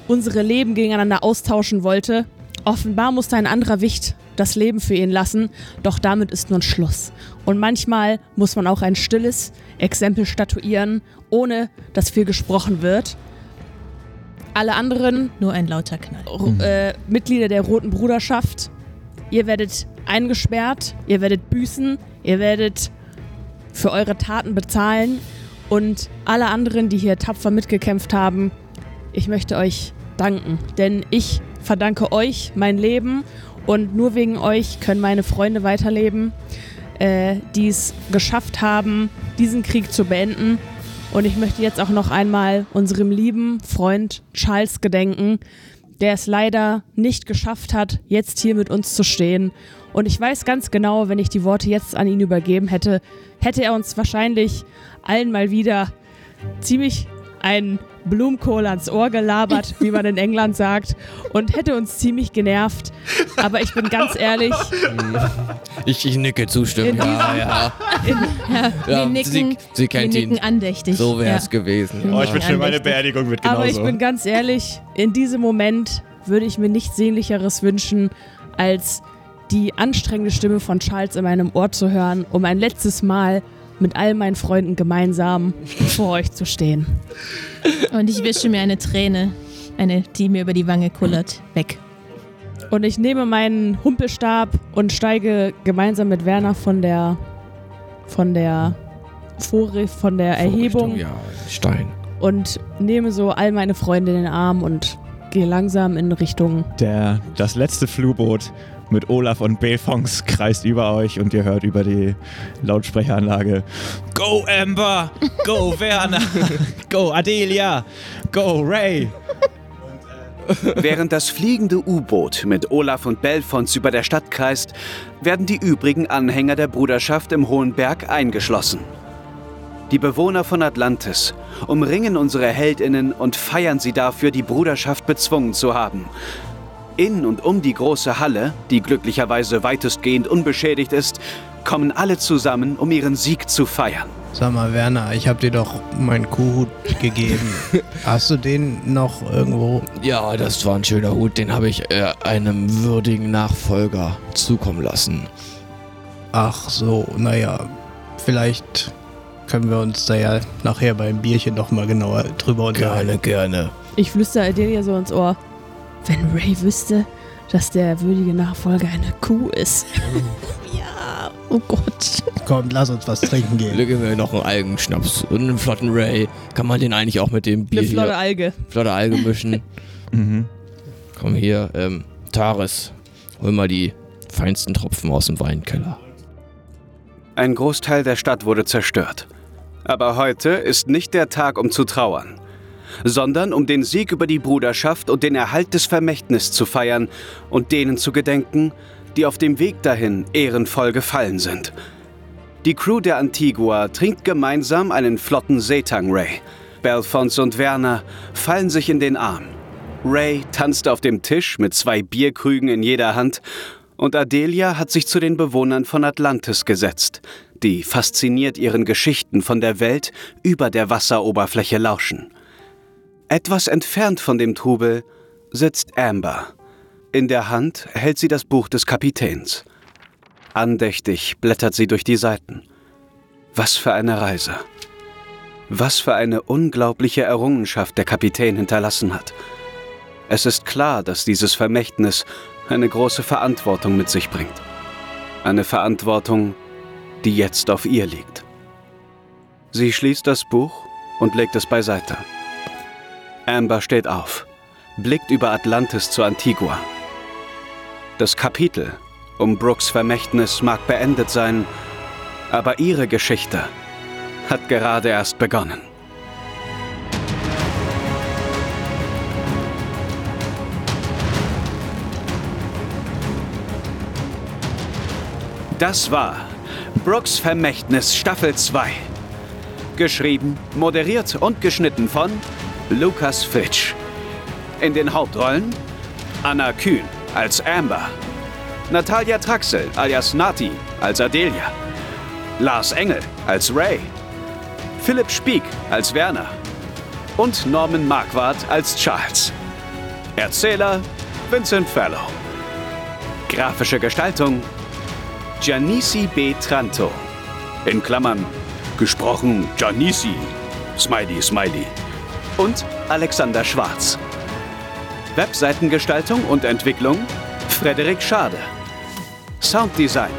unsere Leben gegeneinander austauschen wollte. Offenbar musste ein anderer Wicht das Leben für ihn lassen, doch damit ist nun Schluss. Und manchmal muss man auch ein stilles Exempel statuieren, ohne dass viel gesprochen wird. Alle anderen
Nur ein lauter Knall.
Ru- äh, Mitglieder der Roten Bruderschaft. Ihr werdet eingesperrt, ihr werdet büßen, ihr werdet für eure Taten bezahlen und alle anderen, die hier tapfer mitgekämpft haben, ich möchte euch danken, denn ich verdanke euch mein Leben und nur wegen euch können meine Freunde weiterleben, äh, die es geschafft haben, diesen Krieg zu beenden. Und ich möchte jetzt auch noch einmal unserem lieben Freund Charles gedenken, der es leider nicht geschafft hat, jetzt hier mit uns zu stehen. Und ich weiß ganz genau, wenn ich die Worte jetzt an ihn übergeben hätte, hätte er uns wahrscheinlich allen mal wieder ziemlich einen Blumenkohl ans Ohr gelabert, wie man in England sagt, und hätte uns ziemlich genervt. Aber ich bin ganz ehrlich,
Ich, ich nicke
In
zustimmend. Ja,
diesem-
ja.
Ja,
Ja,
wir nicken,
sie, sie
wir
kennt
nicken
ihn.
andächtig.
So wäre es
ja.
gewesen.
Oh, ich
bin
wünsche
schon
mir meine Beerdigung wird genauso.
aber ich bin ganz ehrlich, in diesem Moment würde ich mir nichts Sehnlicheres wünschen, als die anstrengende Stimme von Charles in meinem Ohr zu hören, um ein letztes Mal mit all meinen Freunden gemeinsam vor euch zu stehen.
Und ich wische mir eine Träne, eine, die mir über die Wange kullert, weg.
Und ich nehme meinen Humpelstab und steige gemeinsam mit Werner von der von der Vorricht, von der Erhebung
Ja, Stein.
und nehme so all meine Freunde in den Arm und gehe langsam in Richtung.
Der, das letzte Flugboot mit Olaf und Belfons kreist über euch und ihr hört über die Lautsprecheranlage Go Amber, go Werner, go Adelia, go Ray.
Während das fliegende U-Boot mit Olaf und Belfons über der Stadt kreist, werden die übrigen Anhänger der Bruderschaft im Hohen Berg eingeschlossen. Die Bewohner von Atlantis umringen unsere Heldinnen und feiern sie dafür, die Bruderschaft bezwungen zu haben. In und um die große Halle, die glücklicherweise weitestgehend unbeschädigt ist, kommen alle zusammen, um ihren Sieg zu feiern.
Sag mal, Werner, ich hab dir doch meinen Kuhhut gegeben. Hast du den noch irgendwo?
Ja, das war ein schöner Hut. Den habe ich äh, einem würdigen Nachfolger zukommen lassen.
Ach so, naja, vielleicht können wir uns da ja nachher beim Bierchen noch mal genauer drüber unterhalten.
Gerne, gerne.
Ich flüstere Adelia so ins Ohr. Wenn Ray wüsste, dass der würdige Nachfolger eine Kuh ist.
Mhm.
Ja, oh Gott.
Komm, lass uns was trinken gehen.
Lüge mir noch einen Algenschnaps und einen flotten Ray. Kann man den eigentlich auch mit dem Bier
Eine flotte
hier,
Alge.
flotte Alge mischen?
Mhm.
Komm hier, ähm, Taris, hol mal die feinsten Tropfen aus dem Weinkeller.
Ein Großteil der Stadt wurde zerstört. Aber heute ist nicht der Tag, um zu trauern, sondern um den Sieg über die Bruderschaft und den Erhalt des Vermächtnisses zu feiern und denen zu gedenken, die auf dem Weg dahin ehrenvoll gefallen sind. Die Crew der Antigua trinkt gemeinsam einen flotten Seetang Ray. Belfons und Werner fallen sich in den Arm. Ray tanzt auf dem Tisch mit zwei Bierkrügen in jeder Hand und Adelia hat sich zu den Bewohnern von Atlantis gesetzt, die fasziniert ihren Geschichten von der Welt über der Wasseroberfläche lauschen. Etwas entfernt von dem Trubel sitzt Amber. In der Hand hält sie das Buch des Kapitäns. Andächtig blättert sie durch die Seiten. Was für eine Reise. Was für eine unglaubliche Errungenschaft der Kapitän hinterlassen hat. Es ist klar, dass dieses Vermächtnis eine große Verantwortung mit sich bringt. Eine Verantwortung, die jetzt auf ihr liegt. Sie schließt das Buch und legt es beiseite. Amber steht auf, blickt über Atlantis zu Antigua. Das Kapitel um Brooks Vermächtnis mag beendet sein, aber ihre Geschichte hat gerade erst begonnen. Das war Brooks Vermächtnis Staffel 2. Geschrieben, moderiert und geschnitten von Lukas Fitsch. In den Hauptrollen Anna Kühn als Amber, Natalia Traxel alias Nati als Adelia, Lars Engel als Ray, Philipp Spiek als Werner und Norman Marquardt als Charles. Erzähler Vincent Fellow. Grafische Gestaltung Giannissi B. Tranto. In Klammern gesprochen Giannissi. Smiley, Smiley. Und Alexander Schwarz. Webseitengestaltung und Entwicklung Frederik Schade. Sounddesign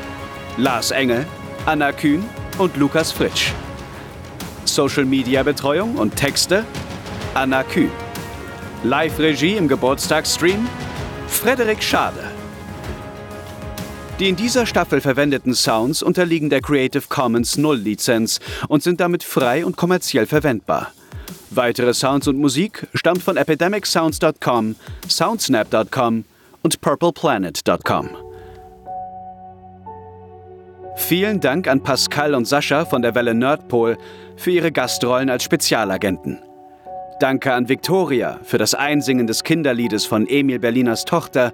Lars Engel, Anna Kühn und Lukas Fritsch. Social Media Betreuung und Texte Anna Kühn. Live-Regie im Geburtstagsstream Frederik Schade. Die in dieser Staffel verwendeten Sounds unterliegen der Creative Commons Null Lizenz und sind damit frei und kommerziell verwendbar. Weitere Sounds und Musik stammt von epidemicsounds.com, soundsnap.com und purpleplanet.com. Vielen Dank an Pascal und Sascha von der Welle Nerdpol für ihre Gastrollen als Spezialagenten. Danke an Victoria für das Einsingen des Kinderliedes von Emil Berliners Tochter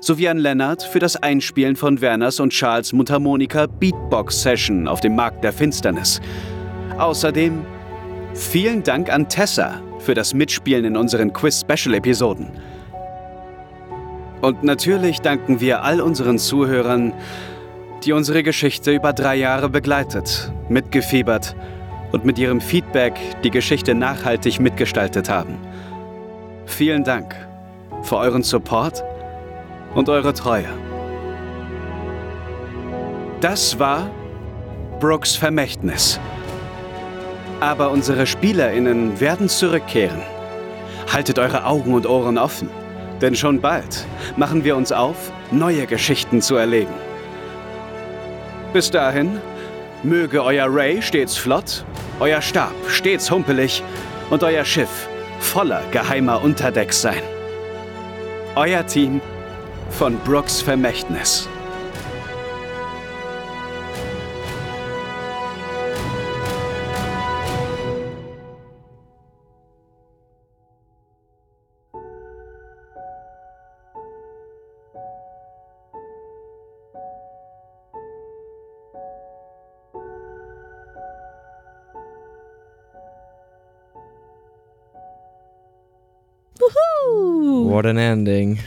sowie an Lennart für das Einspielen von Werners und Charles Mundharmonika Beatbox Session auf dem Markt der Finsternis. Außerdem vielen Dank an Tessa für das Mitspielen in unseren Quiz-Special-Episoden. Und natürlich danken wir all unseren Zuhörern, die unsere Geschichte über drei Jahre begleitet, mitgefiebert und mit ihrem Feedback die Geschichte nachhaltig mitgestaltet haben. Vielen Dank für euren Support und eure Treue. Das war Brooks Vermächtnis. Aber unsere SpielerInnen werden zurückkehren. Haltet eure Augen und Ohren offen, denn schon bald machen wir uns auf, neue Geschichten zu erleben. Bis dahin, möge euer Ray stets flott, euer Stab stets humpelig und euer Schiff voller geheimer Unterdecks sein. Euer Team von Brooks Vermächtnis.
What an ending.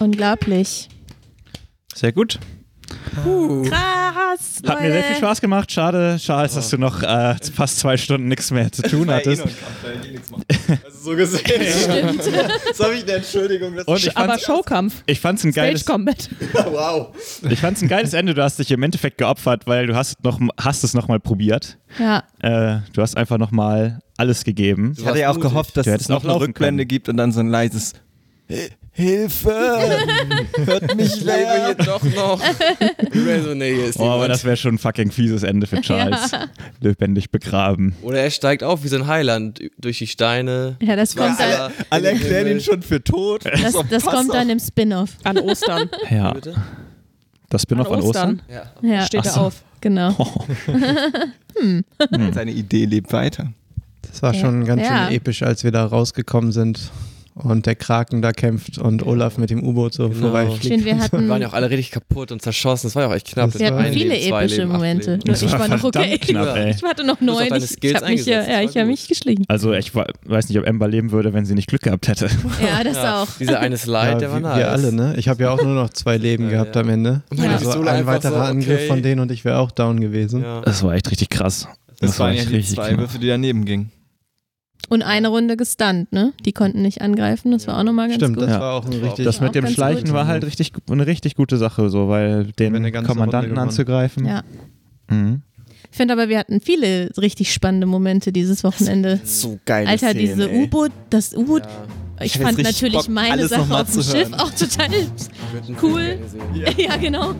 Unglaublich.
Sehr gut.
Krass.
Hat mir sehr viel Spaß gemacht. Schade, Charles, dass du noch äh, fast zwei Stunden nichts mehr zu tun
eh
hattest.
Also so gesehen. Jetzt habe ich eine Entschuldigung. Dass
Und ich
Aber
fand's,
Showkampf.
ich fand's ein
Stage
geiles,
Combat.
wow.
ich fand's ein geiles Ende. Du hast dich im Endeffekt geopfert, weil du hast, noch, hast es nochmal probiert.
Ja.
Äh, du hast einfach nochmal alles gegeben.
Ich hatte ja auch gehofft, dass
Du
es
hättest
noch
auch
eine
laufen
Rückblende
können.
gibt und dann so ein leises "Hi- Hilfe! Hört mich leer!
doch noch. so, nee, hier ist
Oh, aber
niemand.
das wäre schon ein fucking fieses Ende für Charles. Lebendig begraben.
Oder er steigt auf wie so ein Heiland durch die Steine.
Ja, das kommt dann,
also,
Alle,
Alle erklären ihn schon für tot.
das,
So,
das
pass
kommt
auf.
dann im Spin-off.
An Ostern.
Ja,
Mhm.
Bitte?
das bin noch an Ostern.
Ja.
Ja.
Steht
Ach so.
er auf.
Genau.
Seine Idee lebt weiter.
Das war
Ja.
schon ganz schön
Ja.
episch, als wir da rausgekommen sind und der Kraken da kämpft und Olaf mit dem U-Boot so
Genau.
vorbeifliegt.
Schön, wir hatten.
Wir waren ja auch alle richtig kaputt und zerschossen. Das war ja auch echt knapp.
Das
Wir hatten
Ein
viele
Leben, zwei
epische
Leben, acht
Momente.
Leben.
Nur ich war noch
verdammt
okay.
Knapp, ey.
Ich hatte noch
hast auch
neun.
deine
Ich, ich
Skills
habe mich, ja,
eingesetzt,
ja,
war
ich hab
gut.
mich geschlichen.
Also ich wa- weiß nicht, ob Amber leben würde, wenn sie nicht Glück gehabt hätte.
Ja, das
Ja,
auch.
Dieser eine Slide,
Ja,
der war
wir,
nice.
wir alle, ne? Ich habe ja auch nur noch zwei Leben
Ja,
gehabt
ja.
am Ende.
Meine
Also
Pistole
ein
einfach
weiterer
so, okay.
Angriff von denen und ich wäre auch down gewesen.
Ja.
Das war echt richtig krass.
Das, waren ja
echt
die
genau.
zwei
knapp.
Würfe, die daneben gingen.
Und eine Runde gestunt, ne? Die konnten nicht angreifen, das war auch nochmal ganz
Stimmt,
gut.
das
Ja.
war auch ein
Das war auch-
richtig.
Das
Ja,
mit dem
ganz
Schleichen
gut.
war halt richtig, eine richtig gute Sache, so, weil
wir
den
eine ganze Runde
Kommandanten
gewonnen.
anzugreifen.
Ja.
Mhm.
Ich finde aber, wir hatten viele richtig spannende Momente dieses Wochenende.
So geil.
Alter, diese U-Boot, das U-Boot. Ich
hab jetzt
fand
richtig
natürlich
Bock,
meine
alles
Sache
noch mal
auf dem
zu
Schiff
hören.
auch total cool. Ja, genau.